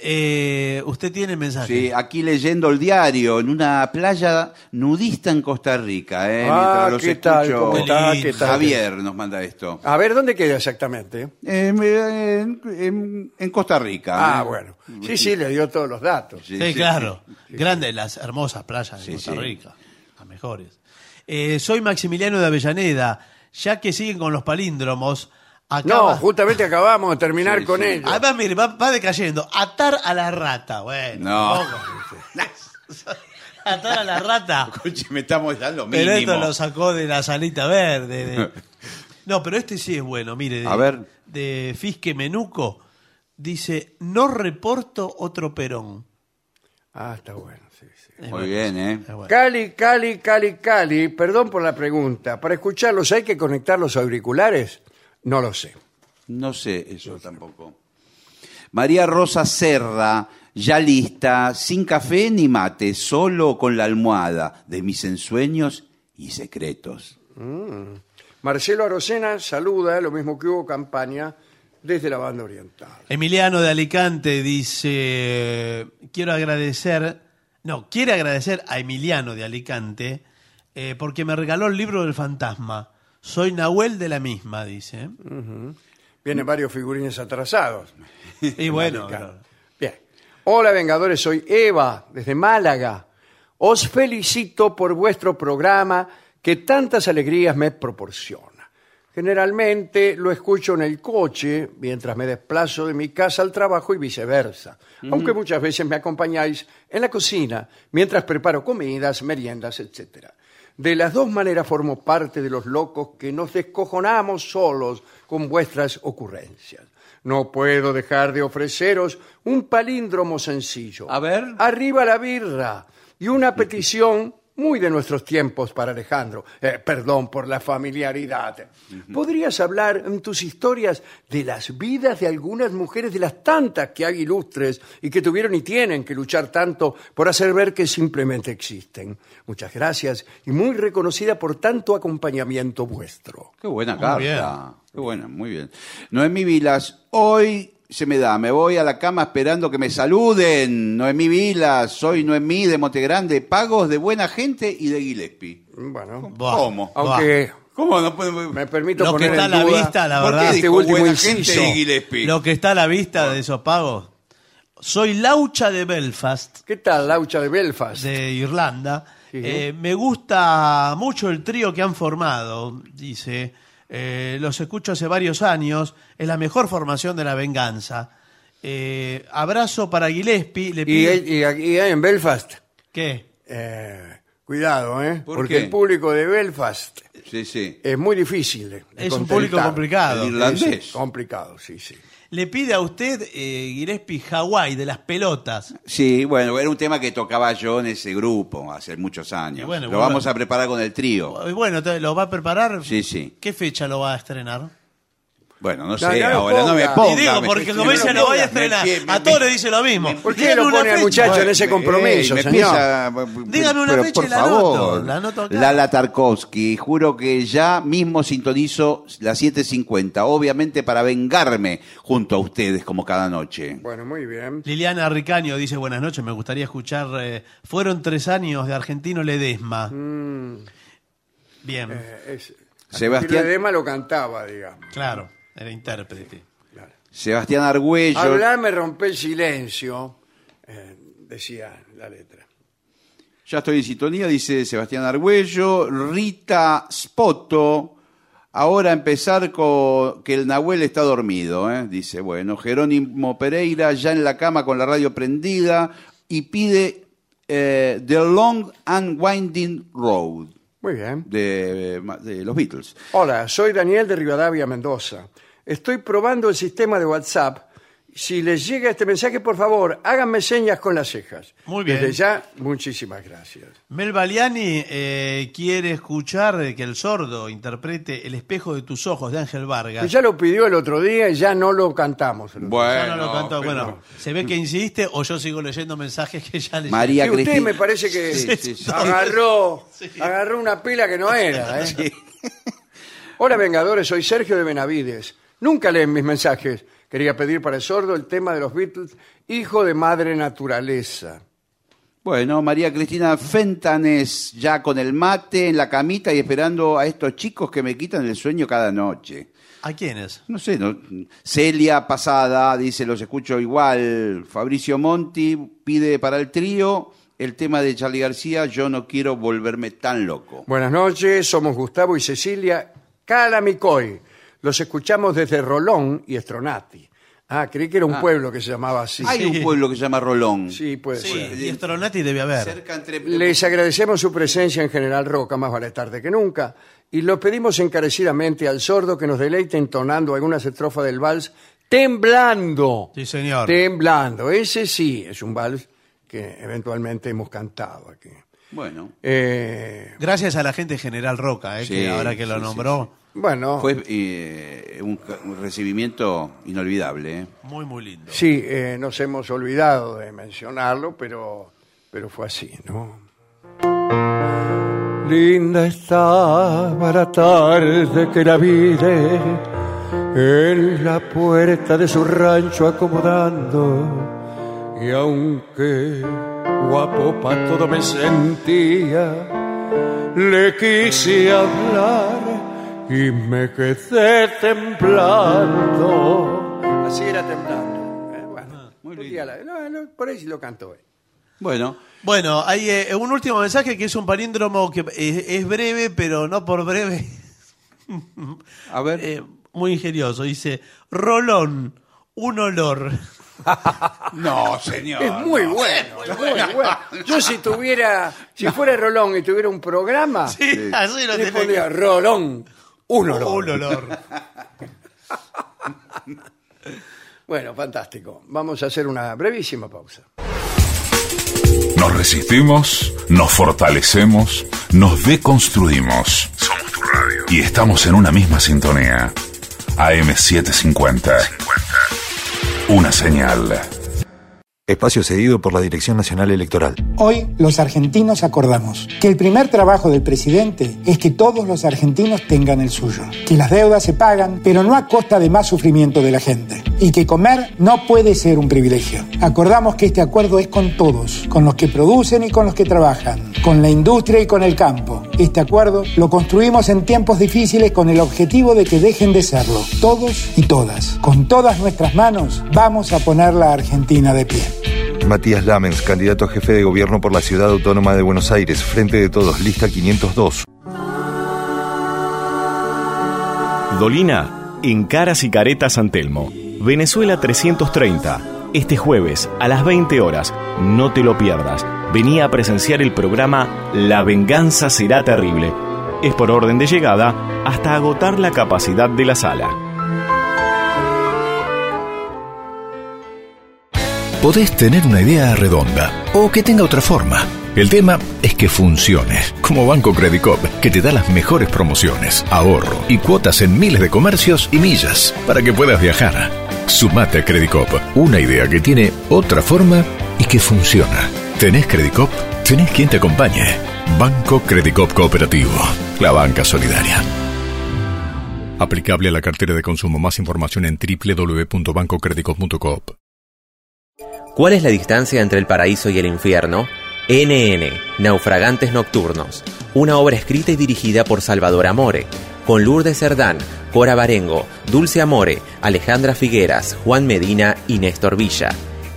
[SPEAKER 6] Eh, usted tiene mensaje.
[SPEAKER 8] Sí, aquí leyendo el diario, en una playa nudista en Costa Rica, ¿eh?
[SPEAKER 7] Ah,
[SPEAKER 8] Mientras los
[SPEAKER 7] ¿qué tal?
[SPEAKER 8] escucho.
[SPEAKER 7] ¿Cómo está? ¿Qué tal? Ah.
[SPEAKER 8] Javier nos manda esto.
[SPEAKER 7] A ver, ¿dónde queda exactamente?
[SPEAKER 8] En, en- en- en Costa Rica.
[SPEAKER 7] Ah,
[SPEAKER 8] ¿eh?
[SPEAKER 7] bueno. Sí, sí, le dio todos los datos.
[SPEAKER 8] Sí,
[SPEAKER 6] Sí,
[SPEAKER 8] sí.
[SPEAKER 6] claro. Grandes las hermosas playas de
[SPEAKER 8] Sí,
[SPEAKER 6] Costa
[SPEAKER 8] sí.
[SPEAKER 6] Rica. Las mejores. Eh, soy Maximiliano de Avellaneda. Ya que siguen con los palíndromos,
[SPEAKER 7] No,
[SPEAKER 6] acaba...
[SPEAKER 7] justamente acabamos de terminar
[SPEAKER 8] Sí,
[SPEAKER 7] con
[SPEAKER 8] sí.
[SPEAKER 7] ello.
[SPEAKER 6] Ah, va, mire, va, va decayendo. Atar a la rata. Bueno.
[SPEAKER 8] No.
[SPEAKER 6] tampoco. Atar a la rata.
[SPEAKER 8] Escúcheme, estamos ya en lo mínimo.
[SPEAKER 6] Pero esto lo sacó de la salita verde. de- No, pero este sí es bueno, mire. De,
[SPEAKER 8] A ver.
[SPEAKER 6] De Fisque Menuco. Dice, no reporto otro Perón.
[SPEAKER 7] Ah, está bueno, sí, sí.
[SPEAKER 6] Es
[SPEAKER 8] Muy
[SPEAKER 6] bueno,
[SPEAKER 8] bien, ¿eh?
[SPEAKER 6] es bueno.
[SPEAKER 7] Cali, Cali, Cali, Cali, perdón por la pregunta. Para escucharlos, ¿hay que conectar los auriculares? No lo sé.
[SPEAKER 8] No sé eso tampoco. María Rosa Serra, ya lista, sin café ni mate, solo con la almohada de mis ensueños y secretos.
[SPEAKER 7] Mm. Marcelo Arocena saluda, lo mismo que hubo campaña desde la banda oriental.
[SPEAKER 6] Emiliano de Alicante dice, quiero agradecer, no, quiere agradecer a Emiliano de Alicante eh, porque me regaló el libro del fantasma. Soy Nahuel de la misma, dice.
[SPEAKER 7] Vienen varios figurines atrasados.
[SPEAKER 6] Y bueno, pero-
[SPEAKER 7] Bien. Hola, Vengadores, soy Eva, desde Málaga. Os felicito por vuestro programa que tantas alegrías me proporciona. Generalmente lo escucho en el coche mientras me desplazo de mi casa al trabajo y viceversa. Aunque muchas veces me acompañáis en la cocina mientras preparo comidas, meriendas, etc. De las dos maneras formo parte de los locos que nos descojonamos solos con vuestras ocurrencias. No puedo dejar de ofreceros un palíndromo sencillo.
[SPEAKER 8] A ver.
[SPEAKER 7] Arriba la birra. Y una petición muy de nuestros tiempos para Alejandro. Eh, perdón por la familiaridad. ¿Podrías hablar en tus historias de las vidas de algunas mujeres, de las tantas que hay ilustres y que tuvieron y tienen que luchar tanto por hacer ver que simplemente existen? Muchas gracias y muy reconocida por tanto acompañamiento vuestro.
[SPEAKER 8] Qué buena
[SPEAKER 6] Muy
[SPEAKER 8] carta.
[SPEAKER 6] bien.
[SPEAKER 8] Qué buena, muy bien. Noemí Vilas, hoy se me da, me voy a la cama esperando que me saluden. Noemí Vilas, soy Noemí de Montegrande, pagos de buena gente y de Gillespie.
[SPEAKER 7] Bueno,
[SPEAKER 6] Buah,
[SPEAKER 8] ¿Cómo?
[SPEAKER 6] buah.
[SPEAKER 7] aunque
[SPEAKER 8] ¿Cómo no podemos?
[SPEAKER 7] me permito
[SPEAKER 6] Lo que
[SPEAKER 7] poner
[SPEAKER 6] está a
[SPEAKER 7] en
[SPEAKER 6] la
[SPEAKER 7] duda-
[SPEAKER 6] vista, la
[SPEAKER 8] ¿Por qué
[SPEAKER 6] verdad.
[SPEAKER 8] dijo
[SPEAKER 7] Este último
[SPEAKER 8] buena
[SPEAKER 7] inciso.
[SPEAKER 8] gente y Gillespie?
[SPEAKER 6] Lo que está a la vista de esos pagos. Soy Laucha de Belfast,
[SPEAKER 7] ¿Qué tal, Laucha de Belfast?
[SPEAKER 6] de Irlanda.
[SPEAKER 7] Sí.
[SPEAKER 6] Eh, me gusta mucho el trío que han formado, dice. Eh, los escucho hace varios años. Es la mejor formación de la venganza. Eh, abrazo para Gillespie. Le
[SPEAKER 7] Y,
[SPEAKER 6] pido...
[SPEAKER 7] y aquí en Belfast.
[SPEAKER 6] ¿Qué?
[SPEAKER 7] Eh, cuidado, ¿eh?
[SPEAKER 8] ¿Por
[SPEAKER 7] Porque
[SPEAKER 8] qué?
[SPEAKER 7] el público de Belfast
[SPEAKER 8] Sí, sí.
[SPEAKER 7] es muy difícil. de- de
[SPEAKER 6] Es un
[SPEAKER 7] contentar.
[SPEAKER 6] público complicado.
[SPEAKER 8] El irlandés.
[SPEAKER 7] Sí, complicado, sí, sí.
[SPEAKER 6] Le pide a usted, eh, Gillespie, Hawái, de las pelotas.
[SPEAKER 8] Sí, bueno, era un tema que tocaba yo en ese grupo hace muchos años.
[SPEAKER 6] Y bueno,
[SPEAKER 8] lo
[SPEAKER 6] bueno.
[SPEAKER 8] vamos a preparar con el trío.
[SPEAKER 6] Eh, Bueno, entonces, ¿lo va a preparar?
[SPEAKER 8] Sí, sí.
[SPEAKER 6] ¿Qué fecha lo va a estrenar?
[SPEAKER 8] Bueno, no sé,
[SPEAKER 7] no me
[SPEAKER 8] ahora no me
[SPEAKER 7] ponga.
[SPEAKER 8] ponga.
[SPEAKER 6] Y digo,
[SPEAKER 8] me-
[SPEAKER 6] porque como
[SPEAKER 8] me-
[SPEAKER 6] ella no vaya a estrenar,
[SPEAKER 8] me- me-
[SPEAKER 6] a todos le dice lo mismo.
[SPEAKER 7] ¿Por qué
[SPEAKER 6] Digan
[SPEAKER 7] lo
[SPEAKER 6] una
[SPEAKER 7] pone al
[SPEAKER 6] fecha. eh,
[SPEAKER 7] muchacho en ese compromiso,
[SPEAKER 8] Ey, me
[SPEAKER 7] señor?
[SPEAKER 8] empieza-
[SPEAKER 6] Dígame una
[SPEAKER 8] pero,
[SPEAKER 6] fecha
[SPEAKER 8] por
[SPEAKER 6] y la
[SPEAKER 8] favor.
[SPEAKER 6] anoto, la anoto acá.
[SPEAKER 8] Lala Tarkovsky, juro que ya mismo sintonizo las 7.50, obviamente para vengarme junto a ustedes como cada noche.
[SPEAKER 7] Bueno, muy bien.
[SPEAKER 6] Liliana Ricaño dice, buenas noches, me gustaría escuchar, eh, fueron tres años de Argentino Ledesma.
[SPEAKER 7] Mm.
[SPEAKER 6] Mm. Bien,
[SPEAKER 7] Eh, es-
[SPEAKER 8] Sebastián-
[SPEAKER 7] Piledema lo cantaba, digamos.
[SPEAKER 6] claro, era intérprete.
[SPEAKER 8] Sebastián Argüello,
[SPEAKER 7] Hablar me rompe el silencio, eh, decía la letra.
[SPEAKER 8] ya estoy en sintonía, dice Sebastián Argüello, Rita Spoto, ahora empezar con que el Nahuel está dormido, ¿eh? dice, bueno, Jerónimo Pereira ya en la cama con la radio prendida y pide eh, The Long and Winding Road.
[SPEAKER 7] Muy bien.
[SPEAKER 8] de, de los Beatles.
[SPEAKER 7] Hola, soy Daniel de Rivadavia, Mendoza. Estoy probando el sistema de WhatsApp Si les llega este mensaje, por favor, háganme señas con las cejas.
[SPEAKER 6] Muy bien.
[SPEAKER 7] Desde ya, muchísimas gracias.
[SPEAKER 6] Mel Baliani eh, quiere escuchar eh, que el sordo interprete El espejo de tus ojos de Ángel
[SPEAKER 7] Que
[SPEAKER 6] Vargas.
[SPEAKER 7] Pues Ya lo pidió el otro día y ya no lo cantamos. el otro día.
[SPEAKER 6] Ya no lo cantó.
[SPEAKER 7] pero-
[SPEAKER 6] Bueno, se ve que insiste o yo sigo leyendo mensajes que ya le
[SPEAKER 8] María
[SPEAKER 7] Sí, usted
[SPEAKER 8] Cristina.
[SPEAKER 7] me parece que
[SPEAKER 8] Sí, sí, sí.
[SPEAKER 7] agarró, agarró una pila que no era. ¿eh? Hola Vengadores, soy Sergio de Benavides. Nunca leen mis mensajes. Quería pedir para el sordo el tema de los Beatles, Hijo de Madre Naturaleza.
[SPEAKER 8] Bueno, María Cristina Fentanes, ya con el mate en la camita y esperando a estos chicos que me quitan el sueño cada noche.
[SPEAKER 6] ¿A quiénes?
[SPEAKER 8] No sé, no- Celia Pasada dice, los escucho igual. Fabricio Monti pide para el trío el tema de Charlie García, yo no quiero volverme tan loco.
[SPEAKER 7] Buenas noches, somos Gustavo y Cecilia Calamicoy. Los escuchamos desde Rolón y Estronati. Ah, creí que era un
[SPEAKER 8] Ah.
[SPEAKER 7] pueblo que se llamaba así.
[SPEAKER 8] Hay un pueblo que se llama Rolón.
[SPEAKER 7] Sí, puede ser.
[SPEAKER 6] Sí, y Stronati debe haber.
[SPEAKER 8] Cerca entre...
[SPEAKER 7] Les agradecemos su presencia en General Roca, más vale tarde que nunca, y lo pedimos encarecidamente al sordo que nos deleite entonando algunas estrofas del vals temblando.
[SPEAKER 6] Sí, señor.
[SPEAKER 7] Temblando. Ese sí es un vals que eventualmente hemos cantado aquí.
[SPEAKER 8] Bueno,
[SPEAKER 7] Eh,
[SPEAKER 6] Gracias a la gente de General Roca, eh,
[SPEAKER 8] Sí,
[SPEAKER 6] que ahora que lo
[SPEAKER 8] sí, sí,
[SPEAKER 6] nombró.
[SPEAKER 7] bueno,
[SPEAKER 8] fue eh, un, ca- un recibimiento inolvidable. ¿eh?
[SPEAKER 6] Muy, muy lindo.
[SPEAKER 7] sí, eh, nos hemos olvidado de mencionarlo, pero, pero fue así, ¿no? Linda estaba la tarde que la vine en la puerta de su rancho acomodando. Y aunque guapo pa' todo me sentía, le quise hablar y me quedé temblando. Así era temblando. Eh,
[SPEAKER 6] Ah,
[SPEAKER 7] bueno,
[SPEAKER 8] Muy
[SPEAKER 7] un día la- no, no, por ahí sí lo cantó. él.
[SPEAKER 8] Bueno,
[SPEAKER 6] Bueno, hay eh, un último mensaje que es un palíndromo que es, es breve, pero no por breve,
[SPEAKER 8] a ver.
[SPEAKER 6] eh, muy ingenioso. Dice, Rolón, un olor.
[SPEAKER 8] no, señor.
[SPEAKER 7] Es muy
[SPEAKER 8] no.
[SPEAKER 7] bueno, muy bueno. Yo si tuviera, si fuera Rolón y tuviera un programa,
[SPEAKER 6] Sí, así lo
[SPEAKER 7] le
[SPEAKER 6] tenés que-
[SPEAKER 7] pondría Rolón, un olor.
[SPEAKER 6] Un olor.
[SPEAKER 7] Bueno, fantástico. Vamos a hacer una brevísima pausa.
[SPEAKER 4] Nos resistimos, nos fortalecemos, nos deconstruimos. Somos tu radio. Y estamos en una misma sintonía. AM750. Una señal.
[SPEAKER 9] Espacio cedido por la Dirección Nacional Electoral.
[SPEAKER 10] Hoy los argentinos acordamos que el primer trabajo del presidente es que todos los argentinos tengan el suyo, que las deudas se pagan, pero no a costa de más sufrimiento de la gente, y que comer no puede ser un privilegio. Acordamos que este acuerdo es con todos, con los que producen y con los que trabajan, con la industria y con el campo. Este acuerdo lo construimos en tiempos difíciles con el objetivo de que dejen de serlo, todos y todas. Con todas nuestras manos vamos a poner la Argentina de pie.
[SPEAKER 9] Matías Lamens, candidato a jefe de gobierno por la Ciudad Autónoma de Buenos Aires, Frente de Todos, lista 502.
[SPEAKER 1] Dolina, en Caras y Caretas Antelmo. Venezuela 330. Este jueves a las 20 horas. No te lo pierdas. Venía a presenciar el programa La venganza será terrible. Es por orden de llegada hasta agotar la capacidad de la sala.
[SPEAKER 3] Podés tener una idea redonda o que tenga otra forma. El tema es que funcione, como Banco Credit Cop, que te da las mejores promociones, ahorro y cuotas en miles de comercios y millas para que puedas viajar. Sumate a Credit Cop, una idea que tiene otra forma y que funciona. ¿Tenés Credit Cop? Tenés quien te acompañe. Banco Credit Cop Cooperativo, la banca solidaria. Aplicable a la cartera de consumo. Más información en www.bancocreditcop.coop.
[SPEAKER 11] ¿Cuál es la distancia entre el paraíso y el infierno? NN, Naufragantes Nocturnos, una obra escrita y dirigida por Salvador Amore, con Lourdes Cerdán, Cora Barengo, Dulce Amore, Alejandra Figueras, Juan Medina y Néstor Villa.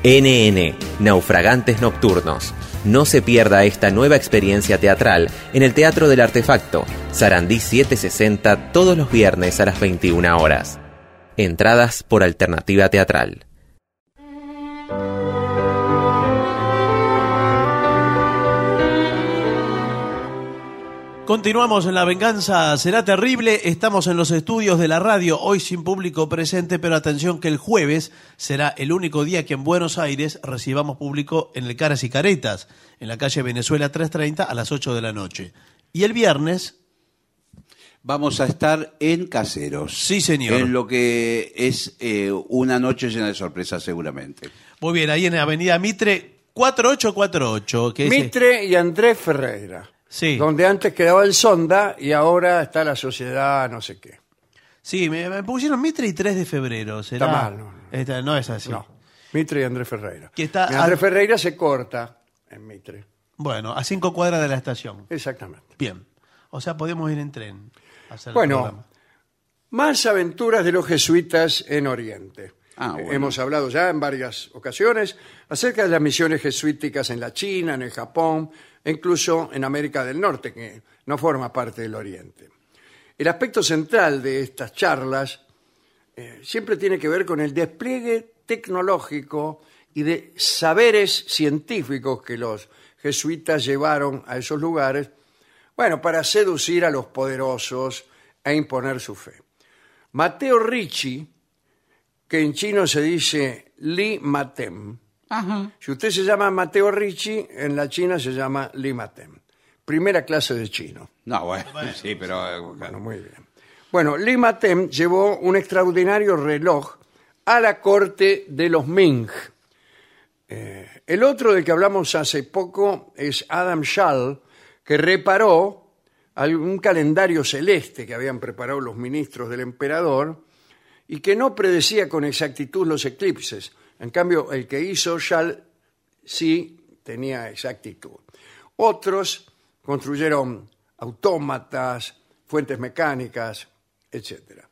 [SPEAKER 11] NN, Naufragantes Nocturnos. No se pierda esta nueva experiencia teatral en el Teatro del Artefacto, Sarandí 760, todos los viernes a las 21 horas. Entradas por alternativa teatral.
[SPEAKER 6] Continuamos en La Venganza Será Terrible. Estamos en los estudios de la radio, hoy sin público presente, pero atención que el jueves será el único día que en Buenos Aires recibamos público en el Caras y Caretas, en la calle Venezuela 330 a las 8 de la noche. Y el viernes,
[SPEAKER 8] Vamos a estar en Caseros.
[SPEAKER 6] Sí, señor.
[SPEAKER 8] En lo que es eh, una noche llena de sorpresas, seguramente.
[SPEAKER 6] muy bien, ahí en Avenida Mitre 4848. Que es-
[SPEAKER 7] Mitre y Andrés Ferreira.
[SPEAKER 6] Sí.
[SPEAKER 7] Donde antes quedaba el Sonda y ahora está la sociedad no sé qué.
[SPEAKER 6] Sí, me, me pusieron Mitre y 3 de febrero. ¿será?
[SPEAKER 7] Está mal, no, no.
[SPEAKER 6] Esta- no es así.
[SPEAKER 7] Mitre y Andrés Ferreira.
[SPEAKER 6] Que está
[SPEAKER 7] Y Andrés
[SPEAKER 6] a-
[SPEAKER 7] Ferreira se corta en Mitre.
[SPEAKER 6] Bueno, a cinco cuadras de la estación.
[SPEAKER 7] Exactamente.
[SPEAKER 6] Bien. O sea, podemos ir en tren. a hacer el programa.
[SPEAKER 7] Bueno, más aventuras de los jesuitas en Oriente.
[SPEAKER 8] Ah, bueno.
[SPEAKER 7] Hemos hablado ya en varias ocasiones acerca de las misiones jesuíticas en la China, en el Japón, e incluso en América del Norte, que no forma parte del Oriente. El aspecto central de estas charlas eh, siempre tiene que ver con el despliegue tecnológico y de saberes científicos que los jesuitas llevaron a esos lugares, bueno, para seducir a los poderosos e imponer su fe. Mateo Ricci, que en chino se dice Li Matem. Si usted se llama Mateo Ricci, en la China se llama Li Matem. Primera clase de chino.
[SPEAKER 8] No, bueno, sí, pero... eh,
[SPEAKER 7] Bueno, muy bien. Bueno, Li Matem llevó un extraordinario reloj a la corte de los Ming. Eh, el otro del que hablamos hace poco es Adam Schall, que reparó algún calendario celeste que habían preparado los ministros del emperador y que no predecía con exactitud los eclipses. En cambio, el que hizo Schall sí tenía exactitud. Otros construyeron autómatas, fuentes mecánicas, etc.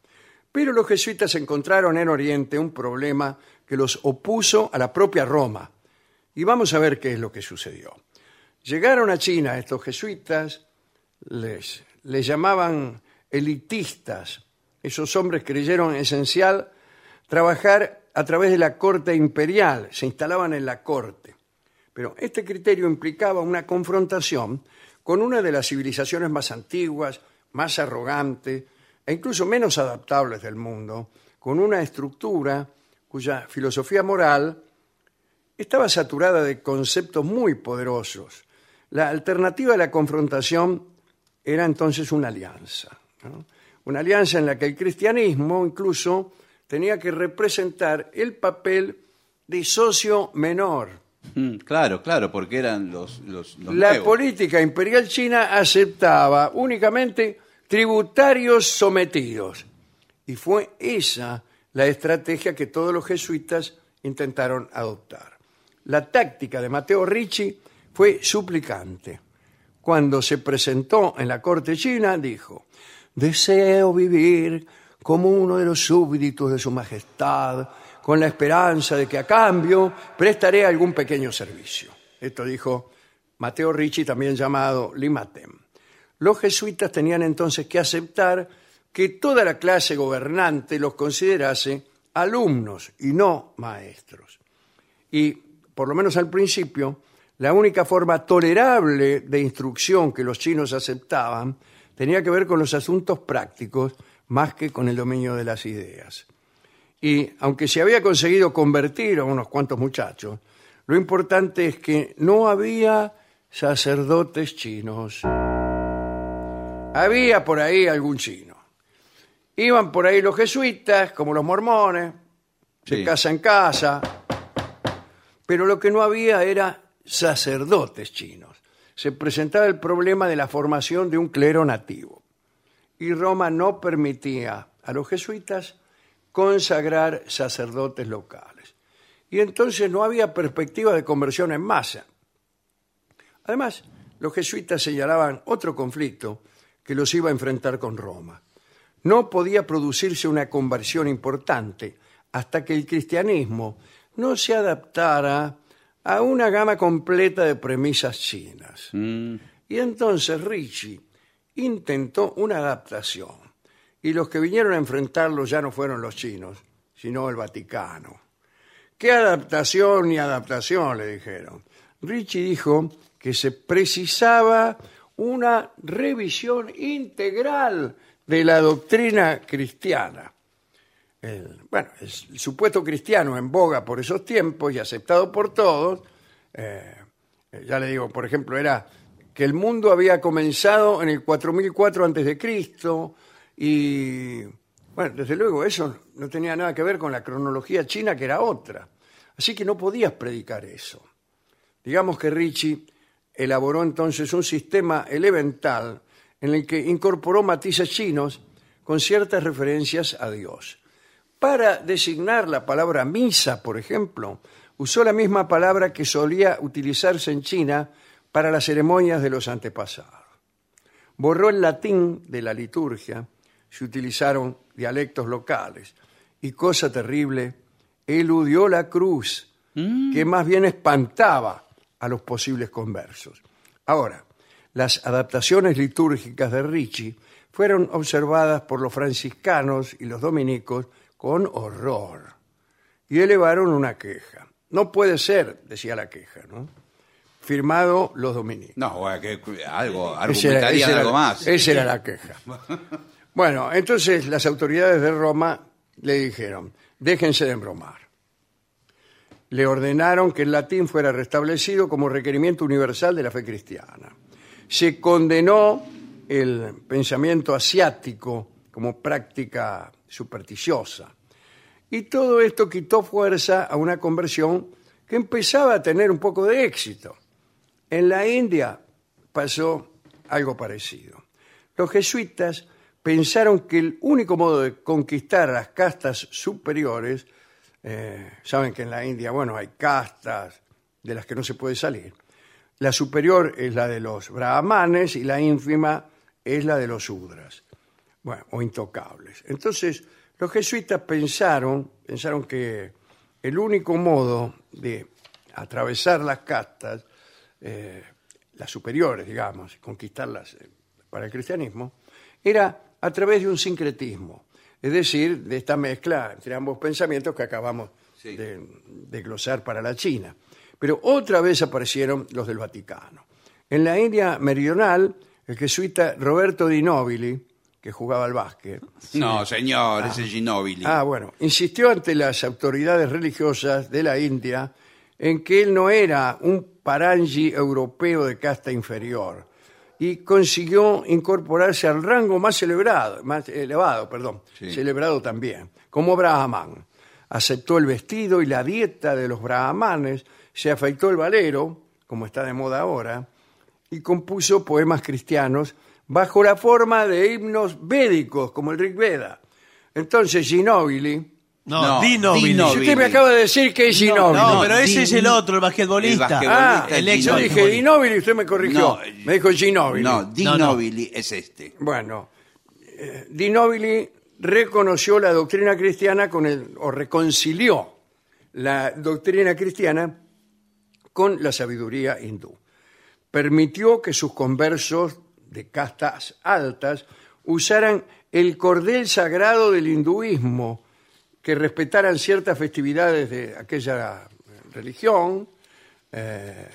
[SPEAKER 7] Pero los jesuitas encontraron en Oriente un problema que los opuso a la propia Roma. Y vamos a ver qué es lo que sucedió. Llegaron a China estos jesuitas, les, les llamaban elitistas. Esos hombres creyeron esencial trabajar a través de la corte imperial, se instalaban en la corte. Pero este criterio implicaba una confrontación con una de las civilizaciones más antiguas, más arrogantes e incluso menos adaptables del mundo, con una estructura cuya filosofía moral estaba saturada de conceptos muy poderosos. La alternativa a la confrontación era entonces una alianza. ¿no? Una alianza en la que el cristianismo incluso tenía que representar el papel de socio menor.
[SPEAKER 8] mm, claro, claro, porque eran los, los, los
[SPEAKER 7] La
[SPEAKER 8] nuevos.
[SPEAKER 7] política imperial china aceptaba únicamente tributarios sometidos. Y fue esa la estrategia que todos los jesuitas intentaron adoptar. La táctica de Mateo Ricci fue suplicante. Cuando se presentó en la corte china, dijo, deseo vivir como uno de los súbditos de su majestad, con la esperanza de que a cambio prestaré algún pequeño servicio. Esto dijo Mateo Ricci, también llamado Limatem. Los jesuitas tenían entonces que aceptar que toda la clase gobernante los considerase alumnos y no maestros. Y, por lo menos al principio, la única forma tolerable de instrucción que los chinos aceptaban tenía que ver con los asuntos prácticos más que con el dominio de las ideas. Y aunque se había conseguido convertir a unos cuantos muchachos, lo importante es que no había sacerdotes chinos. Había por ahí algún chino. Iban por ahí los jesuitas, como los mormones, se
[SPEAKER 8] Sí.
[SPEAKER 7] casa en casa, pero lo que no había era sacerdotes chinos. Se presentaba el problema de la formación de un clero nativo. Y Roma no permitía a los jesuitas consagrar sacerdotes locales. Y entonces no había perspectiva de conversión en masa. Además, los jesuitas señalaban otro conflicto que los iba a enfrentar con Roma. No podía producirse una conversión importante hasta que el cristianismo no se adaptara a una gama completa de premisas chinas. Y entonces Ricci intentó una adaptación. Y los que vinieron a enfrentarlo ya no fueron los chinos, sino el Vaticano. ¿Qué adaptación ni adaptación? le dijeron. Richie dijo que se precisaba una revisión integral de la doctrina cristiana. El, bueno, el supuesto cristiano en boga por esos tiempos y aceptado por todos, eh, ya le digo, por ejemplo, era que el mundo había comenzado en el 4004 antes de Cristo y bueno, desde luego eso no tenía nada que ver con la cronología china que era otra. Así que no podías predicar eso. Digamos que Ricci elaboró entonces un sistema elemental en el que incorporó matices chinos con ciertas referencias a Dios. Para designar la palabra misa, por ejemplo, usó la misma palabra que solía utilizarse en China para las ceremonias de los antepasados. Borró el latín de la liturgia, se utilizaron dialectos locales. Y cosa terrible, eludió la cruz, que más bien espantaba a los posibles conversos. Ahora, las adaptaciones litúrgicas de Ricci fueron observadas por los franciscanos y los dominicos con horror y elevaron una queja. No puede ser, decía la queja, ¿no? Firmado los dominicos.
[SPEAKER 8] No, bueno, que algo,
[SPEAKER 7] Esa era-
[SPEAKER 8] argumentaría
[SPEAKER 7] Eh, esa era-
[SPEAKER 8] algo más.
[SPEAKER 7] Esa era la queja. Bueno, entonces las autoridades de Roma le dijeron, déjense de embromar. Le ordenaron que el latín fuera restablecido como requerimiento universal de la fe cristiana. Se condenó el pensamiento asiático como práctica supersticiosa. Y todo esto quitó fuerza a una conversión que empezaba a tener un poco de éxito. En la India pasó algo parecido. Los jesuitas pensaron que el único modo de conquistar las castas superiores, eh, saben que en la India, bueno, hay castas de las que no se puede salir. La superior es la de los brahmanes y la ínfima es la de los udras, bueno, o intocables. Entonces, los jesuitas pensaron, pensaron que el único modo de atravesar las castas eh, las superiores, digamos, conquistarlas eh, para el cristianismo, era a través de un sincretismo, es decir, de esta mezcla entre ambos pensamientos que acabamos de, de glosar para la China. Pero otra vez aparecieron los del Vaticano. En la India meridional, el jesuita Roberto Di Nobili, que jugaba al básquet,
[SPEAKER 8] No, señor, ese es Ginóbili.
[SPEAKER 7] Ah, bueno. Insistió ante las autoridades religiosas de la India en que él no era un parangi europeo de casta inferior y consiguió incorporarse al rango más celebrado, más elevado, perdón,
[SPEAKER 8] Sí.
[SPEAKER 7] celebrado también, como brahman. Aceptó el vestido y la dieta de los brahmanes, se afeitó el valero, como está de moda ahora, y compuso poemas cristianos bajo la forma de himnos védicos, como el Rig Veda. Entonces, Ginóbili.
[SPEAKER 6] No, Di Nobili.
[SPEAKER 7] Si usted me acaba de decir que es Ginóbili.
[SPEAKER 6] No, pero ese es el otro, el basquetbolista.
[SPEAKER 8] El
[SPEAKER 7] Ah,
[SPEAKER 8] basquetbolista es
[SPEAKER 7] el
[SPEAKER 8] ex-
[SPEAKER 7] yo dije
[SPEAKER 8] Ginóbili.
[SPEAKER 7] Ginóbili y usted me corrigió.
[SPEAKER 8] No,
[SPEAKER 7] me dijo Ginóbili.
[SPEAKER 8] No,
[SPEAKER 6] No, no.
[SPEAKER 8] Dignobili es este.
[SPEAKER 7] Bueno, eh, Di Nobili reconoció la doctrina cristiana con el, o reconcilió la doctrina cristiana con la sabiduría hindú. Permitió que sus conversos de castas altas usaran el cordel sagrado del hinduismo, que respetaran ciertas festividades de aquella religión, eh,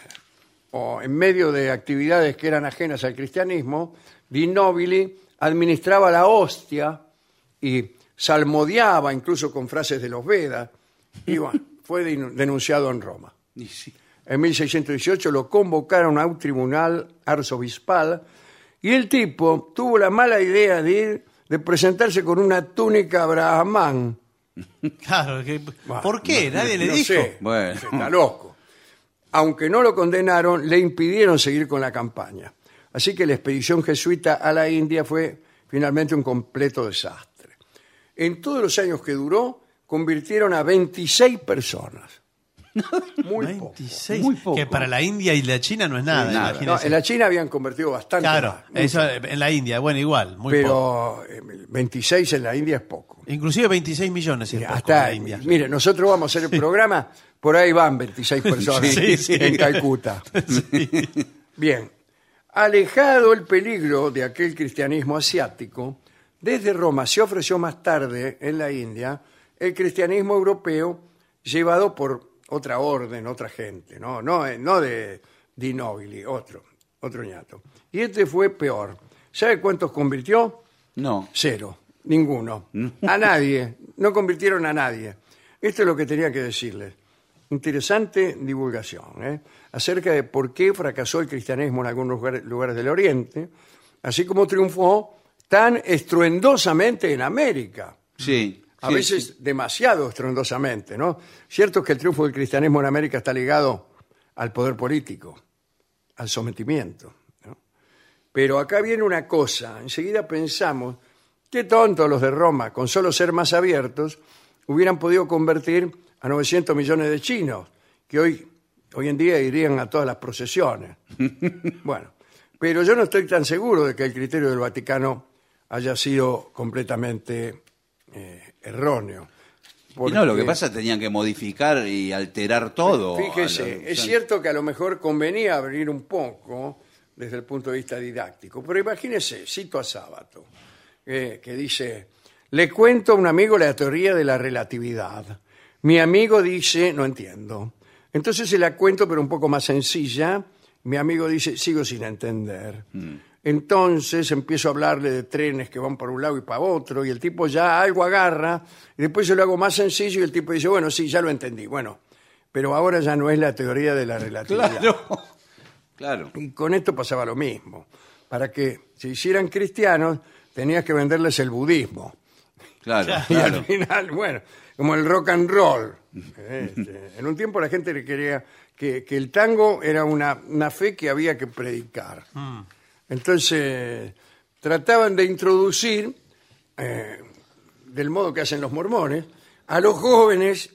[SPEAKER 7] o en medio de actividades que eran ajenas al cristianismo, Di Nobili administraba la hostia y salmodiaba incluso con frases de los Vedas. Y bueno, fue denu- denunciado en Roma.
[SPEAKER 8] Y sí.
[SPEAKER 7] En 1618 lo convocaron a un tribunal arzobispal y el tipo tuvo la mala idea de ir, de presentarse con una túnica brahman.
[SPEAKER 6] Claro, que- ¿por qué?
[SPEAKER 7] No,
[SPEAKER 6] Nadie le
[SPEAKER 7] no
[SPEAKER 6] dijo.
[SPEAKER 7] sé.
[SPEAKER 8] Bueno.
[SPEAKER 7] Está loco. Aunque no lo condenaron, le impidieron seguir con la campaña. Así que la expedición jesuita a la India fue finalmente un completo desastre. En todos los años que duró, convirtieron a 26 personas. Muy poco.
[SPEAKER 6] 26,
[SPEAKER 8] Muy poco.
[SPEAKER 6] Que para la India y la China no es nada,
[SPEAKER 8] nada.
[SPEAKER 7] No,
[SPEAKER 6] imagínese.
[SPEAKER 7] en la China habían convertido bastante.
[SPEAKER 6] Claro,
[SPEAKER 7] más,
[SPEAKER 6] eso, eh, en la India, bueno, igual, muy poco.
[SPEAKER 7] pero eh, 26 en la India es poco.
[SPEAKER 6] Inclusive 26 millones es poco en
[SPEAKER 7] Hasta,
[SPEAKER 6] la India.
[SPEAKER 7] mire, nosotros vamos a hacer el programa, por ahí van 26 personas
[SPEAKER 6] Sí, sí.
[SPEAKER 7] en Calcuta. Bien, alejado el peligro de aquel cristianismo asiático, desde Roma se ofreció más tarde en la India el cristianismo europeo llevado por otra orden, otra gente, no, no, eh, no de Di Nobili, otro, otro ñato. Y este fue peor. ¿Sabe cuántos convirtió?
[SPEAKER 8] No.
[SPEAKER 7] Cero. Ninguno. A nadie. No convirtieron a nadie. Esto es lo que tenía que decirles. Interesante divulgación ¿eh? acerca de por qué fracasó el cristianismo en algunos lugar- lugares del Oriente, así como triunfó tan estruendosamente en América.
[SPEAKER 8] Sí.
[SPEAKER 7] A
[SPEAKER 8] sí,
[SPEAKER 7] veces
[SPEAKER 8] sí.
[SPEAKER 7] demasiado estruendosamente, ¿no? Cierto es que el triunfo del cristianismo en América está ligado al poder político, al sometimiento. ¿no? Pero acá viene una cosa, enseguida pensamos, qué tontos los de Roma, con solo ser más abiertos, hubieran podido convertir a 900 millones de chinos, que hoy, hoy en día irían a todas las procesiones. bueno, pero yo no estoy tan seguro de que el criterio del Vaticano haya sido completamente eh, erróneo.
[SPEAKER 8] Y no, lo que
[SPEAKER 7] Porque-
[SPEAKER 8] pasa es que tenían que modificar y alterar todo.
[SPEAKER 7] Fíjese,
[SPEAKER 8] A la-
[SPEAKER 7] es cierto que a lo mejor convenía abrir un poco desde el punto de vista didáctico, pero imagínese, cito a Sábato, eh, que dice, le cuento a un amigo la teoría de la relatividad. Mi amigo dice, no entiendo. Entonces se la cuento, pero un poco más sencilla. Mi amigo dice, sigo sin entender.
[SPEAKER 8] Mm.
[SPEAKER 7] Entonces empiezo a hablarle de trenes que van para un lado y para otro, y el tipo ya algo agarra, y después yo lo hago más sencillo, y el tipo dice, bueno, sí, ya lo entendí. Bueno, pero ahora ya no es la teoría de la relatividad.
[SPEAKER 8] Claro.
[SPEAKER 7] Y con esto pasaba lo mismo. Para que se hicieran cristianos, tenías que venderles el budismo.
[SPEAKER 8] Claro,
[SPEAKER 7] Y
[SPEAKER 8] claro.
[SPEAKER 7] al final, bueno, como el rock and roll. Este, en un tiempo la gente le quería que, que el tango era una, una fe que había que predicar.
[SPEAKER 6] Mm.
[SPEAKER 7] Entonces, trataban de introducir, eh, del modo que hacen los mormones, a los jóvenes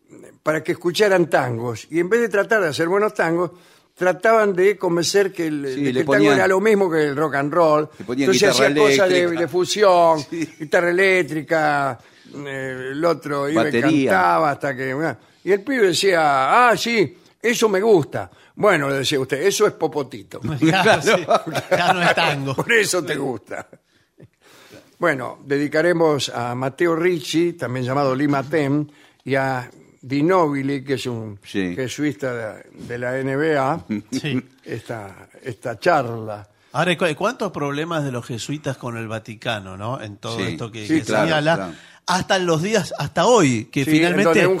[SPEAKER 7] para que escucharan tangos. Y en vez de tratar de hacer buenos tangos, trataban de convencer que el,
[SPEAKER 8] Sí,
[SPEAKER 7] de que
[SPEAKER 8] le
[SPEAKER 7] el tango
[SPEAKER 8] ponían-
[SPEAKER 7] era lo mismo que el rock and roll.
[SPEAKER 8] Le ponían
[SPEAKER 7] Entonces hacía
[SPEAKER 8] guitarra
[SPEAKER 7] cosas de,
[SPEAKER 8] eléctrica.
[SPEAKER 7] de fusión, guitarra eléctrica, eh, el otro iba y
[SPEAKER 8] Batería.
[SPEAKER 7] cantaba hasta que... ah, Y el pibe decía, ah, sí, eso me gusta. Bueno, le decía usted, eso es popotito.
[SPEAKER 6] Claro, sí. Ya no es tango.
[SPEAKER 7] Por eso te gusta. Bueno, dedicaremos a Mateo Ricci, también llamado Lima Tem, y a Di Nobili, que es un
[SPEAKER 8] Sí.
[SPEAKER 7] jesuista de, de la NBA,
[SPEAKER 6] Sí.
[SPEAKER 7] esta, esta charla.
[SPEAKER 6] Ahora, ¿cu- ¿cuántos problemas de los jesuitas con el Vaticano, no? En todo
[SPEAKER 8] Sí,
[SPEAKER 6] esto que,
[SPEAKER 7] sí,
[SPEAKER 6] que
[SPEAKER 8] claro,
[SPEAKER 6] señala.
[SPEAKER 8] claro.
[SPEAKER 6] Hasta los días, hasta hoy, que
[SPEAKER 7] Sí,
[SPEAKER 6] finalmente.
[SPEAKER 7] donde un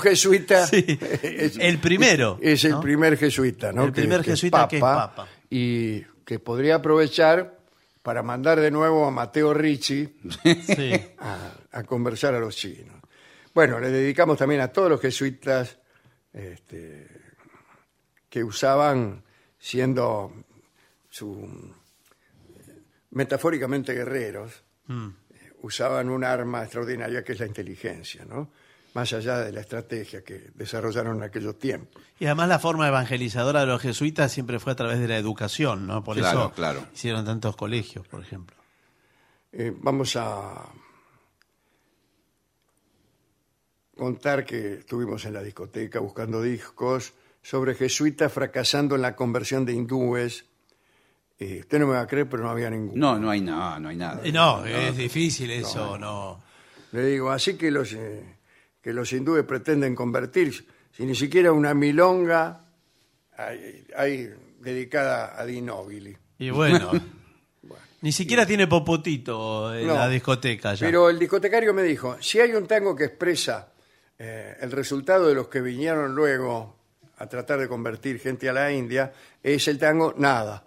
[SPEAKER 7] jesuita
[SPEAKER 6] Sí,
[SPEAKER 7] es-
[SPEAKER 6] el primero.
[SPEAKER 7] Es el
[SPEAKER 6] ¿no?
[SPEAKER 7] primer jesuita, ¿no?
[SPEAKER 6] El primer jesuita que es papa.
[SPEAKER 7] Y que podría aprovechar para mandar de nuevo a Mateo Ricci
[SPEAKER 6] Sí.
[SPEAKER 7] a, a conversar a los chinos. Bueno, le dedicamos también a todos los jesuitas este, que usaban, siendo su- eh, metafóricamente guerreros,
[SPEAKER 6] Mm.
[SPEAKER 7] eh, usaban un arma extraordinaria que es la inteligencia, ¿no? más allá de la estrategia que desarrollaron en aquellos tiempos.
[SPEAKER 6] Y además la forma evangelizadora de los jesuitas siempre fue a través de la educación, ¿no? Por
[SPEAKER 8] Claro,
[SPEAKER 6] eso
[SPEAKER 8] claro.
[SPEAKER 6] hicieron tantos colegios, por ejemplo.
[SPEAKER 7] Eh, vamos a contar que estuvimos en la discoteca buscando discos sobre jesuitas fracasando en la conversión de hindúes. Eh, usted no me va a creer, pero no había ninguno.
[SPEAKER 8] No, no hay nada, no hay nada.
[SPEAKER 6] Y Eh, no, es difícil eso, no.
[SPEAKER 7] Le digo, así que los, eh, que los hindúes pretenden convertirse, si ni siquiera una milonga hay, hay dedicada a Dinobili.
[SPEAKER 6] Y bueno. Ni siquiera tiene popotito en
[SPEAKER 7] No.
[SPEAKER 6] la discoteca ya.
[SPEAKER 7] Pero el discotecario me dijo, si hay un tango que expresa eh, el resultado de los que vinieron luego a tratar de convertir gente a la India, es el tango Nada,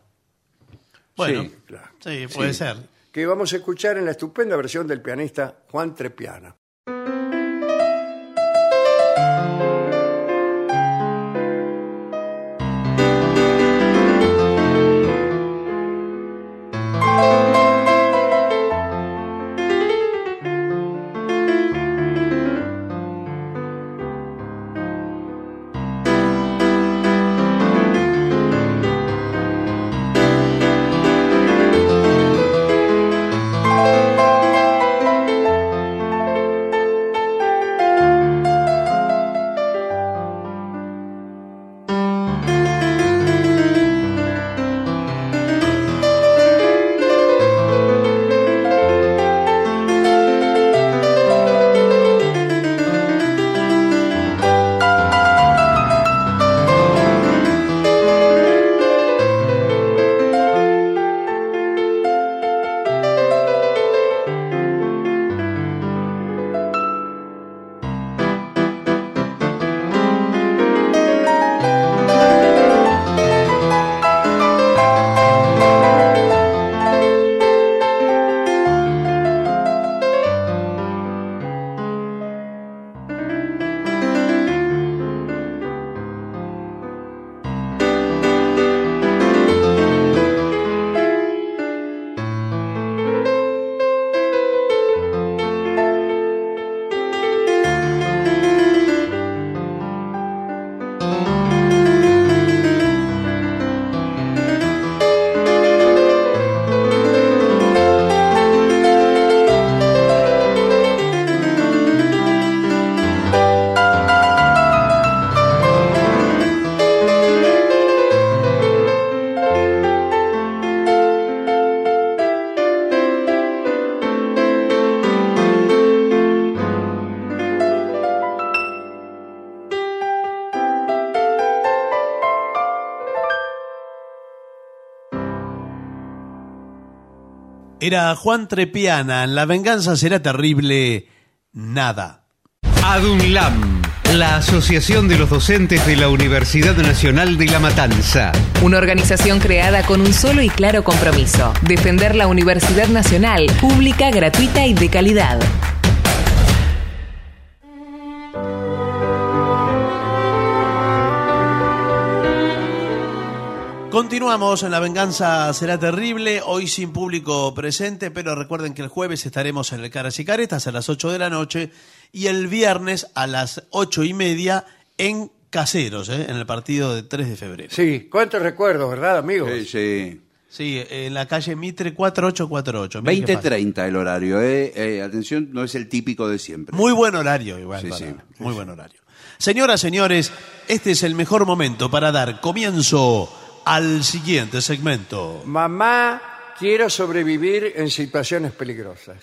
[SPEAKER 6] bueno,
[SPEAKER 8] sí,
[SPEAKER 6] sí,
[SPEAKER 7] claro.
[SPEAKER 6] puede ser.
[SPEAKER 7] que vamos a escuchar en la estupenda versión del pianista Juan Trepiana.
[SPEAKER 6] Era Juan Trepiana en La venganza será terrible. Nada.
[SPEAKER 12] ADUNLAM, la Asociación de los Docentes de la Universidad Nacional de La Matanza.
[SPEAKER 13] Una organización creada con un solo y claro compromiso, defender la Universidad Nacional, pública, gratuita y de calidad.
[SPEAKER 6] Continuamos en La Venganza Será Terrible, hoy sin público presente, pero recuerden que el jueves estaremos en el Caras y Caretas a las 8 de la noche y el viernes a las 8 y media en Caseros, ¿eh? en el partido de 3 de febrero.
[SPEAKER 7] Sí, cuántos recuerdos, ¿verdad, amigos?
[SPEAKER 8] Sí, sí.
[SPEAKER 6] Sí, en la calle Mitre 4848. Miren qué fácil.
[SPEAKER 8] 20.30 el horario, ¿eh? Eh, Atención, no es el típico de siempre.
[SPEAKER 6] Muy buen horario, igual.
[SPEAKER 8] Sí,
[SPEAKER 6] para-
[SPEAKER 8] sí.
[SPEAKER 6] Muy buen horario. Señoras, señores, este es el mejor momento para dar comienzo al siguiente segmento.
[SPEAKER 7] Mamá, quiero sobrevivir en situaciones peligrosas.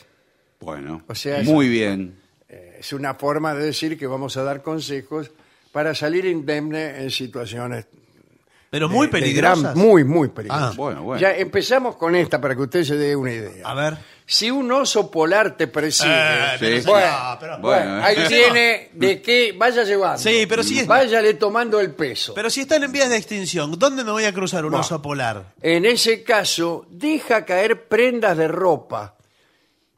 [SPEAKER 8] Bueno,
[SPEAKER 7] O sea, es-
[SPEAKER 8] muy bien.
[SPEAKER 7] Es una forma de decir que vamos a dar consejos para salir indemne en situaciones
[SPEAKER 6] Pero muy
[SPEAKER 7] de
[SPEAKER 6] peligrosas.
[SPEAKER 7] gran- muy, muy peligrosas.
[SPEAKER 6] Ah, bueno, bueno.
[SPEAKER 7] Ya empezamos con esta para que usted se dé una idea.
[SPEAKER 6] A ver.
[SPEAKER 7] Si un oso polar te persigue,
[SPEAKER 6] Eh, pero sí.
[SPEAKER 7] bueno,
[SPEAKER 6] No, pero-
[SPEAKER 7] bueno,
[SPEAKER 6] Bueno, eh.
[SPEAKER 7] ahí
[SPEAKER 6] Pero-
[SPEAKER 7] tiene de qué vaya llevando.
[SPEAKER 6] Sí, pero sí es-
[SPEAKER 7] Váyale tomando el peso.
[SPEAKER 6] Pero si están en vías de extinción, ¿dónde me voy a cruzar un
[SPEAKER 7] Bueno.
[SPEAKER 6] oso polar?
[SPEAKER 7] En ese caso, deja caer prendas de ropa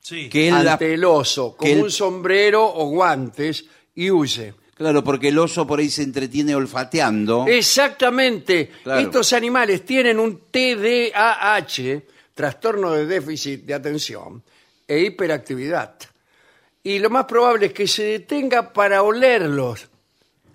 [SPEAKER 6] Sí.
[SPEAKER 8] Que la-
[SPEAKER 7] ante el oso, como
[SPEAKER 8] que el-
[SPEAKER 7] un sombrero o guantes, y huye. Eh.
[SPEAKER 8] Claro, porque el oso por ahí se entretiene olfateando.
[SPEAKER 7] Exactamente.
[SPEAKER 8] Claro.
[SPEAKER 7] Estos animales tienen un TDAH, trastorno de déficit de atención e hiperactividad. Y lo más probable es que se detenga para olerlos.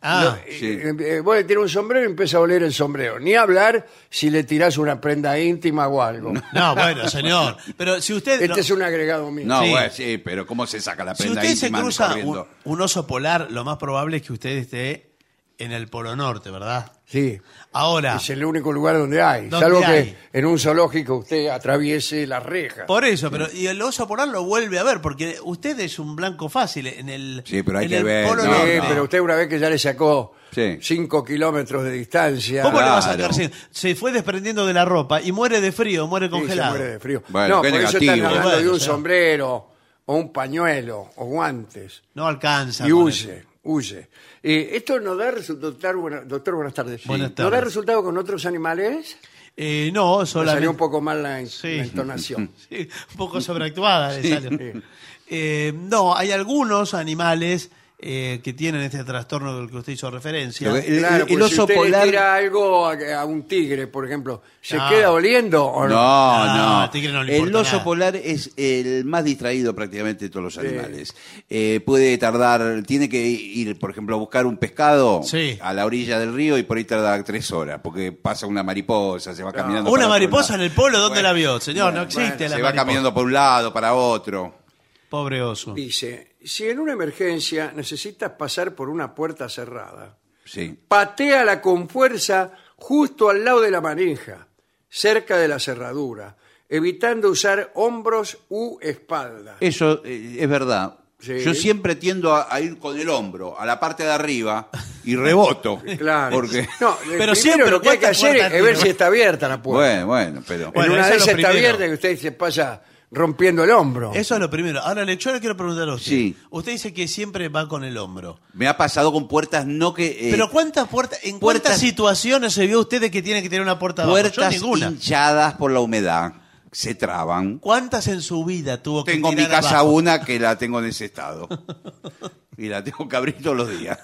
[SPEAKER 6] Ah,
[SPEAKER 8] Sí.
[SPEAKER 7] Eh, eh, Vos le tirás un sombrero y empieza a oler el sombrero. Ni hablar si le tirás una prenda íntima o algo.
[SPEAKER 6] no, bueno, señor. Pero si usted.
[SPEAKER 7] Este
[SPEAKER 6] no-
[SPEAKER 7] es un agregado mío.
[SPEAKER 8] No,
[SPEAKER 6] Sí.
[SPEAKER 8] bueno, sí, pero ¿cómo se saca la
[SPEAKER 6] Si
[SPEAKER 8] prenda
[SPEAKER 6] usted se
[SPEAKER 8] íntima
[SPEAKER 6] cruza
[SPEAKER 8] corriendo?
[SPEAKER 6] un, un oso polar, lo más probable es que usted esté en el Polo Norte, ¿verdad?
[SPEAKER 7] Sí.
[SPEAKER 6] Ahora,
[SPEAKER 7] Es el único lugar donde hay.
[SPEAKER 6] ¿Dónde
[SPEAKER 7] salvo
[SPEAKER 6] hay?
[SPEAKER 7] que en un zoológico usted atraviese las rejas.
[SPEAKER 6] por eso, pero y el oso polar lo vuelve a ver, porque usted es un blanco fácil en el,
[SPEAKER 8] Sí, pero hay
[SPEAKER 6] en
[SPEAKER 8] que
[SPEAKER 6] el
[SPEAKER 8] ver,
[SPEAKER 6] Polo
[SPEAKER 8] no,
[SPEAKER 7] Sí,
[SPEAKER 6] Norte.
[SPEAKER 8] no.
[SPEAKER 7] pero usted una vez que ya le sacó
[SPEAKER 8] Sí.
[SPEAKER 7] 5 kilómetros de distancia.
[SPEAKER 6] ¿Cómo le va a sacar?
[SPEAKER 8] Claro.
[SPEAKER 6] sin- Se fue desprendiendo de la ropa y muere de frío, muere
[SPEAKER 7] Sí, se
[SPEAKER 6] congelado.
[SPEAKER 7] muere de frío.
[SPEAKER 8] Bueno,
[SPEAKER 7] no, por
[SPEAKER 8] qué
[SPEAKER 7] eso
[SPEAKER 8] negativo. ¿eh?
[SPEAKER 7] están hablando
[SPEAKER 6] Bueno,
[SPEAKER 7] de un
[SPEAKER 6] ya.
[SPEAKER 7] sombrero o un pañuelo o guantes.
[SPEAKER 6] No alcanza.
[SPEAKER 7] Y
[SPEAKER 6] con
[SPEAKER 7] huye, huye. Eh, esto no da resultado, doctor, buena- doctor, buenas tardes.
[SPEAKER 6] Buenas
[SPEAKER 7] ¿No da
[SPEAKER 6] tardes.
[SPEAKER 7] resultado con otros animales?
[SPEAKER 6] eso. Eh, no,
[SPEAKER 7] Me
[SPEAKER 6] solamente.
[SPEAKER 7] Salió un poco mal la, en-
[SPEAKER 6] Sí.
[SPEAKER 7] la entonación.
[SPEAKER 6] Sí, un poco sobreactuada le salió. Eh, no, hay algunos animales eh, que tienen este trastorno del que usted hizo referencia. Eh,
[SPEAKER 8] Lo que- pues, El-
[SPEAKER 7] Claro,
[SPEAKER 8] el-
[SPEAKER 7] porque
[SPEAKER 8] el
[SPEAKER 7] si
[SPEAKER 8] oso
[SPEAKER 7] usted
[SPEAKER 8] polar-
[SPEAKER 7] le tira algo a, a un tigre, por ejemplo, ¿se
[SPEAKER 6] No.
[SPEAKER 7] queda oliendo o
[SPEAKER 8] No,
[SPEAKER 7] no?
[SPEAKER 6] No,
[SPEAKER 8] no.
[SPEAKER 6] Ah, al tigre no le
[SPEAKER 8] el
[SPEAKER 6] importa
[SPEAKER 8] oso
[SPEAKER 6] nada.
[SPEAKER 8] polar es el más distraído prácticamente de todos los animales. Eh, puede tardar, tiene que ir, por ejemplo, a buscar un pescado
[SPEAKER 6] Sí.
[SPEAKER 8] a la orilla del río y por ahí tarda tres horas, porque pasa una mariposa, se va caminando.
[SPEAKER 6] Una
[SPEAKER 8] para otro
[SPEAKER 6] mariposa en
[SPEAKER 8] lado.
[SPEAKER 6] el polo, ¿dónde
[SPEAKER 8] Bueno,
[SPEAKER 6] la vio? Señor, no existe
[SPEAKER 8] Se
[SPEAKER 6] la
[SPEAKER 8] va
[SPEAKER 6] mariposa.
[SPEAKER 8] caminando por un lado, para otro.
[SPEAKER 6] Pobre oso.
[SPEAKER 7] Dice, si en una emergencia necesitas pasar por una puerta cerrada,
[SPEAKER 8] Sí.
[SPEAKER 7] pateala con fuerza justo al lado de la manija, cerca de la cerradura, evitando usar hombros u espalda.
[SPEAKER 8] Eso eh, es verdad.
[SPEAKER 7] Sí.
[SPEAKER 8] Yo siempre tiendo a, a ir con el hombro, a la parte de arriba, y reboto.
[SPEAKER 7] Claro.
[SPEAKER 8] Porque,
[SPEAKER 7] No,
[SPEAKER 6] Pero siempre,
[SPEAKER 7] pero siempre lo que hay que
[SPEAKER 6] ¿cuántas
[SPEAKER 7] hacer
[SPEAKER 6] puertas
[SPEAKER 7] es ver
[SPEAKER 6] tiene?
[SPEAKER 7] si está abierta la puerta.
[SPEAKER 8] bueno, bueno, pero...
[SPEAKER 7] en
[SPEAKER 6] Bueno,
[SPEAKER 7] una
[SPEAKER 6] eso
[SPEAKER 7] de
[SPEAKER 6] es
[SPEAKER 7] esas
[SPEAKER 6] lo
[SPEAKER 7] está
[SPEAKER 6] primero.
[SPEAKER 7] abierta y usted se pasa rompiendo el hombro.
[SPEAKER 6] Eso es lo primero. Ahora, le- yo le quiero preguntar a usted.
[SPEAKER 8] Sí.
[SPEAKER 6] Usted dice que siempre va con el hombro.
[SPEAKER 8] Me ha pasado con puertas no que. eh,
[SPEAKER 6] Pero ¿cuántas puertas, en cuántas
[SPEAKER 8] puertas-
[SPEAKER 6] situaciones se vio usted de que tiene que tener una puerta abajo? Yo
[SPEAKER 8] puertas
[SPEAKER 6] ninguna.
[SPEAKER 8] hinchadas por la humedad. Se traban.
[SPEAKER 6] ¿Cuántas en su vida tuvo que
[SPEAKER 8] Tengo en mi
[SPEAKER 6] tirar
[SPEAKER 8] casa
[SPEAKER 6] abajo?
[SPEAKER 8] una que la tengo en ese estado. Y la tengo que abrir todos los días.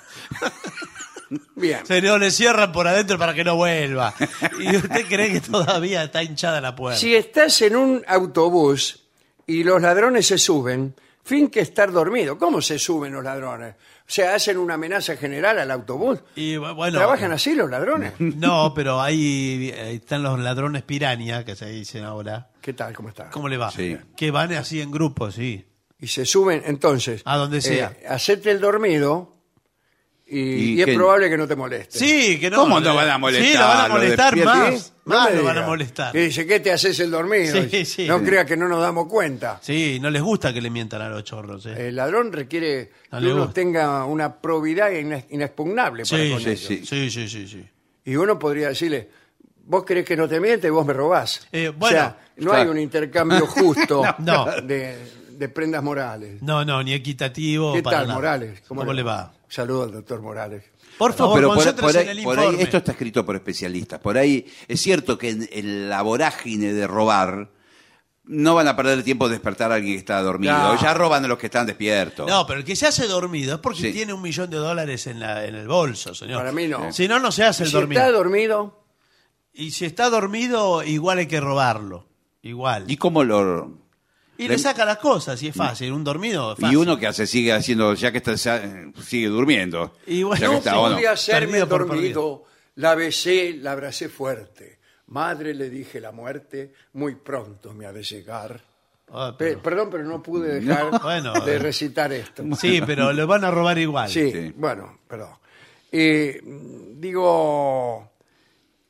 [SPEAKER 7] Bien.
[SPEAKER 6] Señor, le cierran por adentro para que no vuelva. ¿Y usted cree que todavía está hinchada la puerta?
[SPEAKER 7] Si estás en un autobús y los ladrones se suben, fin que estar dormido. ¿Cómo se suben los ladrones? O sea, hacen una amenaza general al autobús.
[SPEAKER 6] Y bu- bueno, eh,
[SPEAKER 7] ¿Trabajan así los ladrones?
[SPEAKER 6] No, pero ahí eh, están los ladrones piranha, que se dicen ahora.
[SPEAKER 7] ¿Qué tal? ¿Cómo está?
[SPEAKER 6] ¿Cómo le va?
[SPEAKER 8] Sí.
[SPEAKER 6] Que van así en grupo, sí.
[SPEAKER 7] Y se suben, entonces.
[SPEAKER 6] A donde
[SPEAKER 7] Eh,
[SPEAKER 6] sea.
[SPEAKER 7] hacete el dormido y,
[SPEAKER 8] ¿Y
[SPEAKER 7] y es
[SPEAKER 8] qué?
[SPEAKER 7] probable que no te moleste.
[SPEAKER 6] Sí, que no.
[SPEAKER 8] ¿Cómo no van a molestar?
[SPEAKER 6] Sí, lo van a
[SPEAKER 8] Lo
[SPEAKER 6] molestar
[SPEAKER 8] despiertan.
[SPEAKER 6] más.
[SPEAKER 7] No
[SPEAKER 6] más
[SPEAKER 7] me
[SPEAKER 6] lo van a
[SPEAKER 7] diga.
[SPEAKER 6] molestar.
[SPEAKER 7] Y dice, ¿qué te haces el dormido?
[SPEAKER 6] Sí,
[SPEAKER 7] Dice,
[SPEAKER 6] sí.
[SPEAKER 7] No creas que no nos damos cuenta.
[SPEAKER 6] Sí, no les gusta que le mientan a los chorros. ¿eh?
[SPEAKER 7] El ladrón requiere
[SPEAKER 6] No
[SPEAKER 7] que
[SPEAKER 6] le
[SPEAKER 7] uno
[SPEAKER 6] gusta.
[SPEAKER 7] tenga una probidad ines- inexpugnable para
[SPEAKER 6] sí,
[SPEAKER 7] con
[SPEAKER 6] sí,
[SPEAKER 7] ellos.
[SPEAKER 6] sí, sí, sí, sí.
[SPEAKER 7] Y uno podría decirle, vos crees que no te miente y vos me robás.
[SPEAKER 6] Eh,
[SPEAKER 7] o sea,
[SPEAKER 6] bueno,
[SPEAKER 7] no
[SPEAKER 6] claro.
[SPEAKER 7] hay un intercambio justo
[SPEAKER 6] No.
[SPEAKER 7] De, de prendas morales.
[SPEAKER 6] No, no, ni equitativo.
[SPEAKER 7] ¿Qué
[SPEAKER 6] para
[SPEAKER 7] tal,
[SPEAKER 6] nada.
[SPEAKER 7] Morales?
[SPEAKER 6] ¿Cómo, le va?
[SPEAKER 7] Saludos al doctor Morales.
[SPEAKER 6] Por
[SPEAKER 8] No,
[SPEAKER 6] favor,
[SPEAKER 8] pero por,
[SPEAKER 6] concéntrese
[SPEAKER 8] por ahí,
[SPEAKER 6] en el
[SPEAKER 8] por ahí-
[SPEAKER 6] informe.
[SPEAKER 8] esto está escrito por especialistas. Por ahí es cierto que en, en la vorágine de robar no van a perder tiempo de despertar a alguien que está dormido.
[SPEAKER 6] No.
[SPEAKER 8] Ya roban a los que están despiertos.
[SPEAKER 6] No, pero el que se hace dormido es porque
[SPEAKER 8] Sí.
[SPEAKER 6] tiene un millón de dólares en, la, en el bolso, señor.
[SPEAKER 7] Para mí no.
[SPEAKER 6] Si no, no se hace el
[SPEAKER 7] Si
[SPEAKER 6] dormido.
[SPEAKER 7] está dormido,
[SPEAKER 6] Y si está dormido, igual hay que robarlo. Igual.
[SPEAKER 8] ¿Y cómo lo
[SPEAKER 6] Y
[SPEAKER 8] Le-
[SPEAKER 6] le saca las cosas, y es fácil. Un dormido es
[SPEAKER 8] y
[SPEAKER 6] fácil.
[SPEAKER 8] uno que hace sigue haciendo ya que está ya- sigue durmiendo.
[SPEAKER 6] Y bueno,
[SPEAKER 8] ya que
[SPEAKER 6] no
[SPEAKER 8] está,
[SPEAKER 6] se
[SPEAKER 8] ¿o no?
[SPEAKER 7] podía hacerme
[SPEAKER 6] Perdido por
[SPEAKER 7] dormido. La besé, la abracé fuerte. Madre, le dije la muerte, muy pronto me ha de llegar.
[SPEAKER 6] Ah,
[SPEAKER 7] Pe-
[SPEAKER 6] pero-
[SPEAKER 7] perdón, pero no pude dejar
[SPEAKER 6] Bueno,
[SPEAKER 7] de
[SPEAKER 6] eh.
[SPEAKER 7] recitar esto.
[SPEAKER 6] Sí, pero lo van a robar igual.
[SPEAKER 7] Sí, bueno, perdón. Eh, digo,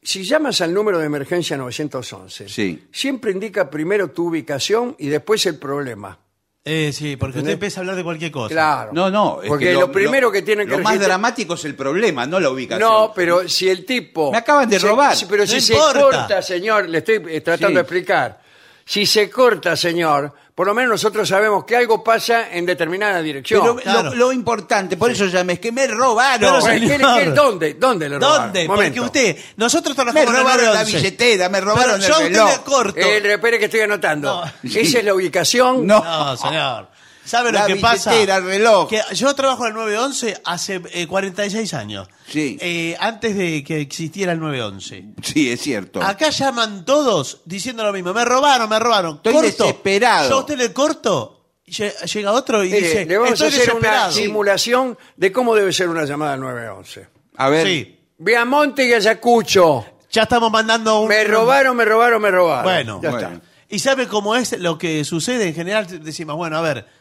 [SPEAKER 7] si llamas al número de emergencia 911,
[SPEAKER 8] Sí.
[SPEAKER 7] siempre indica primero tu ubicación y después el problema.
[SPEAKER 6] Eh, sí, porque usted empieza a hablar de cualquier cosa.
[SPEAKER 7] Claro.
[SPEAKER 8] No, no. es
[SPEAKER 7] Porque
[SPEAKER 8] que
[SPEAKER 7] lo, primero que tienen que
[SPEAKER 8] Lo más
[SPEAKER 7] registrar-
[SPEAKER 8] dramático es el problema, no la ubicación.
[SPEAKER 7] No, pero si el tipo...
[SPEAKER 8] Me acaban de
[SPEAKER 7] Oh, se-
[SPEAKER 8] robar.
[SPEAKER 7] si- pero
[SPEAKER 6] No
[SPEAKER 7] si se
[SPEAKER 6] importa.
[SPEAKER 7] corta, señor, le estoy eh, tratando
[SPEAKER 8] Sí.
[SPEAKER 7] de explicar. Si se corta, señor, por lo menos nosotros sabemos que algo pasa en determinada dirección.
[SPEAKER 8] Pero lo-
[SPEAKER 6] claro.
[SPEAKER 8] lo, importante, por eso llamé, es que me robaron.
[SPEAKER 6] Pero,
[SPEAKER 7] Bueno, ¿qué-
[SPEAKER 6] señor.
[SPEAKER 7] qué- ¿Dónde? ¿Dónde le robaron?
[SPEAKER 6] ¿Dónde? Porque
[SPEAKER 7] Momento.
[SPEAKER 6] usted, nosotros
[SPEAKER 8] me
[SPEAKER 6] trabajamos en el
[SPEAKER 8] robaron la
[SPEAKER 6] 911.
[SPEAKER 8] billetera, me
[SPEAKER 6] Pero
[SPEAKER 8] robaron
[SPEAKER 6] yo a
[SPEAKER 8] el
[SPEAKER 6] usted le
[SPEAKER 8] reloj.
[SPEAKER 6] corto.
[SPEAKER 7] Eh, espere que estoy anotando.
[SPEAKER 6] No.
[SPEAKER 7] Esa es la ubicación.
[SPEAKER 8] No.
[SPEAKER 6] No, señor. ¿Sabe
[SPEAKER 8] La
[SPEAKER 6] lo que pasa?
[SPEAKER 8] billetera, el reloj.
[SPEAKER 6] Que yo trabajo en el 911 hace eh, 46 años.
[SPEAKER 8] Sí.
[SPEAKER 6] Eh, antes de que existiera el 911.
[SPEAKER 8] Sí, es cierto.
[SPEAKER 6] Acá llaman todos diciendo lo mismo. Me robaron, me robaron.
[SPEAKER 8] Estoy
[SPEAKER 6] corto.
[SPEAKER 8] desesperado.
[SPEAKER 6] Yo a usted le corto, lle- llega otro y
[SPEAKER 7] Mire,
[SPEAKER 6] dice,
[SPEAKER 7] Eh, le vamos a
[SPEAKER 6] estoy
[SPEAKER 7] hacer una
[SPEAKER 6] desesperado.
[SPEAKER 7] simulación de cómo debe ser una llamada al 911.
[SPEAKER 8] A ver,
[SPEAKER 6] Sí.
[SPEAKER 7] Viamonte y Ayacucho.
[SPEAKER 6] Ya estamos mandando un...
[SPEAKER 7] Me robaron, me robaron, me robaron.
[SPEAKER 6] Bueno.
[SPEAKER 7] ya
[SPEAKER 8] Bueno.
[SPEAKER 7] está.
[SPEAKER 6] Y sabe cómo es lo que sucede en general. Decimos, bueno, a ver,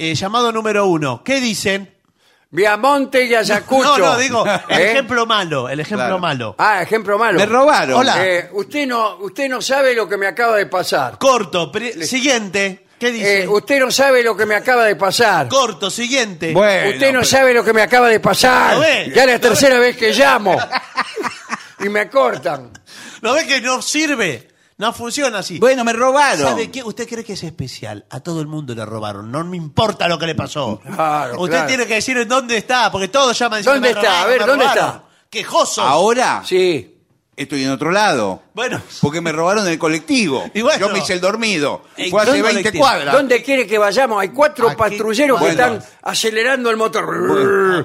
[SPEAKER 6] eh, llamado número uno, ¿qué dicen?
[SPEAKER 7] Viamonte y Ayacucho.
[SPEAKER 6] No, no, digo, el
[SPEAKER 7] ¿Eh?
[SPEAKER 6] ejemplo malo, el ejemplo
[SPEAKER 8] Claro.
[SPEAKER 6] malo.
[SPEAKER 7] Ah, ejemplo malo.
[SPEAKER 8] me robaron.
[SPEAKER 6] Hola.
[SPEAKER 7] Eh, usted, no, usted no sabe lo que me acaba de pasar.
[SPEAKER 6] Corto, pri- siguiente, ¿qué dice?
[SPEAKER 7] Eh, usted no sabe lo que me acaba de pasar.
[SPEAKER 6] Corto, siguiente.
[SPEAKER 8] Bueno,
[SPEAKER 7] Usted no
[SPEAKER 8] pero-
[SPEAKER 7] sabe lo que me acaba de pasar.
[SPEAKER 6] ¿Lo ve?
[SPEAKER 7] Ya es la
[SPEAKER 6] ¿Lo
[SPEAKER 7] tercera vez que llamo. y me cortan.
[SPEAKER 6] ¿No ve que no sirve? No funciona así.
[SPEAKER 8] Bueno, me robaron.
[SPEAKER 6] ¿Sabe qué? ¿Usted cree que es especial? A todo el mundo le robaron. No me importa lo que le pasó.
[SPEAKER 7] Claro,
[SPEAKER 6] Usted
[SPEAKER 7] claro.
[SPEAKER 6] tiene que decir en dónde está, porque todos llaman diciendo,
[SPEAKER 7] ¿Dónde
[SPEAKER 6] "Me
[SPEAKER 7] está? A
[SPEAKER 6] robaron,
[SPEAKER 7] ver,
[SPEAKER 6] me
[SPEAKER 7] ¿dónde
[SPEAKER 6] robaron".
[SPEAKER 7] está?
[SPEAKER 6] Quejosos.
[SPEAKER 8] Ahora
[SPEAKER 7] Sí.
[SPEAKER 8] estoy en otro lado.
[SPEAKER 6] Bueno.
[SPEAKER 8] Porque me robaron el colectivo.
[SPEAKER 6] Y bueno.
[SPEAKER 8] Yo me hice el dormido.
[SPEAKER 6] ¿En
[SPEAKER 8] Fue hace
[SPEAKER 6] dónde
[SPEAKER 8] 20
[SPEAKER 6] colectivo?
[SPEAKER 8] cuadras.
[SPEAKER 7] ¿Dónde quiere que vayamos? Hay cuatro
[SPEAKER 6] ¿A qué
[SPEAKER 7] patrulleros que
[SPEAKER 8] cuadras?
[SPEAKER 7] están acelerando el motor.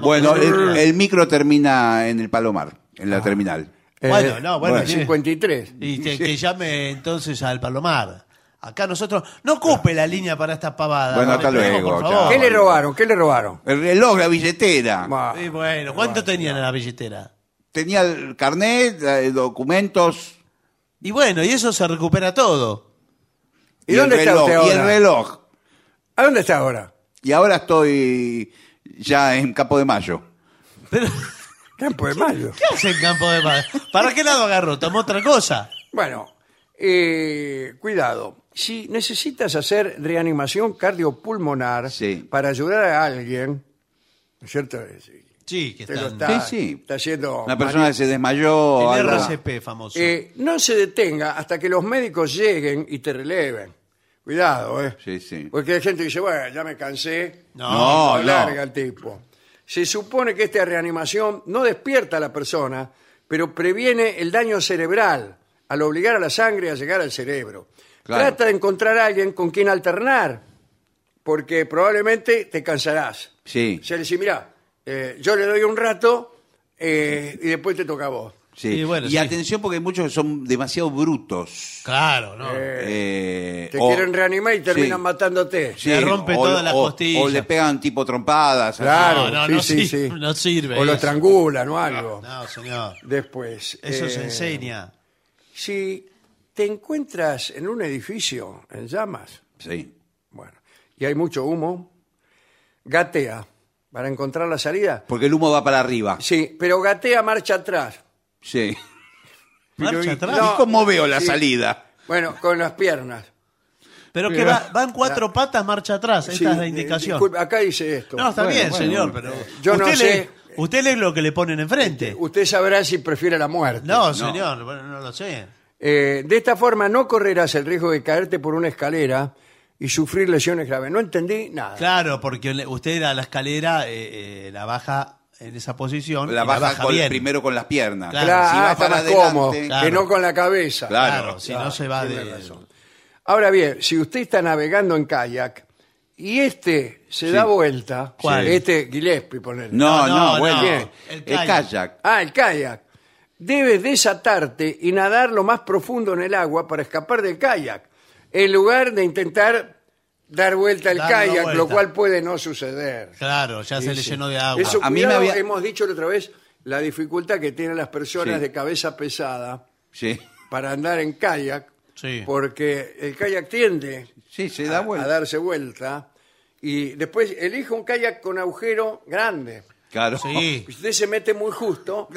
[SPEAKER 8] Bueno, Bueno, el, el micro termina en el Palomar, en la terminal.
[SPEAKER 6] Ah.
[SPEAKER 8] Eh,
[SPEAKER 6] Bueno, no, bueno,
[SPEAKER 7] el
[SPEAKER 6] tiene-
[SPEAKER 7] 53.
[SPEAKER 6] Y te- que llame entonces al Palomar. Acá nosotros. No ocupe la línea para estas pavadas.
[SPEAKER 8] Bueno,
[SPEAKER 6] No,
[SPEAKER 8] hasta
[SPEAKER 6] esperemos,
[SPEAKER 8] luego,
[SPEAKER 6] por
[SPEAKER 8] chao.
[SPEAKER 6] favor.
[SPEAKER 7] ¿Qué le robaron? ¿Qué le robaron?
[SPEAKER 8] El reloj, la billetera.
[SPEAKER 7] Bah.
[SPEAKER 6] Y bueno, ¿cuánto tenían en la billetera?
[SPEAKER 8] Tenía el carnet, eh, documentos
[SPEAKER 6] Y bueno, y eso se recupera todo.
[SPEAKER 7] ¿Y,
[SPEAKER 8] el
[SPEAKER 7] dónde está
[SPEAKER 8] reloj,
[SPEAKER 7] usted
[SPEAKER 8] y el
[SPEAKER 7] ahora?
[SPEAKER 8] reloj.
[SPEAKER 7] ¿A dónde está ahora?
[SPEAKER 8] Y ahora estoy ya en Campo de Mayo.
[SPEAKER 6] Pero,
[SPEAKER 7] Campo de Mayo.
[SPEAKER 6] ¿qué hace en Campo de Mayo? ¿Para qué lado agarró? ¿Tomó otra cosa?
[SPEAKER 7] Bueno, eh, cuidado. Si necesitas hacer reanimación cardiopulmonar
[SPEAKER 8] Sí.
[SPEAKER 7] para ayudar a alguien, ¿no es cierto?
[SPEAKER 6] Sí, que
[SPEAKER 7] Usted lo
[SPEAKER 6] están.
[SPEAKER 7] está,
[SPEAKER 8] Sí, sí.
[SPEAKER 7] está haciendo
[SPEAKER 8] Una persona que se desmayó.
[SPEAKER 6] El
[SPEAKER 8] algo.
[SPEAKER 6] RCP famoso.
[SPEAKER 7] Eh, no se detenga hasta que los médicos lleguen y te releven. Cuidado, ¿eh?
[SPEAKER 8] Sí, sí.
[SPEAKER 7] Porque hay gente que dice, bueno, ya me cansé.
[SPEAKER 8] No,
[SPEAKER 7] Y
[SPEAKER 8] no.
[SPEAKER 7] lo larga el tipo. Se supone que esta reanimación no despierta a la persona, pero previene el daño cerebral al obligar a la sangre a llegar al cerebro.
[SPEAKER 8] Claro.
[SPEAKER 7] Trata de encontrar a alguien con quien alternar, porque probablemente te cansarás.
[SPEAKER 8] Sí,
[SPEAKER 7] Se le dice, mirá, eh, yo le doy un rato eh, y después te toca a vos.
[SPEAKER 8] sí.
[SPEAKER 6] Y
[SPEAKER 8] Y,
[SPEAKER 6] bueno, sí.
[SPEAKER 8] atención porque hay muchos que son demasiado brutos.
[SPEAKER 6] Claro, ¿no?
[SPEAKER 8] Eh,
[SPEAKER 7] Te
[SPEAKER 8] o-
[SPEAKER 7] quieren reanimar y terminan
[SPEAKER 8] sí.
[SPEAKER 7] matándote.
[SPEAKER 8] Sí,
[SPEAKER 6] Le rompe
[SPEAKER 8] o-
[SPEAKER 6] todas las
[SPEAKER 8] o-
[SPEAKER 6] costillas.
[SPEAKER 8] O le pegan tipo trompadas. así.
[SPEAKER 7] Claro,
[SPEAKER 6] No, no,
[SPEAKER 7] sí,
[SPEAKER 6] no
[SPEAKER 7] sí,
[SPEAKER 6] sirve,
[SPEAKER 7] sí.
[SPEAKER 6] no sirve
[SPEAKER 7] O lo
[SPEAKER 6] eso.
[SPEAKER 7] estrangulan o algo.
[SPEAKER 6] No, señor.
[SPEAKER 7] Después.
[SPEAKER 6] Eso se
[SPEAKER 7] eh,
[SPEAKER 6] enseña.
[SPEAKER 7] Si te encuentras en un edificio en llamas,
[SPEAKER 8] Sí.
[SPEAKER 7] bueno, y hay mucho humo, gatea para encontrar la salida.
[SPEAKER 8] Porque el humo va para arriba.
[SPEAKER 7] Sí, pero gatea marcha atrás.
[SPEAKER 8] Sí.
[SPEAKER 6] Marcha atrás.
[SPEAKER 7] No.
[SPEAKER 8] ¿Y cómo veo la
[SPEAKER 7] Sí.
[SPEAKER 8] salida?
[SPEAKER 7] Bueno, con las piernas.
[SPEAKER 6] Pero que va, van cuatro patas, marcha atrás. Esta
[SPEAKER 7] Sí,
[SPEAKER 6] es la
[SPEAKER 7] eh,
[SPEAKER 6] indicación.
[SPEAKER 7] disculpe, acá dice esto.
[SPEAKER 6] no, está
[SPEAKER 8] Bueno,
[SPEAKER 6] bien,
[SPEAKER 8] bueno,
[SPEAKER 6] señor,
[SPEAKER 8] bueno.
[SPEAKER 6] pero.
[SPEAKER 7] Yo no
[SPEAKER 6] usted le-
[SPEAKER 7] sé Este,
[SPEAKER 6] Usted lee lo que le ponen enfrente.
[SPEAKER 7] Usted sabrá si prefiere la muerte.
[SPEAKER 6] No, señor, bueno, no lo sé.
[SPEAKER 7] Eh, de esta forma no correrás el riesgo de caerte por una escalera y sufrir lesiones graves. No entendí
[SPEAKER 8] Ah.
[SPEAKER 7] nada.
[SPEAKER 6] Claro, porque le- usted a la escalera eh, eh, la baja en esa posición. y
[SPEAKER 8] La baja, con-
[SPEAKER 6] bien.
[SPEAKER 8] primero con las piernas.
[SPEAKER 6] Claro.
[SPEAKER 7] Claro,
[SPEAKER 8] Si
[SPEAKER 7] ah,
[SPEAKER 8] va
[SPEAKER 7] está
[SPEAKER 8] para
[SPEAKER 7] más
[SPEAKER 8] adelante-
[SPEAKER 7] cómodo, que no con la cabeza.
[SPEAKER 6] Claro, si no se va de.
[SPEAKER 7] Ahora bien, si usted está navegando en kayak y este se
[SPEAKER 8] Sí.
[SPEAKER 7] da vuelta,
[SPEAKER 8] ¿Cuál?
[SPEAKER 7] este Gillespie, poner.
[SPEAKER 8] No, no, bueno, Eh, el
[SPEAKER 7] El
[SPEAKER 8] kayak.
[SPEAKER 7] kayak. Ah, el kayak. Debes desatarte y nadar lo más profundo en el agua para escapar del kayak, en lugar de intentar dar vuelta al
[SPEAKER 6] Dar una
[SPEAKER 7] kayak, lo
[SPEAKER 6] vuelta.
[SPEAKER 7] cual puede no suceder.
[SPEAKER 6] Claro, ya se
[SPEAKER 7] Sí,
[SPEAKER 6] le
[SPEAKER 7] sí.
[SPEAKER 6] llenó de agua.
[SPEAKER 7] Eso, cuidado, hemos dicho la otra vez la dificultad que tienen las personas
[SPEAKER 6] Sí.
[SPEAKER 7] de cabeza pesada
[SPEAKER 8] Sí.
[SPEAKER 7] para andar en kayak, porque el kayak tiende a, a darse vuelta y después elige un kayak con agujero grande.
[SPEAKER 8] Claro.
[SPEAKER 7] Si Usted se mete muy justo,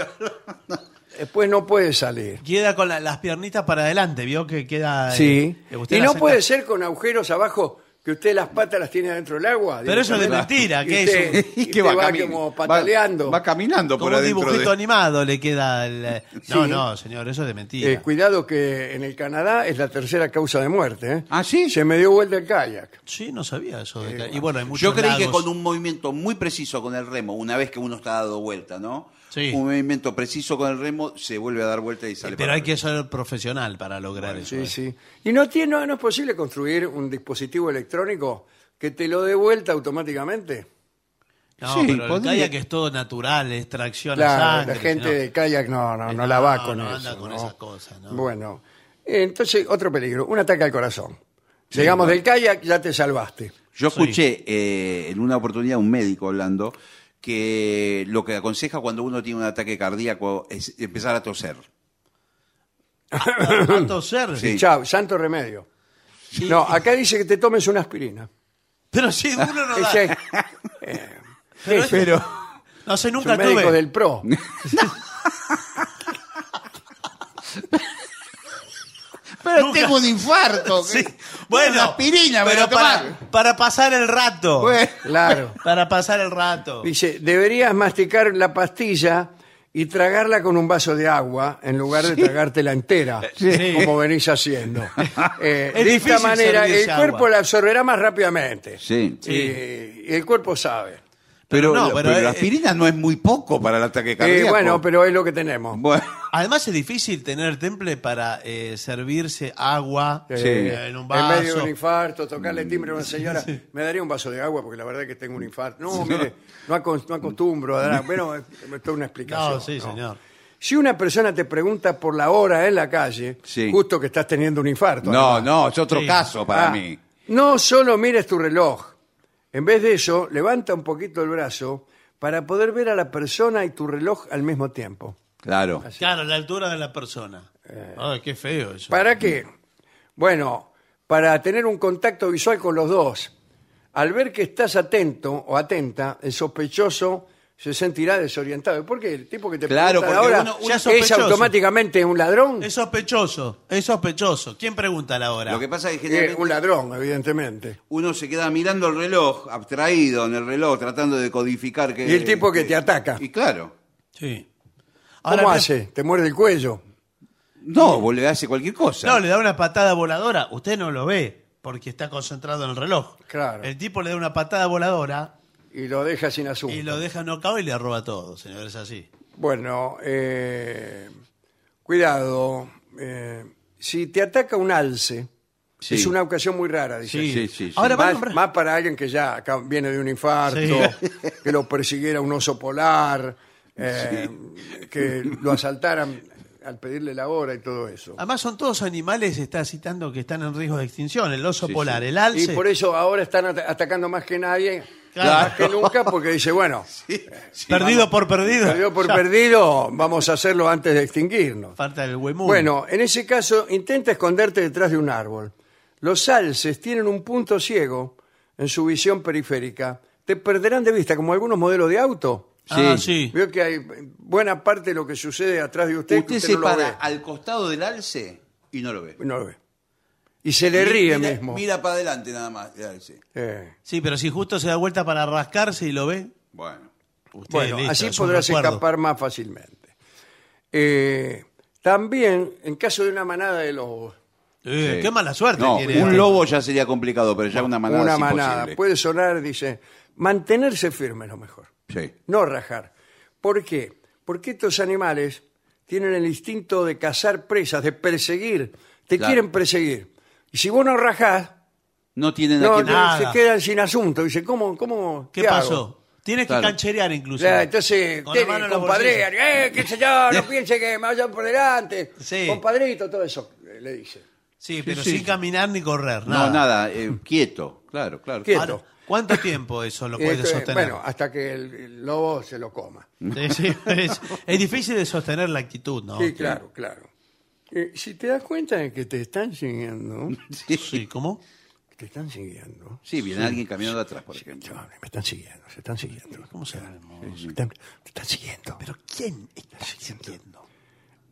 [SPEAKER 7] después no puede salir.
[SPEAKER 6] Queda con la- las piernitas para adelante, vio que queda. eh,
[SPEAKER 7] Sí.
[SPEAKER 6] que usted
[SPEAKER 7] Y
[SPEAKER 6] las
[SPEAKER 7] no
[SPEAKER 6] saca-
[SPEAKER 7] puede ser con agujeros abajo que usted las patas las tiene dentro del agua.
[SPEAKER 6] Pero eso es de mentira,
[SPEAKER 7] Y
[SPEAKER 6] ¿qué es
[SPEAKER 7] usted,
[SPEAKER 6] eso?
[SPEAKER 7] y usted va, como pataleando.
[SPEAKER 8] Va caminando
[SPEAKER 6] Como
[SPEAKER 8] por
[SPEAKER 6] un
[SPEAKER 8] adentro.
[SPEAKER 6] dibujito
[SPEAKER 8] de-
[SPEAKER 6] animado le queda el. eh, No,
[SPEAKER 7] Sí.
[SPEAKER 6] no, señor, eso es de mentira.
[SPEAKER 7] Eh, cuidado que en el Canadá es la tercera causa de muerte. ¿eh?
[SPEAKER 8] ¿Ah, sí?
[SPEAKER 7] Se me dio vuelta el kayak. Eh,
[SPEAKER 6] Sí, no sabía eso. de que- y bueno, hay muchos
[SPEAKER 8] Yo creí que
[SPEAKER 6] lagos.
[SPEAKER 8] con un movimiento muy preciso con el remo, una vez que uno está dado vuelta, ¿no? Un movimiento preciso con el remo, se vuelve a dar vuelta y sale
[SPEAKER 6] Eh, Pero
[SPEAKER 8] para
[SPEAKER 6] hay que ser profesional para lograr eso. eh.
[SPEAKER 7] Sí, sí. Y no, tiene, no, no es posible construir un dispositivo electrónico que te lo dé vuelta automáticamente.
[SPEAKER 6] No,
[SPEAKER 7] Sí,
[SPEAKER 6] pero el
[SPEAKER 7] podría.
[SPEAKER 6] kayak es todo natural, es tracción
[SPEAKER 7] Claro,
[SPEAKER 6] a sangre.
[SPEAKER 7] la gente
[SPEAKER 6] si no-
[SPEAKER 7] de kayak no, no, no la va con
[SPEAKER 6] no
[SPEAKER 7] eso.
[SPEAKER 6] anda con
[SPEAKER 7] ¿no?
[SPEAKER 6] esas cosas, ¿no?
[SPEAKER 7] Bueno, entonces otro peligro, un ataque al corazón. Llegamos del kayak, ya te salvaste.
[SPEAKER 8] Yo escuché eh, en una oportunidad un médico hablando que lo que aconseja cuando uno tiene un ataque cardíaco es empezar a toser.
[SPEAKER 6] A toser.
[SPEAKER 8] Sí.
[SPEAKER 7] Chao, santo remedio. No, acá dice que te tomes una aspirina.
[SPEAKER 6] Pero si uno no da.
[SPEAKER 7] Ese-
[SPEAKER 6] Pero-
[SPEAKER 7] Pero-
[SPEAKER 6] no sé, nunca
[SPEAKER 7] Son médicos
[SPEAKER 6] tuve.
[SPEAKER 7] del pro.
[SPEAKER 8] Pero
[SPEAKER 6] Nunca-
[SPEAKER 14] tengo un infarto.
[SPEAKER 6] Sí. Bueno,
[SPEAKER 14] Una aspirina me
[SPEAKER 6] pero
[SPEAKER 14] voy a tomar.
[SPEAKER 6] para, para pasar el rato.
[SPEAKER 7] Bueno. Claro.
[SPEAKER 6] Para pasar el rato.
[SPEAKER 7] Dice, deberías masticar la pastilla y tragarla con un vaso de agua en lugar de tragártela entera,
[SPEAKER 6] Eh, Sí.
[SPEAKER 7] como venís haciendo. Eh,
[SPEAKER 6] Ah. Es
[SPEAKER 7] de esta
[SPEAKER 6] difícil
[SPEAKER 7] manera
[SPEAKER 6] servir
[SPEAKER 7] el
[SPEAKER 6] esa
[SPEAKER 7] cuerpo
[SPEAKER 6] agua.
[SPEAKER 7] la absorberá más rápidamente.
[SPEAKER 8] Sí.
[SPEAKER 7] Y, y el cuerpo sabe.
[SPEAKER 8] Pero,
[SPEAKER 6] no,
[SPEAKER 8] la-
[SPEAKER 6] pero,
[SPEAKER 8] pero la
[SPEAKER 6] eh,
[SPEAKER 8] aspirina no es muy poco para el ataque
[SPEAKER 7] Eh,
[SPEAKER 8] cardíaco.
[SPEAKER 7] bueno, pero es lo que tenemos.
[SPEAKER 8] Bueno,
[SPEAKER 6] Además es difícil tener temple para eh, servirse agua
[SPEAKER 8] Sí.
[SPEAKER 6] eh, en un
[SPEAKER 7] En
[SPEAKER 6] vaso. Mm,
[SPEAKER 7] medio de un infarto, tocarle el timbre a una señora, me daría un vaso de agua porque la verdad es que tengo un infarto. No, mire, no, acon- no acostumbro a dar. Bueno, es es toda una explicación.
[SPEAKER 6] no, sí, señor.
[SPEAKER 7] Si una persona te pregunta por la hora en la calle,
[SPEAKER 8] Sí.
[SPEAKER 7] justo que estás teniendo un infarto.
[SPEAKER 8] no,
[SPEAKER 7] además.
[SPEAKER 8] no, es otro
[SPEAKER 7] Sí.
[SPEAKER 8] caso para
[SPEAKER 7] Ah,
[SPEAKER 8] mí.
[SPEAKER 7] No solo mires tu reloj. En vez de eso, levanta un poquito el brazo para poder ver a la persona y tu reloj al mismo tiempo.
[SPEAKER 8] Claro.
[SPEAKER 6] Claro, la altura de la persona. Ay, qué feo eso.
[SPEAKER 7] Eh. ¿Para qué? Bueno, para tener un contacto visual con los dos. Al ver que estás atento o atenta, el sospechoso se sentirá desorientado. ¿Por qué? El tipo que te
[SPEAKER 8] Claro,
[SPEAKER 7] pregunta
[SPEAKER 8] porque
[SPEAKER 7] ahora
[SPEAKER 8] uno-
[SPEAKER 6] uno- Ya
[SPEAKER 7] es
[SPEAKER 6] sospechoso.
[SPEAKER 7] automáticamente un ladrón.
[SPEAKER 6] Es sospechoso, es sospechoso. ¿Quién pregunta la hora?
[SPEAKER 8] Lo que pasa es que
[SPEAKER 7] Eh,
[SPEAKER 8] generalmente
[SPEAKER 7] un ladrón, evidentemente.
[SPEAKER 8] uno se queda mirando el reloj, abstraído en el reloj, tratando de codificar que...
[SPEAKER 7] Y el tipo que te ataca.
[SPEAKER 8] Y claro.
[SPEAKER 6] Sí. Ahora,
[SPEAKER 7] ¿Cómo
[SPEAKER 6] pero-
[SPEAKER 7] hace? ¿Te muerde el cuello?
[SPEAKER 8] No, vos le hace cualquier cosa.
[SPEAKER 6] No, le da una patada voladora. Usted no lo ve porque está concentrado en el reloj.
[SPEAKER 7] Claro.
[SPEAKER 6] El tipo le da una patada voladora
[SPEAKER 7] Y lo deja sin asunto.
[SPEAKER 6] y lo deja nocao y le roba todo, señor. Es así.
[SPEAKER 7] Bueno, eh, cuidado. eh, si te ataca un alce,
[SPEAKER 8] Sí.
[SPEAKER 7] es una ocasión muy rara, dice.
[SPEAKER 8] Sí, sí, sí, sí.
[SPEAKER 6] Ahora van a
[SPEAKER 7] más,
[SPEAKER 6] nombrar-
[SPEAKER 7] más para alguien que ya acá viene de un infarto,
[SPEAKER 6] Sí.
[SPEAKER 7] que lo persiguiera un oso polar, eh, que lo asaltaran al pedirle la hora y todo eso.
[SPEAKER 6] Además, son todos animales, está citando, que están en riesgo de extinción. El oso polar, el
[SPEAKER 7] Y
[SPEAKER 6] alce.
[SPEAKER 7] por eso ahora están at- atacando más que nadie,
[SPEAKER 6] Claro.
[SPEAKER 7] más que nunca, porque dice, bueno,
[SPEAKER 6] perdido por perdido.
[SPEAKER 7] perdido por
[SPEAKER 6] Ya,
[SPEAKER 7] perdido, vamos a hacerlo antes de extinguirnos.
[SPEAKER 6] Falta el huemul.
[SPEAKER 7] Bueno, en ese caso, intenta esconderte detrás de un árbol. Los alces tienen un punto ciego en su visión periférica. Te perderán de vista, como algunos modelos de auto.
[SPEAKER 6] Ah, sí.
[SPEAKER 7] Veo que hay buena parte de lo que sucede atrás de usted,
[SPEAKER 8] Usted,
[SPEAKER 7] que usted
[SPEAKER 8] se
[SPEAKER 7] no lo
[SPEAKER 8] para al costado del alce y no lo ve.
[SPEAKER 7] ve. No lo ve. Y se le ríe
[SPEAKER 8] mira,
[SPEAKER 7] mismo.
[SPEAKER 8] Mira para adelante nada más el alce.
[SPEAKER 7] Eh,
[SPEAKER 6] Sí, pero si justo se da vuelta para rascarse y lo ve.
[SPEAKER 8] Bueno.
[SPEAKER 7] Bueno, así podrás escapar más fácilmente. Eh, también, en caso de una manada de lobos.
[SPEAKER 8] Sí. No, un lobo ya sería complicado, pero ya una manada
[SPEAKER 7] Una
[SPEAKER 8] es imposible.
[SPEAKER 7] manada. Pues, Puede sonar, dice, mantenerse firme es lo mejor,
[SPEAKER 8] Sí.
[SPEAKER 7] no rajar. ¿Por qué? Porque estos animales tienen el instinto de cazar presas, de perseguir. Te
[SPEAKER 8] Claro.
[SPEAKER 7] quieren perseguir. Y si vos no rajás,
[SPEAKER 8] No tienen
[SPEAKER 7] no,
[SPEAKER 8] a
[SPEAKER 7] te-
[SPEAKER 8] quien-
[SPEAKER 7] se quedan sin asunto. Dice, ¿cómo? cómo
[SPEAKER 6] ¿Qué
[SPEAKER 7] hago?
[SPEAKER 6] pasó? Tienes que
[SPEAKER 7] Claro.
[SPEAKER 6] cancherear incluso.
[SPEAKER 7] Ya, entonces,
[SPEAKER 6] Con la
[SPEAKER 7] tienen
[SPEAKER 6] mano
[SPEAKER 7] que
[SPEAKER 6] en los
[SPEAKER 7] compadrear.
[SPEAKER 6] bolsillos.
[SPEAKER 7] ¡Eh, qué sé yo! No piense que me vayan por delante. Compadrito, todo eso, eh, le dice.
[SPEAKER 6] Sí, pero
[SPEAKER 8] sí.
[SPEAKER 6] sin caminar ni correr,
[SPEAKER 8] No,
[SPEAKER 6] nada.
[SPEAKER 8] nada, eh, quieto, claro, claro.
[SPEAKER 6] Ahora, ¿Cuánto tiempo eso lo
[SPEAKER 7] Eh,
[SPEAKER 6] puedes
[SPEAKER 7] esto es,
[SPEAKER 6] sostener?
[SPEAKER 7] bueno, hasta que el, el lobo se lo coma.
[SPEAKER 6] Sí, sí, es, es difícil de sostener la actitud, ¿no?
[SPEAKER 7] Sí, claro, claro. Eh, si te das cuenta de que te están siguiendo.
[SPEAKER 8] Sí,
[SPEAKER 6] ¿cómo?
[SPEAKER 7] Te están siguiendo.
[SPEAKER 8] Sí, viene alguien caminando atrás, por ejemplo.
[SPEAKER 7] me están siguiendo, se están siguiendo.
[SPEAKER 6] ¿Cómo se
[SPEAKER 7] Te están, te están siguiendo.
[SPEAKER 6] ¿Pero quién está siguiendo?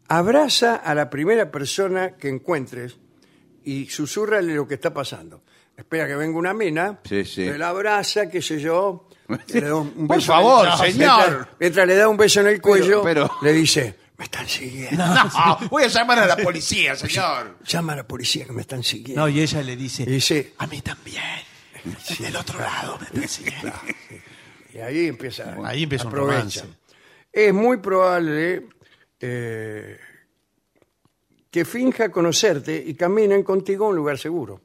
[SPEAKER 7] Abraza a la primera persona que encuentres y susurrale lo que está pasando. Espera que venga una mina,
[SPEAKER 8] Sí, sí.
[SPEAKER 7] me la abraza, qué sé yo. le da un- un
[SPEAKER 8] Por
[SPEAKER 7] beso en el-
[SPEAKER 8] favor,
[SPEAKER 7] No,
[SPEAKER 8] señor.
[SPEAKER 7] Mientras, mientras le da un beso en el cuello,
[SPEAKER 8] pero-
[SPEAKER 7] le dice, me están siguiendo.
[SPEAKER 8] voy a llamar a la policía, señor.
[SPEAKER 7] Llama a la policía que me están siguiendo.
[SPEAKER 6] No, y ella le dice,
[SPEAKER 7] dice,
[SPEAKER 6] a mí también. Del otro lado me están siguiendo.
[SPEAKER 7] Y ahí empieza.
[SPEAKER 6] Ahí empieza un
[SPEAKER 7] aprovechan.
[SPEAKER 6] romance.
[SPEAKER 7] Es muy probable eh, que finja conocerte y caminen contigo a un lugar seguro.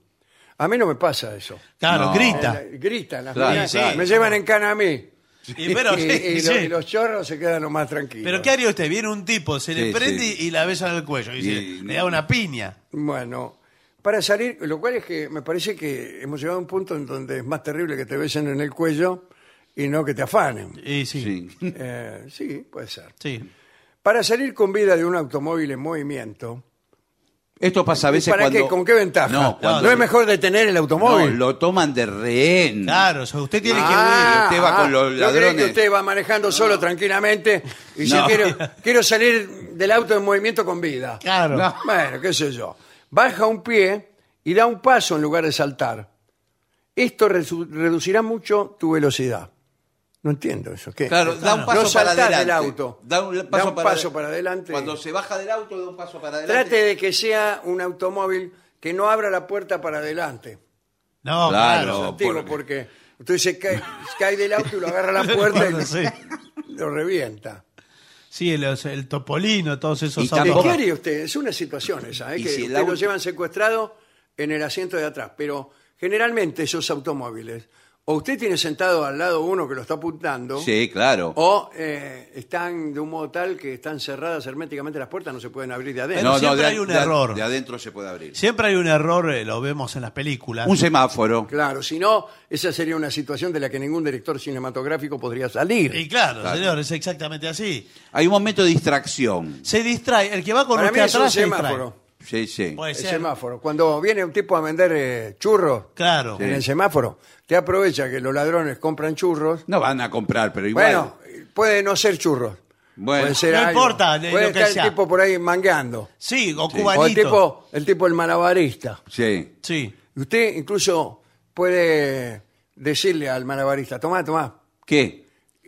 [SPEAKER 7] A mí no me pasa eso.
[SPEAKER 6] Claro,
[SPEAKER 7] No.
[SPEAKER 6] grita.
[SPEAKER 7] Eh, la- Grita, las
[SPEAKER 6] Claro,
[SPEAKER 7] minas
[SPEAKER 6] sí.
[SPEAKER 7] me llevan en cana a mí.
[SPEAKER 6] Y pero-
[SPEAKER 7] Y-
[SPEAKER 6] sí,
[SPEAKER 7] y lo-
[SPEAKER 6] sí.
[SPEAKER 7] y los chorros se quedan lo más tranquilos.
[SPEAKER 6] Pero ¿qué haría usted? Viene un tipo, se le
[SPEAKER 7] Sí,
[SPEAKER 6] prende
[SPEAKER 7] sí.
[SPEAKER 6] y y la besa en el cuello. Y dice,
[SPEAKER 7] Y-
[SPEAKER 6] le da una piña.
[SPEAKER 7] Bueno, para salir, lo cual es que me parece que hemos llegado a un punto en donde es más terrible que te besen en el cuello y no que te afanen.
[SPEAKER 6] Y sí.
[SPEAKER 7] Eh, sí, puede ser.
[SPEAKER 6] Sí.
[SPEAKER 7] Para salir con vida de un automóvil en movimiento.
[SPEAKER 8] Esto pasa a
[SPEAKER 7] ¿y
[SPEAKER 8] veces
[SPEAKER 7] ¿Para
[SPEAKER 8] cuando...
[SPEAKER 7] qué? ¿Con qué ventaja?
[SPEAKER 8] No, cuando-
[SPEAKER 7] es mejor detener el automóvil.
[SPEAKER 8] No, lo toman de rehén.
[SPEAKER 6] Claro, o sea, usted tiene
[SPEAKER 7] Ah,
[SPEAKER 8] Usted va
[SPEAKER 7] ah,
[SPEAKER 8] con los
[SPEAKER 7] yo creí que
[SPEAKER 8] ladrones.
[SPEAKER 7] usted va manejando solo tranquilamente y dice,
[SPEAKER 8] No.
[SPEAKER 7] quiero, quiero salir del auto en movimiento con vida.
[SPEAKER 6] Claro. No.
[SPEAKER 7] Bueno, qué sé yo. Baja un pie y da un paso en lugar de saltar. Esto resu- reducirá mucho tu velocidad. No entiendo eso. ¿Qué?
[SPEAKER 8] Claro, da un paso
[SPEAKER 7] no
[SPEAKER 8] para
[SPEAKER 7] saltás
[SPEAKER 8] adelante.
[SPEAKER 7] del auto.
[SPEAKER 8] Da un paso,
[SPEAKER 7] Da un
[SPEAKER 8] para,
[SPEAKER 7] paso para adelante.
[SPEAKER 8] Cuando se baja del auto, da un paso para adelante.
[SPEAKER 7] Trate de que sea un automóvil que no abra la puerta para adelante.
[SPEAKER 6] No,
[SPEAKER 8] Claro,
[SPEAKER 7] Es antiguo,
[SPEAKER 8] porque-
[SPEAKER 7] porque usted se cae, cae del auto y lo agarra a la puerta y
[SPEAKER 6] Sí.
[SPEAKER 7] lo revienta.
[SPEAKER 6] Sí, el, el topolino, todos esos
[SPEAKER 7] ¿Y
[SPEAKER 6] autos.
[SPEAKER 7] ¿Qué haría usted? Es una situación esa, ¿eh?
[SPEAKER 8] Y
[SPEAKER 7] que
[SPEAKER 8] si el
[SPEAKER 7] usted
[SPEAKER 8] auto-
[SPEAKER 7] lo llevan secuestrado en el asiento de atrás, pero generalmente esos automóviles, o usted tiene sentado al lado uno que lo está apuntando,
[SPEAKER 8] Sí, claro.
[SPEAKER 7] o eh, están de un modo tal que están cerradas herméticamente las puertas, no se pueden abrir de adentro.
[SPEAKER 8] no, no,
[SPEAKER 6] siempre
[SPEAKER 8] de,
[SPEAKER 6] hay un
[SPEAKER 8] de-
[SPEAKER 6] error.
[SPEAKER 8] De adentro se puede abrir.
[SPEAKER 6] Siempre hay un error, eh, lo vemos en las películas.
[SPEAKER 8] Un semáforo.
[SPEAKER 7] Claro, si no, esa sería una situación de la que ningún director cinematográfico podría salir.
[SPEAKER 6] Y claro,
[SPEAKER 8] Claro.
[SPEAKER 6] señor, es exactamente así.
[SPEAKER 8] Hay un momento de distracción.
[SPEAKER 6] Se distrae, el que va con
[SPEAKER 7] Para mí
[SPEAKER 6] usted
[SPEAKER 7] es un
[SPEAKER 6] atrás se distrae.
[SPEAKER 7] semáforo.
[SPEAKER 8] Sí, sí.
[SPEAKER 6] Puede
[SPEAKER 7] El
[SPEAKER 6] ser.
[SPEAKER 7] semáforo. Cuando viene un tipo a vender eh, churros
[SPEAKER 6] Claro.
[SPEAKER 7] en el semáforo, te aprovecha que los ladrones compran churros.
[SPEAKER 8] No van a comprar, pero igual.
[SPEAKER 7] Bueno, puede no ser churros.
[SPEAKER 8] Bueno.
[SPEAKER 7] Puede ser
[SPEAKER 6] No
[SPEAKER 7] algo.
[SPEAKER 6] importa de
[SPEAKER 7] Puede
[SPEAKER 6] lo que
[SPEAKER 7] estar
[SPEAKER 6] sea.
[SPEAKER 7] el tipo por ahí mangueando.
[SPEAKER 6] Sí, o
[SPEAKER 7] O el
[SPEAKER 6] cubanito.
[SPEAKER 7] tipo, el tipo el malabarista.
[SPEAKER 8] Sí.
[SPEAKER 6] Sí.
[SPEAKER 7] Y Usted incluso puede decirle al malabarista, tomá, tomá.
[SPEAKER 8] ¿Qué?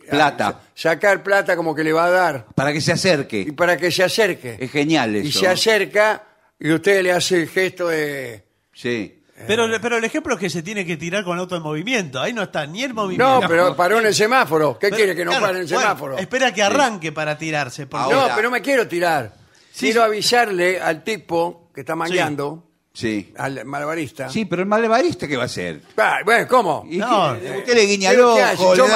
[SPEAKER 8] Plata.
[SPEAKER 7] Sacar plata como que le va a dar
[SPEAKER 8] Para que se
[SPEAKER 7] y
[SPEAKER 8] acerque.
[SPEAKER 7] para que se acerque.
[SPEAKER 8] Es genial eso.
[SPEAKER 7] y se acerca y usted le hace el gesto de...
[SPEAKER 8] Sí.
[SPEAKER 6] Pero, pero el ejemplo es que se tiene que tirar con auto en movimiento. Ahí no está ni el movimiento.
[SPEAKER 7] No, pero paró en el semáforo. ¿Qué
[SPEAKER 6] Pero,
[SPEAKER 7] quiere que no
[SPEAKER 6] claro,
[SPEAKER 7] pare en el
[SPEAKER 6] bueno,
[SPEAKER 7] semáforo?
[SPEAKER 6] espera que arranque para tirarse. porque-
[SPEAKER 8] Ahora.
[SPEAKER 7] No, pero no me quiero tirar. quiero avisarle al tipo que está mangueando,
[SPEAKER 8] Sí.
[SPEAKER 7] al malabarista.
[SPEAKER 8] Sí, pero el malabarista, ¿qué va a hacer?
[SPEAKER 7] Ah, bueno, ¿cómo?
[SPEAKER 8] Y
[SPEAKER 6] No.
[SPEAKER 8] que- usted le guiña el
[SPEAKER 7] ¿Pero qué hace?
[SPEAKER 8] ojo.
[SPEAKER 7] Yo
[SPEAKER 8] le da-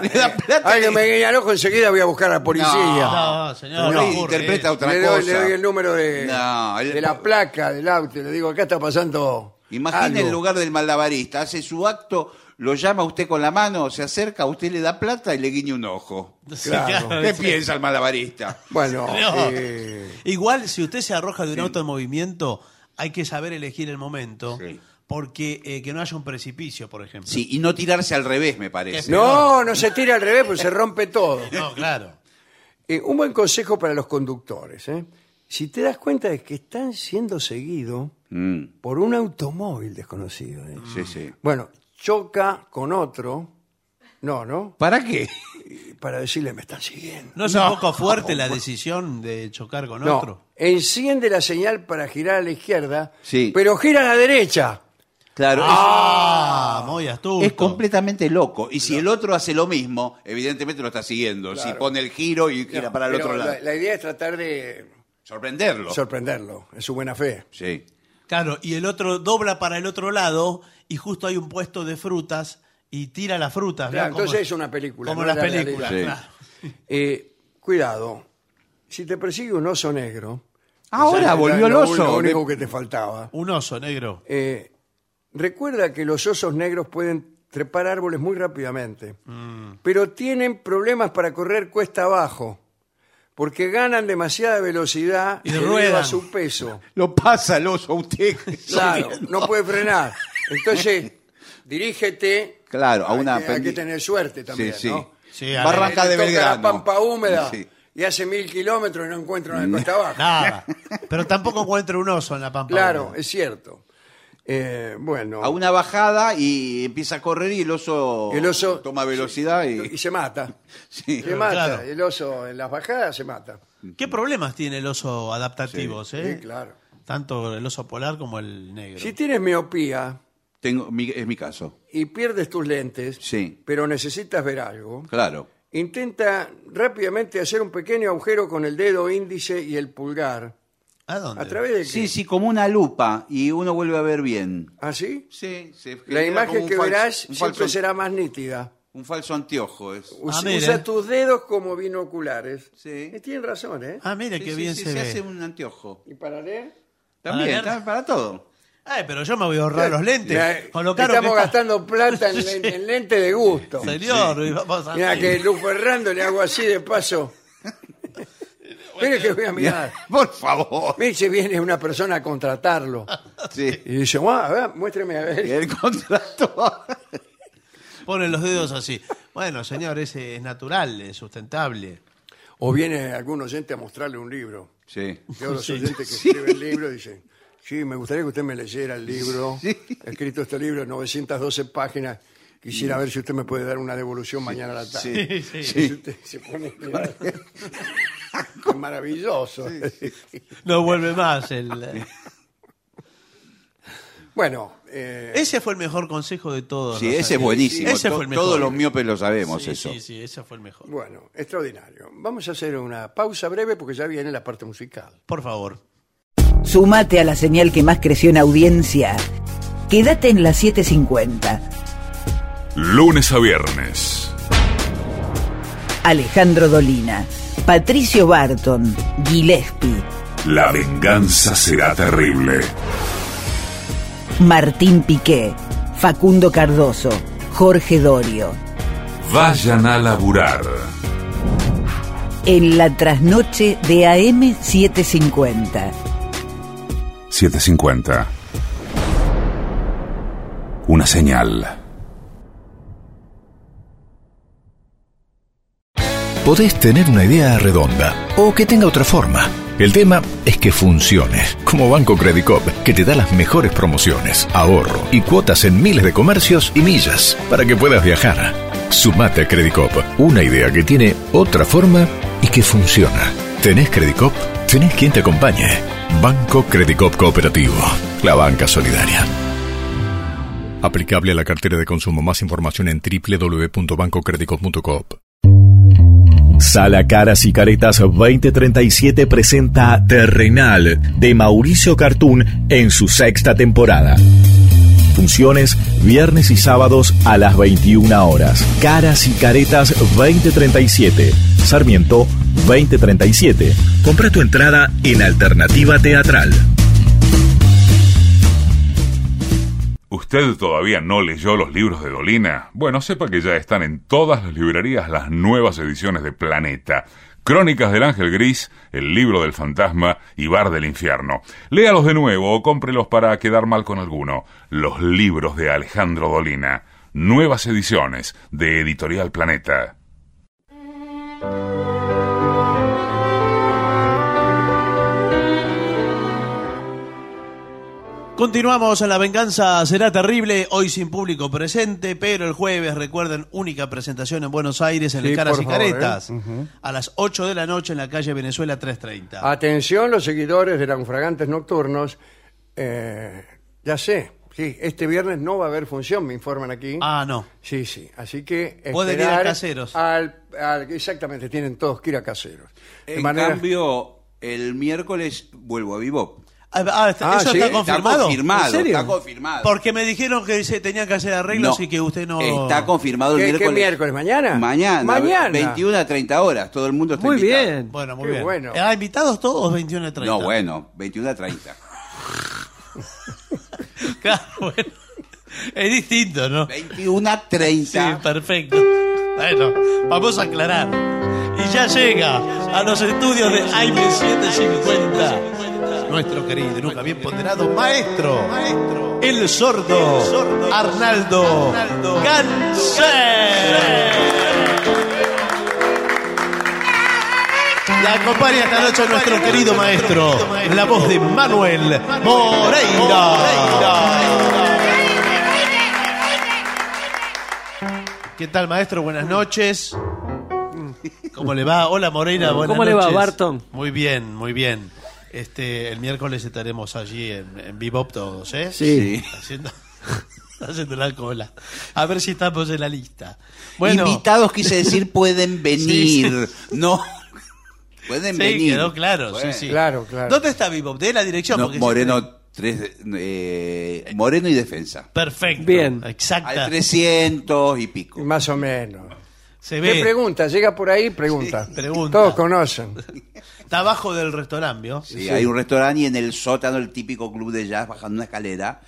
[SPEAKER 8] Le da
[SPEAKER 7] eh,
[SPEAKER 8] plata.
[SPEAKER 7] alguien
[SPEAKER 8] y-
[SPEAKER 7] me guiña el ojo, enseguida voy a buscar a la policía.
[SPEAKER 6] No, señor.
[SPEAKER 8] Usted
[SPEAKER 6] no ocurre
[SPEAKER 8] interpreta
[SPEAKER 6] eso.
[SPEAKER 8] otra
[SPEAKER 7] le, doy,
[SPEAKER 8] cosa.
[SPEAKER 7] le doy el número de,
[SPEAKER 8] No, el-
[SPEAKER 7] de la placa del auto y le digo, acá está pasando.
[SPEAKER 8] Imagina el
[SPEAKER 7] algo.
[SPEAKER 8] lugar del malabarista. Hace su acto, lo llama usted con la mano, se acerca, usted le da plata y le guiña un ojo.
[SPEAKER 6] Sí,
[SPEAKER 7] claro.
[SPEAKER 8] ¿Qué
[SPEAKER 6] sí.
[SPEAKER 8] piensa el malabarista?
[SPEAKER 7] Bueno,
[SPEAKER 6] No.
[SPEAKER 7] eh,
[SPEAKER 6] Igual, si usted se arroja de un auto en movimiento, hay que saber elegir el momento.
[SPEAKER 8] Sí.
[SPEAKER 6] Porque eh, que no haya un precipicio, por ejemplo.
[SPEAKER 8] Sí, y no tirarse al revés, me parece.
[SPEAKER 7] no, no se tira al revés, pues se rompe todo.
[SPEAKER 6] No, claro.
[SPEAKER 7] Eh, un buen consejo para los conductores. ¿eh? Si te das cuenta de que están siendo seguidos
[SPEAKER 8] Mm,
[SPEAKER 7] por un automóvil desconocido. ¿eh?
[SPEAKER 8] sí, sí.
[SPEAKER 7] Bueno, choca con otro No, ¿no?
[SPEAKER 8] ¿Para qué?
[SPEAKER 7] Para decirle, me están siguiendo.
[SPEAKER 6] ¿No es un poco fuerte la decisión de chocar con
[SPEAKER 7] No,
[SPEAKER 6] otro?
[SPEAKER 7] enciende la señal para girar a la izquierda,
[SPEAKER 8] Sí.
[SPEAKER 7] pero gira a la derecha.
[SPEAKER 8] Claro.
[SPEAKER 6] Ah, muy astuto.
[SPEAKER 8] Es completamente loco. Y si el otro hace lo mismo, evidentemente lo está siguiendo. Si
[SPEAKER 7] Claro.
[SPEAKER 8] pone el giro y gira
[SPEAKER 7] No,
[SPEAKER 8] para el
[SPEAKER 7] pero
[SPEAKER 8] otro lado.
[SPEAKER 7] La, la idea es tratar de
[SPEAKER 8] Sorprenderlo.
[SPEAKER 7] sorprenderlo, en su buena fe.
[SPEAKER 8] sí.
[SPEAKER 6] Claro, y el otro dobla para el otro lado y justo hay un puesto de frutas y tira las frutas.
[SPEAKER 7] Claro,
[SPEAKER 6] ¿no? Como-
[SPEAKER 7] entonces es una película.
[SPEAKER 6] Como
[SPEAKER 7] no
[SPEAKER 6] las
[SPEAKER 7] era la
[SPEAKER 6] películas,
[SPEAKER 7] realidad.
[SPEAKER 6] claro.
[SPEAKER 7] Eh, cuidado, si te persigue un oso negro.
[SPEAKER 6] Ah,
[SPEAKER 8] Ahora
[SPEAKER 7] ya era
[SPEAKER 8] volvió el
[SPEAKER 7] lo
[SPEAKER 8] oso.
[SPEAKER 7] Lo único que te faltaba.
[SPEAKER 6] Un oso negro.
[SPEAKER 7] Eh, recuerda que los osos negros pueden trepar árboles muy rápidamente,
[SPEAKER 6] Mm.
[SPEAKER 7] pero tienen problemas para correr cuesta abajo, porque ganan demasiada velocidad
[SPEAKER 6] Y
[SPEAKER 7] debido
[SPEAKER 6] ruedan.
[SPEAKER 7] a su peso.
[SPEAKER 8] Lo pasa el oso a usted.
[SPEAKER 7] Claro,
[SPEAKER 8] Siguiendo.
[SPEAKER 7] no puede frenar. Entonces, dirígete. eh,
[SPEAKER 8] Claro, a una
[SPEAKER 7] Hay que, hay que
[SPEAKER 8] pendi-
[SPEAKER 7] tener suerte también,
[SPEAKER 8] Sí, sí.
[SPEAKER 7] ¿no?
[SPEAKER 6] Sí, a ver,
[SPEAKER 8] Barranca
[SPEAKER 7] Le
[SPEAKER 8] de
[SPEAKER 7] toca
[SPEAKER 8] Belgrano.
[SPEAKER 7] La pampa húmeda
[SPEAKER 8] Sí.
[SPEAKER 7] y hace mil kilómetros y no encuentra una de cuesta abajo.
[SPEAKER 6] nada. Pero tampoco encuentro un oso en la pampa.
[SPEAKER 7] Claro, es cierto. Eh, bueno,
[SPEAKER 8] A una bajada y empieza a correr y el oso,
[SPEAKER 7] el oso
[SPEAKER 8] toma velocidad
[SPEAKER 7] y se mata.
[SPEAKER 8] y...
[SPEAKER 7] Se mata,
[SPEAKER 6] Claro.
[SPEAKER 7] el oso en las bajadas se mata.
[SPEAKER 6] ¿Qué problemas tiene el oso adaptativo? eh?
[SPEAKER 7] Sí, claro.
[SPEAKER 6] Tanto el oso polar como el negro.
[SPEAKER 7] Si tienes miopía
[SPEAKER 8] Tengo, mi- es mi caso.
[SPEAKER 7] y pierdes tus lentes,
[SPEAKER 8] Sí.
[SPEAKER 7] pero necesitas ver algo,
[SPEAKER 8] Claro.
[SPEAKER 7] intenta rápidamente hacer un pequeño agujero con el dedo índice y el pulgar.
[SPEAKER 6] ¿A dónde?
[SPEAKER 7] ¿A través de qué?
[SPEAKER 8] Sí, sí, como una lupa y uno vuelve a ver bien.
[SPEAKER 7] ¿Ah, sí?
[SPEAKER 8] Sí, se
[SPEAKER 7] La
[SPEAKER 8] genera como
[SPEAKER 7] imagen
[SPEAKER 8] un
[SPEAKER 7] que
[SPEAKER 8] falso-
[SPEAKER 7] verás
[SPEAKER 8] un
[SPEAKER 7] siempre
[SPEAKER 8] falso,
[SPEAKER 7] será más nítida.
[SPEAKER 8] un falso anteojo. Es.
[SPEAKER 7] Usa,
[SPEAKER 6] Ah, mire.
[SPEAKER 7] usa tus dedos como binoculares.
[SPEAKER 8] Sí.
[SPEAKER 7] Eh, tienen razón, ¿eh?
[SPEAKER 6] Ah, mire,
[SPEAKER 8] Sí,
[SPEAKER 6] qué
[SPEAKER 8] sí,
[SPEAKER 6] bien
[SPEAKER 8] sí,
[SPEAKER 6] se, ve.
[SPEAKER 8] hace un anteojo. Ah,
[SPEAKER 7] ¿Y para leer?
[SPEAKER 8] También,
[SPEAKER 6] ver.
[SPEAKER 8] ta- para todo.
[SPEAKER 6] Ay, pero yo me voy a ahorrar los lentes.
[SPEAKER 7] Mirá,
[SPEAKER 6] Con lo caro
[SPEAKER 7] estamos
[SPEAKER 6] que está-
[SPEAKER 7] gastando plata en,
[SPEAKER 6] Sí.
[SPEAKER 7] en- en lente de gusto.
[SPEAKER 6] Señor, y vamos a-
[SPEAKER 7] Mira que Luz Ferrando le hago así de paso. Mire que voy a mirar.
[SPEAKER 8] Por favor.
[SPEAKER 7] Mire si viene una persona a contratarlo.
[SPEAKER 8] Sí.
[SPEAKER 7] Y dice, "Ah, a ver, muéstreme a ver.
[SPEAKER 8] El contrato.
[SPEAKER 6] Pone los dedos así. Bueno, señor, ese es natural, es sustentable.
[SPEAKER 7] O viene algún oyente a mostrarle un libro.
[SPEAKER 8] Sí.
[SPEAKER 7] Yo los
[SPEAKER 6] Sí.
[SPEAKER 7] oyentes que escriben libros dicen, sí, me gustaría que usted me leyera el libro. He escrito este libro, 912 páginas. Quisiera
[SPEAKER 6] Mm.
[SPEAKER 7] ver si usted me puede dar una devolución mañana a la tarde.
[SPEAKER 8] Sí,
[SPEAKER 7] Y
[SPEAKER 8] sí.
[SPEAKER 7] usted se pone a mirar. Es maravilloso.
[SPEAKER 6] No vuelve más. El...
[SPEAKER 7] Bueno, eh,
[SPEAKER 6] Ese fue el mejor consejo de todos.
[SPEAKER 8] Sí,
[SPEAKER 6] Rosario.
[SPEAKER 8] ese es buenísimo.
[SPEAKER 6] Ese
[SPEAKER 8] To-
[SPEAKER 6] fue el mejor.
[SPEAKER 8] Todos los miopes lo sabemos
[SPEAKER 6] Sí,
[SPEAKER 8] eso.
[SPEAKER 6] Sí, sí, ese fue el mejor.
[SPEAKER 7] bueno, extraordinario. Vamos a hacer una pausa breve porque ya viene la parte musical.
[SPEAKER 6] Por favor.
[SPEAKER 14] Sumate a la señal que más creció en audiencia. Quédate en la 750.
[SPEAKER 4] Lunes a viernes.
[SPEAKER 14] Alejandro Dolina, Patricio Barton, Gillespie,
[SPEAKER 4] La venganza será terrible.
[SPEAKER 14] Martín Piqué, Facundo Cardoso, Jorge Dorio.
[SPEAKER 4] Vayan a laburar.
[SPEAKER 14] En la trasnoche de AM 750.
[SPEAKER 4] 750. Una señal.
[SPEAKER 3] Podés tener una idea redonda o que tenga otra forma. El tema es que funcione, como Banco Credicop, que te da las mejores promociones, ahorro y cuotas en miles de comercios y millas para que puedas viajar. Sumate a Credicop, una idea que tiene otra forma y que funciona. ¿Tenés Credicop? ¿Tenés quien te acompañe? Banco Credicop Cooperativo, la banca solidaria. Aplicable a la cartera de consumo. Más información en www.bancocredicop.coop.
[SPEAKER 1] Sala Caras y Caretas 2037 presenta Terrenal de Mauricio Cartún en su sexta temporada. Funciones viernes y sábados a las 21 horas. Caras y Caretas 2037. Sarmiento 2037. Compra tu entrada en Alternativa Teatral.
[SPEAKER 4] ¿Usted todavía no leyó los libros de Dolina? Bueno, sepa que ya están en todas las librerías las nuevas ediciones de Planeta. Crónicas del Ángel Gris, El Libro del Fantasma y Bar del Infierno. Léalos de nuevo o cómprelos para quedar mal con alguno. Los libros de Alejandro Dolina. Nuevas ediciones de Editorial Planeta.
[SPEAKER 6] Continuamos en La Venganza Será Terrible, hoy sin público presente, pero el jueves, recuerden, única presentación en Buenos Aires en
[SPEAKER 7] Sí,
[SPEAKER 6] el Caras
[SPEAKER 7] por
[SPEAKER 6] y
[SPEAKER 7] favor, ¿eh?
[SPEAKER 6] Caretas, a las 8 de la noche en la calle Venezuela 330.
[SPEAKER 7] Atención los seguidores de Naufragantes Nocturnos. Eh, ya sé, sí, este viernes no va a haber función, me informan aquí.
[SPEAKER 6] Ah, no.
[SPEAKER 7] Sí, sí. Así que
[SPEAKER 6] Pueden ir a
[SPEAKER 7] esperar
[SPEAKER 6] Caseros.
[SPEAKER 7] al- al- exactamente, tienen todos que ir a caseros. De
[SPEAKER 8] En
[SPEAKER 7] manera-
[SPEAKER 8] cambio, el miércoles vuelvo a Bebop.
[SPEAKER 6] Ah, ah, está-
[SPEAKER 8] Ah,
[SPEAKER 6] ¿Eso
[SPEAKER 8] sí,
[SPEAKER 6] está
[SPEAKER 8] está
[SPEAKER 6] confirmado?
[SPEAKER 8] confirmado,
[SPEAKER 6] ¿En serio?
[SPEAKER 8] está confirmado.
[SPEAKER 6] Porque me dijeron que se tenían que hacer arreglos y que usted no...
[SPEAKER 8] Está confirmado el
[SPEAKER 6] ¿Qué- qué
[SPEAKER 8] miércoles.
[SPEAKER 6] miércoles? ¿Mañana?
[SPEAKER 8] Mañana.
[SPEAKER 6] Mañana.
[SPEAKER 8] 21 a 30 horas. Todo el mundo está invitado.
[SPEAKER 6] Bueno, muy bien. Ah, invitados todos 21 a 30.
[SPEAKER 8] No, bueno, 21 a 30.
[SPEAKER 6] Claro, bueno. Es distinto, ¿no?
[SPEAKER 8] 21 a 30.
[SPEAKER 6] Sí, perfecto. Bueno, vamos a aclarar. Y ya llega a los estudios de AIME 750. Nuestro querido y nunca bien ponderado maestro. El sordo. Arnaldo. Ganser. La acompaña esta noche nuestro querido maestro, la voz de Manuel Moreira. ¿Qué tal, maestro? Buenas noches. ¿Cómo le va? Hola, Moreira. Buenas
[SPEAKER 15] ¿Cómo le va,
[SPEAKER 6] noches.
[SPEAKER 15] Barton?
[SPEAKER 6] Muy bien, muy bien. Este, el miércoles estaremos allí en, en Bebop todos, ¿eh?
[SPEAKER 15] Sí.
[SPEAKER 6] Haciendo, haciendo la cola. A ver si estamos en la lista.
[SPEAKER 8] Invitados, quise decir, pueden venir. No. Pueden
[SPEAKER 6] Sí,
[SPEAKER 8] venir.
[SPEAKER 6] quedó claro,
[SPEAKER 8] Bueno.
[SPEAKER 6] sí, sí. ¿Dónde está Bebop? De la dirección.
[SPEAKER 8] No,
[SPEAKER 6] porque-
[SPEAKER 8] Moreno, tres, eh, Moreno y Defensa.
[SPEAKER 6] Perfecto.
[SPEAKER 8] Bien.
[SPEAKER 6] Exacto.
[SPEAKER 8] Al 300 y pico.
[SPEAKER 7] Más o menos.
[SPEAKER 6] Se
[SPEAKER 7] ¿Qué
[SPEAKER 6] ve.
[SPEAKER 7] pregunta? Llega por ahí, pregunta.
[SPEAKER 6] pregunta.
[SPEAKER 7] Todos conocen.
[SPEAKER 6] Está abajo del restaurante, ¿vio?
[SPEAKER 8] Sí, Eh, hay un restaurante y en el sótano el típico club de jazz bajando una escalera,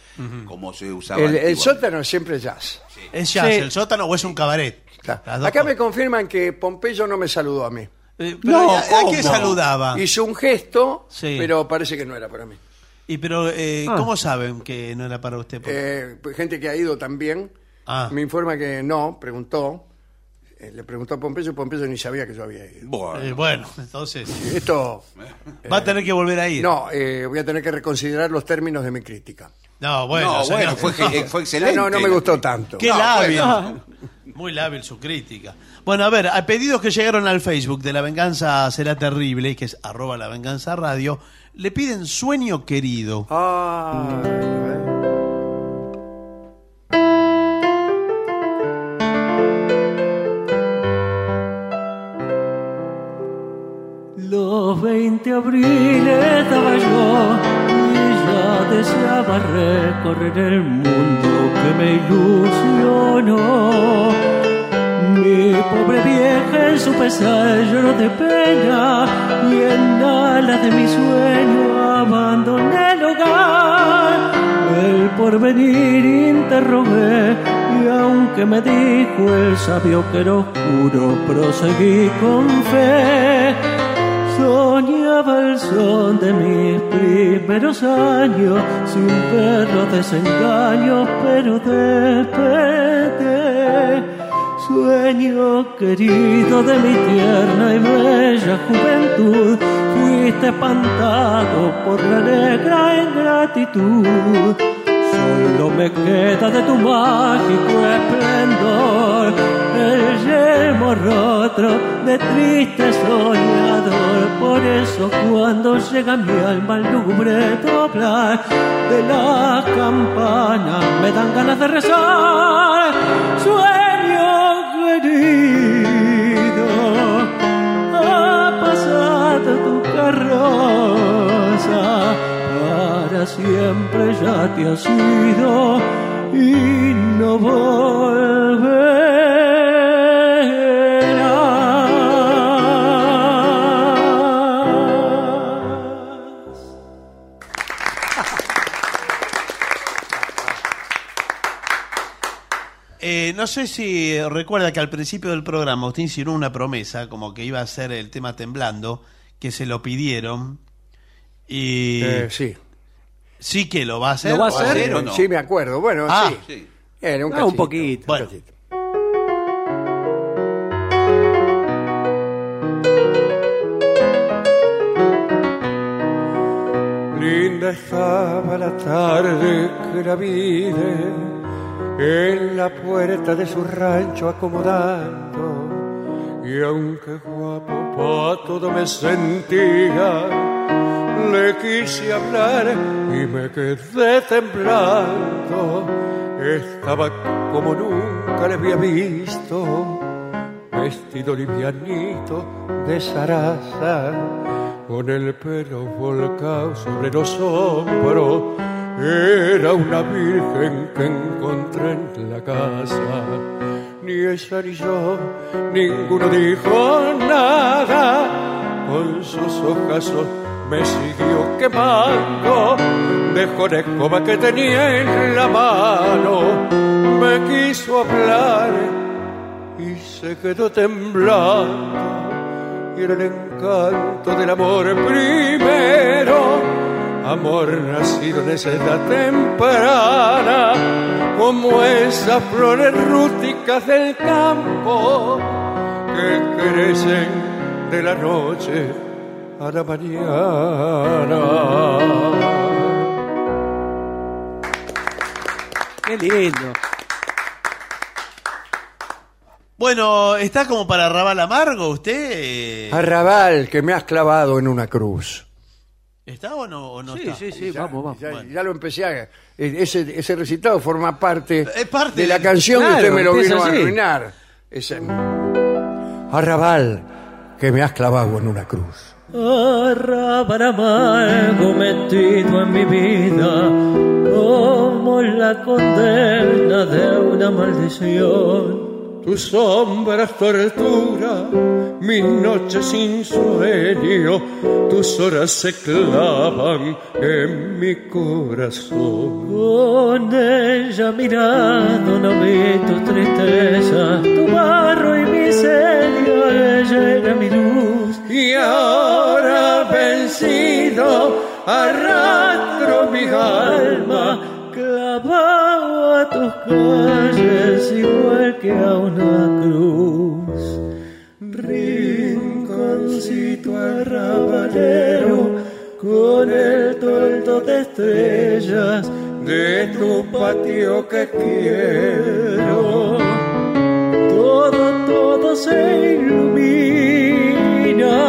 [SPEAKER 8] como se usaba
[SPEAKER 7] El, el
[SPEAKER 8] antiguamente.
[SPEAKER 7] sótano siempre es jazz.
[SPEAKER 6] ¿Es jazz el sótano o es un cabaret? Las dos Eh,
[SPEAKER 7] Acá me confirman que Pompeyo no me saludó a mí.
[SPEAKER 6] pero No, ¿a- a ¿cómo? qué saludaba?
[SPEAKER 7] Hizo un gesto,
[SPEAKER 6] Sí.
[SPEAKER 7] pero parece que no era para mí.
[SPEAKER 6] Y pero, eh,
[SPEAKER 7] Ah.
[SPEAKER 6] ¿cómo saben que no era para usted? Porque-
[SPEAKER 7] Eh, gente que ha ido también
[SPEAKER 6] Ah.
[SPEAKER 7] me informa que no, preguntó. Eh, le preguntó a Pompeyo, Pompeyo ni sabía que yo había ido.
[SPEAKER 6] Eh, bueno, entonces.
[SPEAKER 7] Esto.
[SPEAKER 6] Va a tener que volver a ir.
[SPEAKER 7] No, eh, voy a tener que reconsiderar los términos de mi crítica.
[SPEAKER 6] No, bueno.
[SPEAKER 7] No,
[SPEAKER 6] señor.
[SPEAKER 7] bueno, fue que- fue excelente. No, no, no me gustó tanto.
[SPEAKER 6] Qué
[SPEAKER 7] No,
[SPEAKER 6] lábil.
[SPEAKER 7] bueno.
[SPEAKER 6] Muy lábil su crítica. Bueno, a ver, a pedidos que llegaron al Facebook de La Venganza Será Terrible, que es arroba La Venganza Radio, le piden Sueño Querido.
[SPEAKER 7] Ah.
[SPEAKER 15] Los 20 abriles estaba yo y ya deseaba recorrer el mundo que me ilusionó. Mi pobre vieja en su pesar lloró de pena y en alas de mi sueño abandoné el hogar. El porvenir interrogué y aunque me dijo el sabio que era oscuro, proseguí con fe. Soñaba el son de mis primeros años, sin ver los desengaños, pero desperté. Sueño querido de mi tierna y bella juventud, fuiste espantado por la negra ingratitud. Solo me queda de tu mágico esplendor el yermo rostro de triste soñador. Por eso cuando llega mi alma al lúgubre doblar de las campanas me dan ganas de rezar. Sueño querido ha pasado tu carroza, para siempre ya te has ido y no volverás.
[SPEAKER 6] Eh, no sé si recuerda que al principio del programa usted insinuó una promesa, como que iba a ser el tema temblando, que se lo pidieron. Y.
[SPEAKER 7] Eh, sí.
[SPEAKER 6] Sí que lo va a hacer.
[SPEAKER 7] Sí, me acuerdo. Bueno,
[SPEAKER 6] Ah.
[SPEAKER 7] sí. Era un,
[SPEAKER 6] Ah, un
[SPEAKER 7] poquito.
[SPEAKER 2] Linda
[SPEAKER 16] rezaba la tarde que la vide en la puerta de su rancho acomodando. Y aunque guapo pa' todo me sentía, le quise hablar y me quedé temblando. Estaba como nunca le había visto, vestido livianito de zaraza, con el pelo volcado sobre los hombros. Era una virgen que encontré en la casa. Ni ella ni yo, ninguno dijo nada. Con sus ojazos me siguió quemando. Dejó la escoba que tenía en la mano. Me quiso hablar y se quedó temblando. Y era el encanto del amor primero amor nacido en esa edad temprana, como esas flores rústicas del campo que crecen de la noche a la mañana.
[SPEAKER 17] Qué lindo.
[SPEAKER 6] Bueno, ¿está como para Rabal Amargo usted?
[SPEAKER 7] Arrabal, que me has clavado en una cruz.
[SPEAKER 6] ¿Está o no, o no
[SPEAKER 17] Sí,
[SPEAKER 6] está?
[SPEAKER 17] sí, sí,
[SPEAKER 7] Ya,
[SPEAKER 17] vamos, vamos.
[SPEAKER 7] Ya, ya lo empecé a... eh, Ese, ese recitado forma parte,
[SPEAKER 17] parte
[SPEAKER 7] de la
[SPEAKER 17] del-
[SPEAKER 7] canción
[SPEAKER 17] Claro,
[SPEAKER 7] que usted me lo
[SPEAKER 17] empieza
[SPEAKER 7] vino a
[SPEAKER 17] así.
[SPEAKER 7] arruinar. Ese- Arrabal, que me has clavado en una cruz.
[SPEAKER 15] Arrabar amargo metido en mi vida, como la condena de una maldición.
[SPEAKER 16] Tus sombras tortura, mis noches sin sueño, tus horas se clavan en mi corazón.
[SPEAKER 15] Con ella mirando no vi tu tristeza, tu barro y miseria, ella era mi luz.
[SPEAKER 16] Y ahora vencido arrastro mi alma
[SPEAKER 15] clavado a tus calles igual que a una cruz. Rinconcito arrabalero con el toldo de estrellas
[SPEAKER 16] de tu patio que quiero.
[SPEAKER 15] todo, todo se ilumina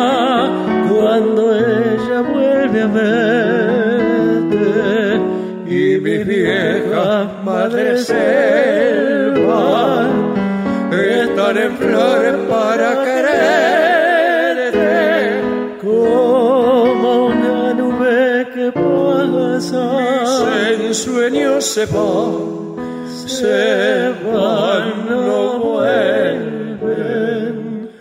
[SPEAKER 15] cuando ella vuelve a verte.
[SPEAKER 16] Y mi vieja madre selva están en flores para quererte.
[SPEAKER 15] Como una nube que pasa,
[SPEAKER 16] En sueños se van, se van, no vuelven.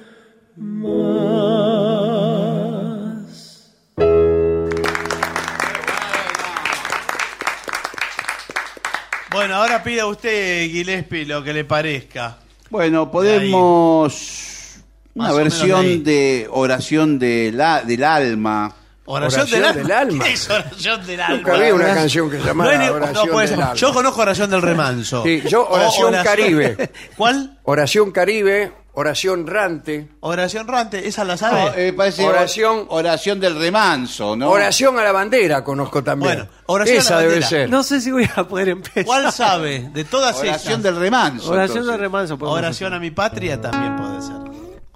[SPEAKER 6] Bueno, ahora pida usted, Gillespie, lo que le parezca.
[SPEAKER 8] Bueno, podemos
[SPEAKER 6] Más
[SPEAKER 8] una
[SPEAKER 6] o menos
[SPEAKER 8] versión
[SPEAKER 6] de
[SPEAKER 8] de,
[SPEAKER 6] ahí.
[SPEAKER 8] oración de la- del alma.
[SPEAKER 6] Oración, del, alma. ¿Qué es oración del alma?
[SPEAKER 7] Nunca había una canción que se llamara
[SPEAKER 6] ni-
[SPEAKER 7] Oración
[SPEAKER 6] puede ser.
[SPEAKER 7] del alma.
[SPEAKER 6] Yo conozco Oración del Remanso.
[SPEAKER 7] Sí, yo
[SPEAKER 6] O
[SPEAKER 7] oración caribe.
[SPEAKER 6] ¿Cuál?
[SPEAKER 7] Oración caribe, oración rante. Ah, eh,
[SPEAKER 6] Oración rante, esa la sabe.
[SPEAKER 8] Ah, oración, eh, oración del remanso, ¿no?
[SPEAKER 7] Oración a la bandera conozco también.
[SPEAKER 8] oración
[SPEAKER 7] Esa
[SPEAKER 8] a la
[SPEAKER 7] debe
[SPEAKER 8] bandera.
[SPEAKER 7] ser.
[SPEAKER 17] No sé si voy a poder empezar.
[SPEAKER 6] ¿Cuál sabe? De todas
[SPEAKER 8] Oración
[SPEAKER 6] esas.
[SPEAKER 8] del remanso,
[SPEAKER 17] Oración entonces. del remanso podemos
[SPEAKER 6] Oración a mi patria también puede ser.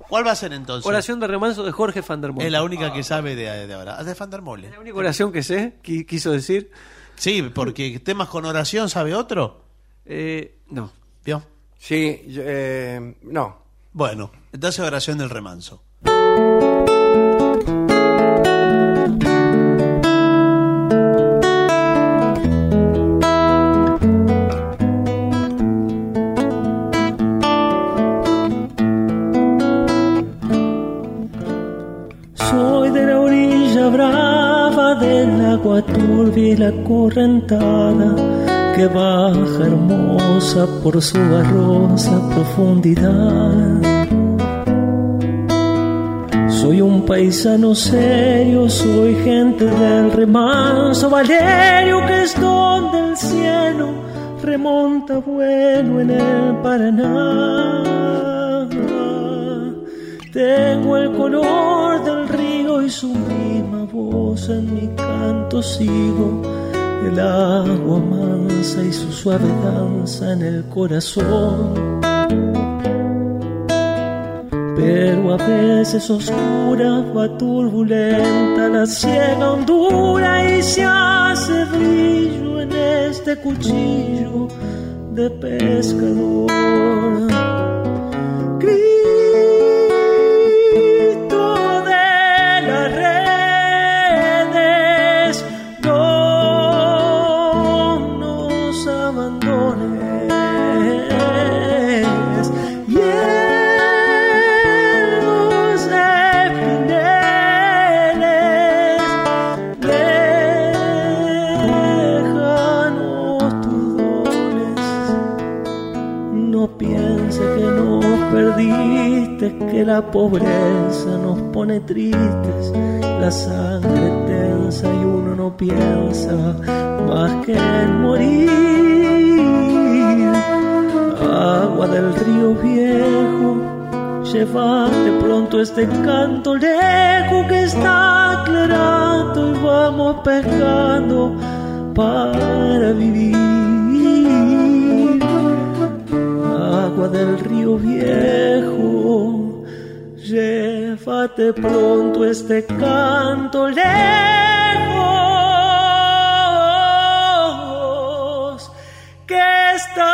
[SPEAKER 6] ¿Cuál va a ser entonces?
[SPEAKER 17] Oración de remanso de Jorge Fandermole.
[SPEAKER 6] Es la única que sabe de, de ahora. Ah, De Fandermole. La
[SPEAKER 17] única oración que sé, qui- quiso decir.
[SPEAKER 6] eh. Sí, porque temas con oración sabe otro.
[SPEAKER 17] Eh, no.
[SPEAKER 6] ¿Vio?
[SPEAKER 7] Sí, eh, no.
[SPEAKER 6] Bueno, entonces oración del remanso.
[SPEAKER 15] Soy de la orilla brava del agua turbia y la correntada que baja hermosa por su barrosa profundidad. Soy un paisano serio, soy gente del remanso Valerio que es donde el cielo remonta bueno en el Paraná. Tengo el color del río y su misma voz en mi canto sigo. El agua mansa y su suave danza en el corazón. Pero a veces oscura va turbulenta la ciega hondura y se hace brillo en este cuchillo de pescador. Grito de las redes, no nos abandones. Hielos espineles, lejanos tus dones. No pienses que nos perdiste, que la pobreza nos pone tristes, la sangre tensa y uno no piensa más que en morir. Agua del río viejo, llevaste pronto este canto lejos que está aclarando y vamos pescando para vivir agua del río viejo. Llévate pronto este canto lejos que está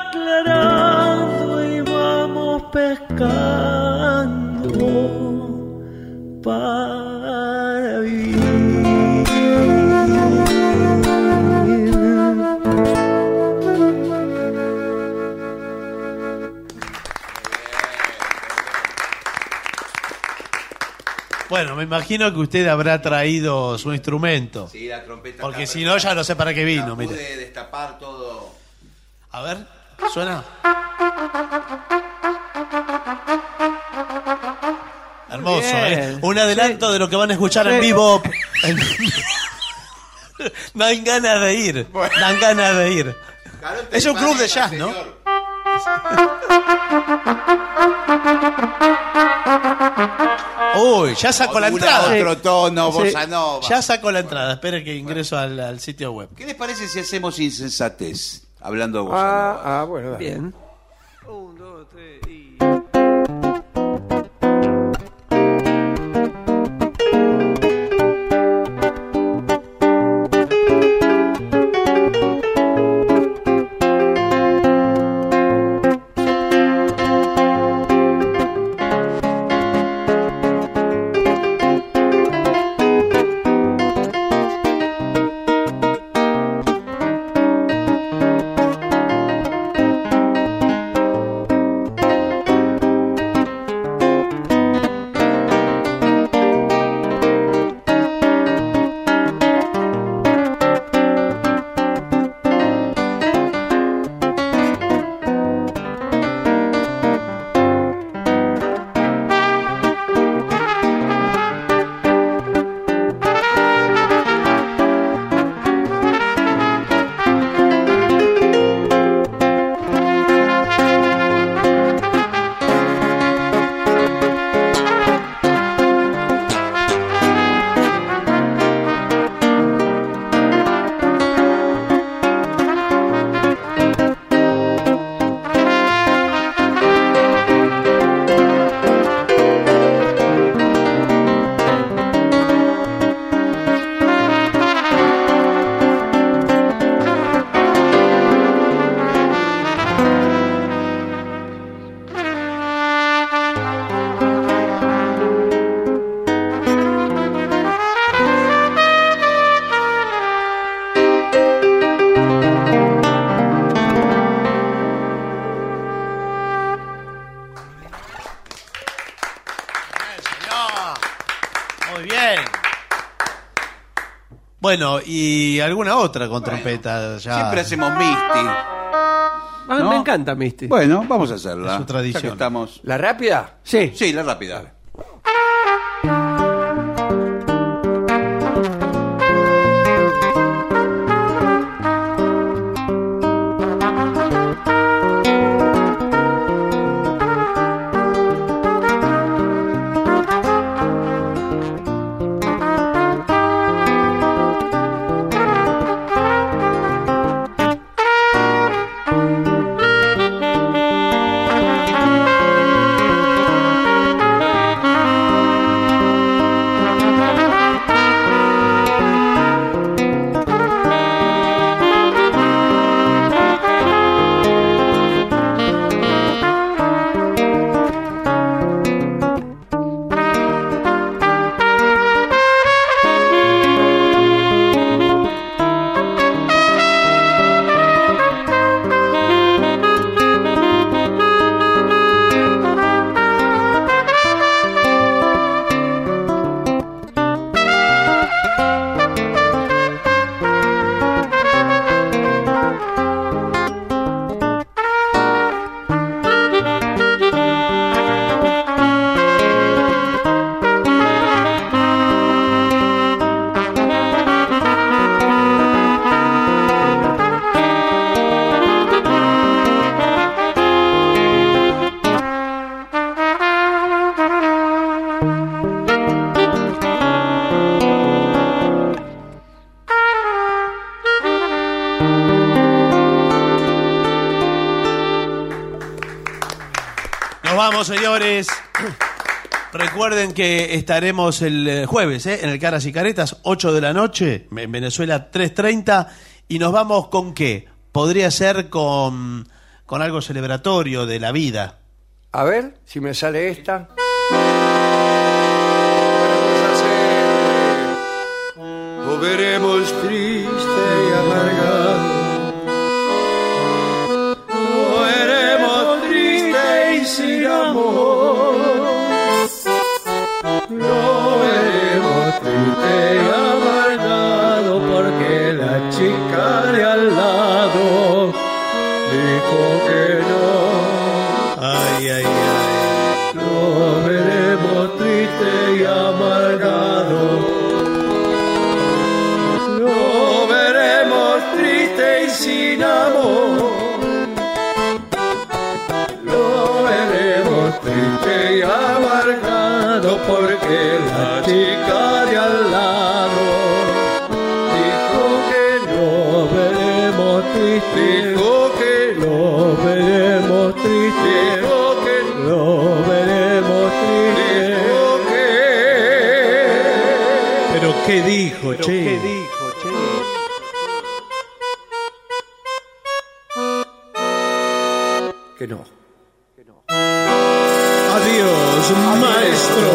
[SPEAKER 15] aclarando y vamos pescando para vivir.
[SPEAKER 6] Bueno, me imagino que usted habrá traído su instrumento.
[SPEAKER 8] Sí, la trompeta.
[SPEAKER 6] Porque si no, ya no sé para qué vino, mire.
[SPEAKER 8] Pude destapar todo.
[SPEAKER 6] A ver, suena. Hermoso, ¿eh?
[SPEAKER 17] Bien.
[SPEAKER 6] Un adelanto de lo que van a escuchar en
[SPEAKER 17] Sí.
[SPEAKER 6] vivo. Dan ganas de ir. Dan ganas de ir. Es un club de jazz, ¿no? Uy, ya sacó la
[SPEAKER 8] Una,
[SPEAKER 6] entrada.
[SPEAKER 8] otro tono, bossa nova.
[SPEAKER 6] Ya sacó la entrada. Espera que ingreso al, al sitio web.
[SPEAKER 8] ¿Qué les parece si hacemos insensatez? Hablando de bossa
[SPEAKER 7] Ah,
[SPEAKER 8] nova.
[SPEAKER 7] ah, bueno, dale.
[SPEAKER 8] Bien.
[SPEAKER 6] Muy bien. Bueno, y alguna otra con trompeta. Ya.
[SPEAKER 8] Siempre hacemos Misty.
[SPEAKER 17] Ah, Me encanta Misty.
[SPEAKER 8] Bueno, vamos a hacerla.
[SPEAKER 17] Es su tradición.
[SPEAKER 8] Ya que estamos.
[SPEAKER 7] ¿La rápida?
[SPEAKER 17] Sí.
[SPEAKER 8] Sí, la rápida.
[SPEAKER 2] Thank
[SPEAKER 6] Nos vamos, señores. Recuerden que estaremos el eh, jueves ¿eh? en el Caras y Caretas, 8 de la noche, en Venezuela 3.30. Y nos vamos con qué? Podría ser con, con algo celebratorio de la vida.
[SPEAKER 7] A ver si me sale esta.
[SPEAKER 16] Lo veremos triste y amargado. Lo veremos triste y sin amor. Lo veremos triste y amargado porque la chica de al lado dijo que no.
[SPEAKER 6] Ay, ay, ay.
[SPEAKER 16] Lo veremos triste y amargado. Lo veremos triste y sin amor. Lo veremos triste y amargado porque la chica de al lado dijo que lo veremos triste. Dijo que lo veremos triste. Dijo que lo veremos triste. Dijo que.
[SPEAKER 6] Pero ¿qué dijo, che?
[SPEAKER 7] Que no.
[SPEAKER 6] eh?
[SPEAKER 16] Adiós, maestro.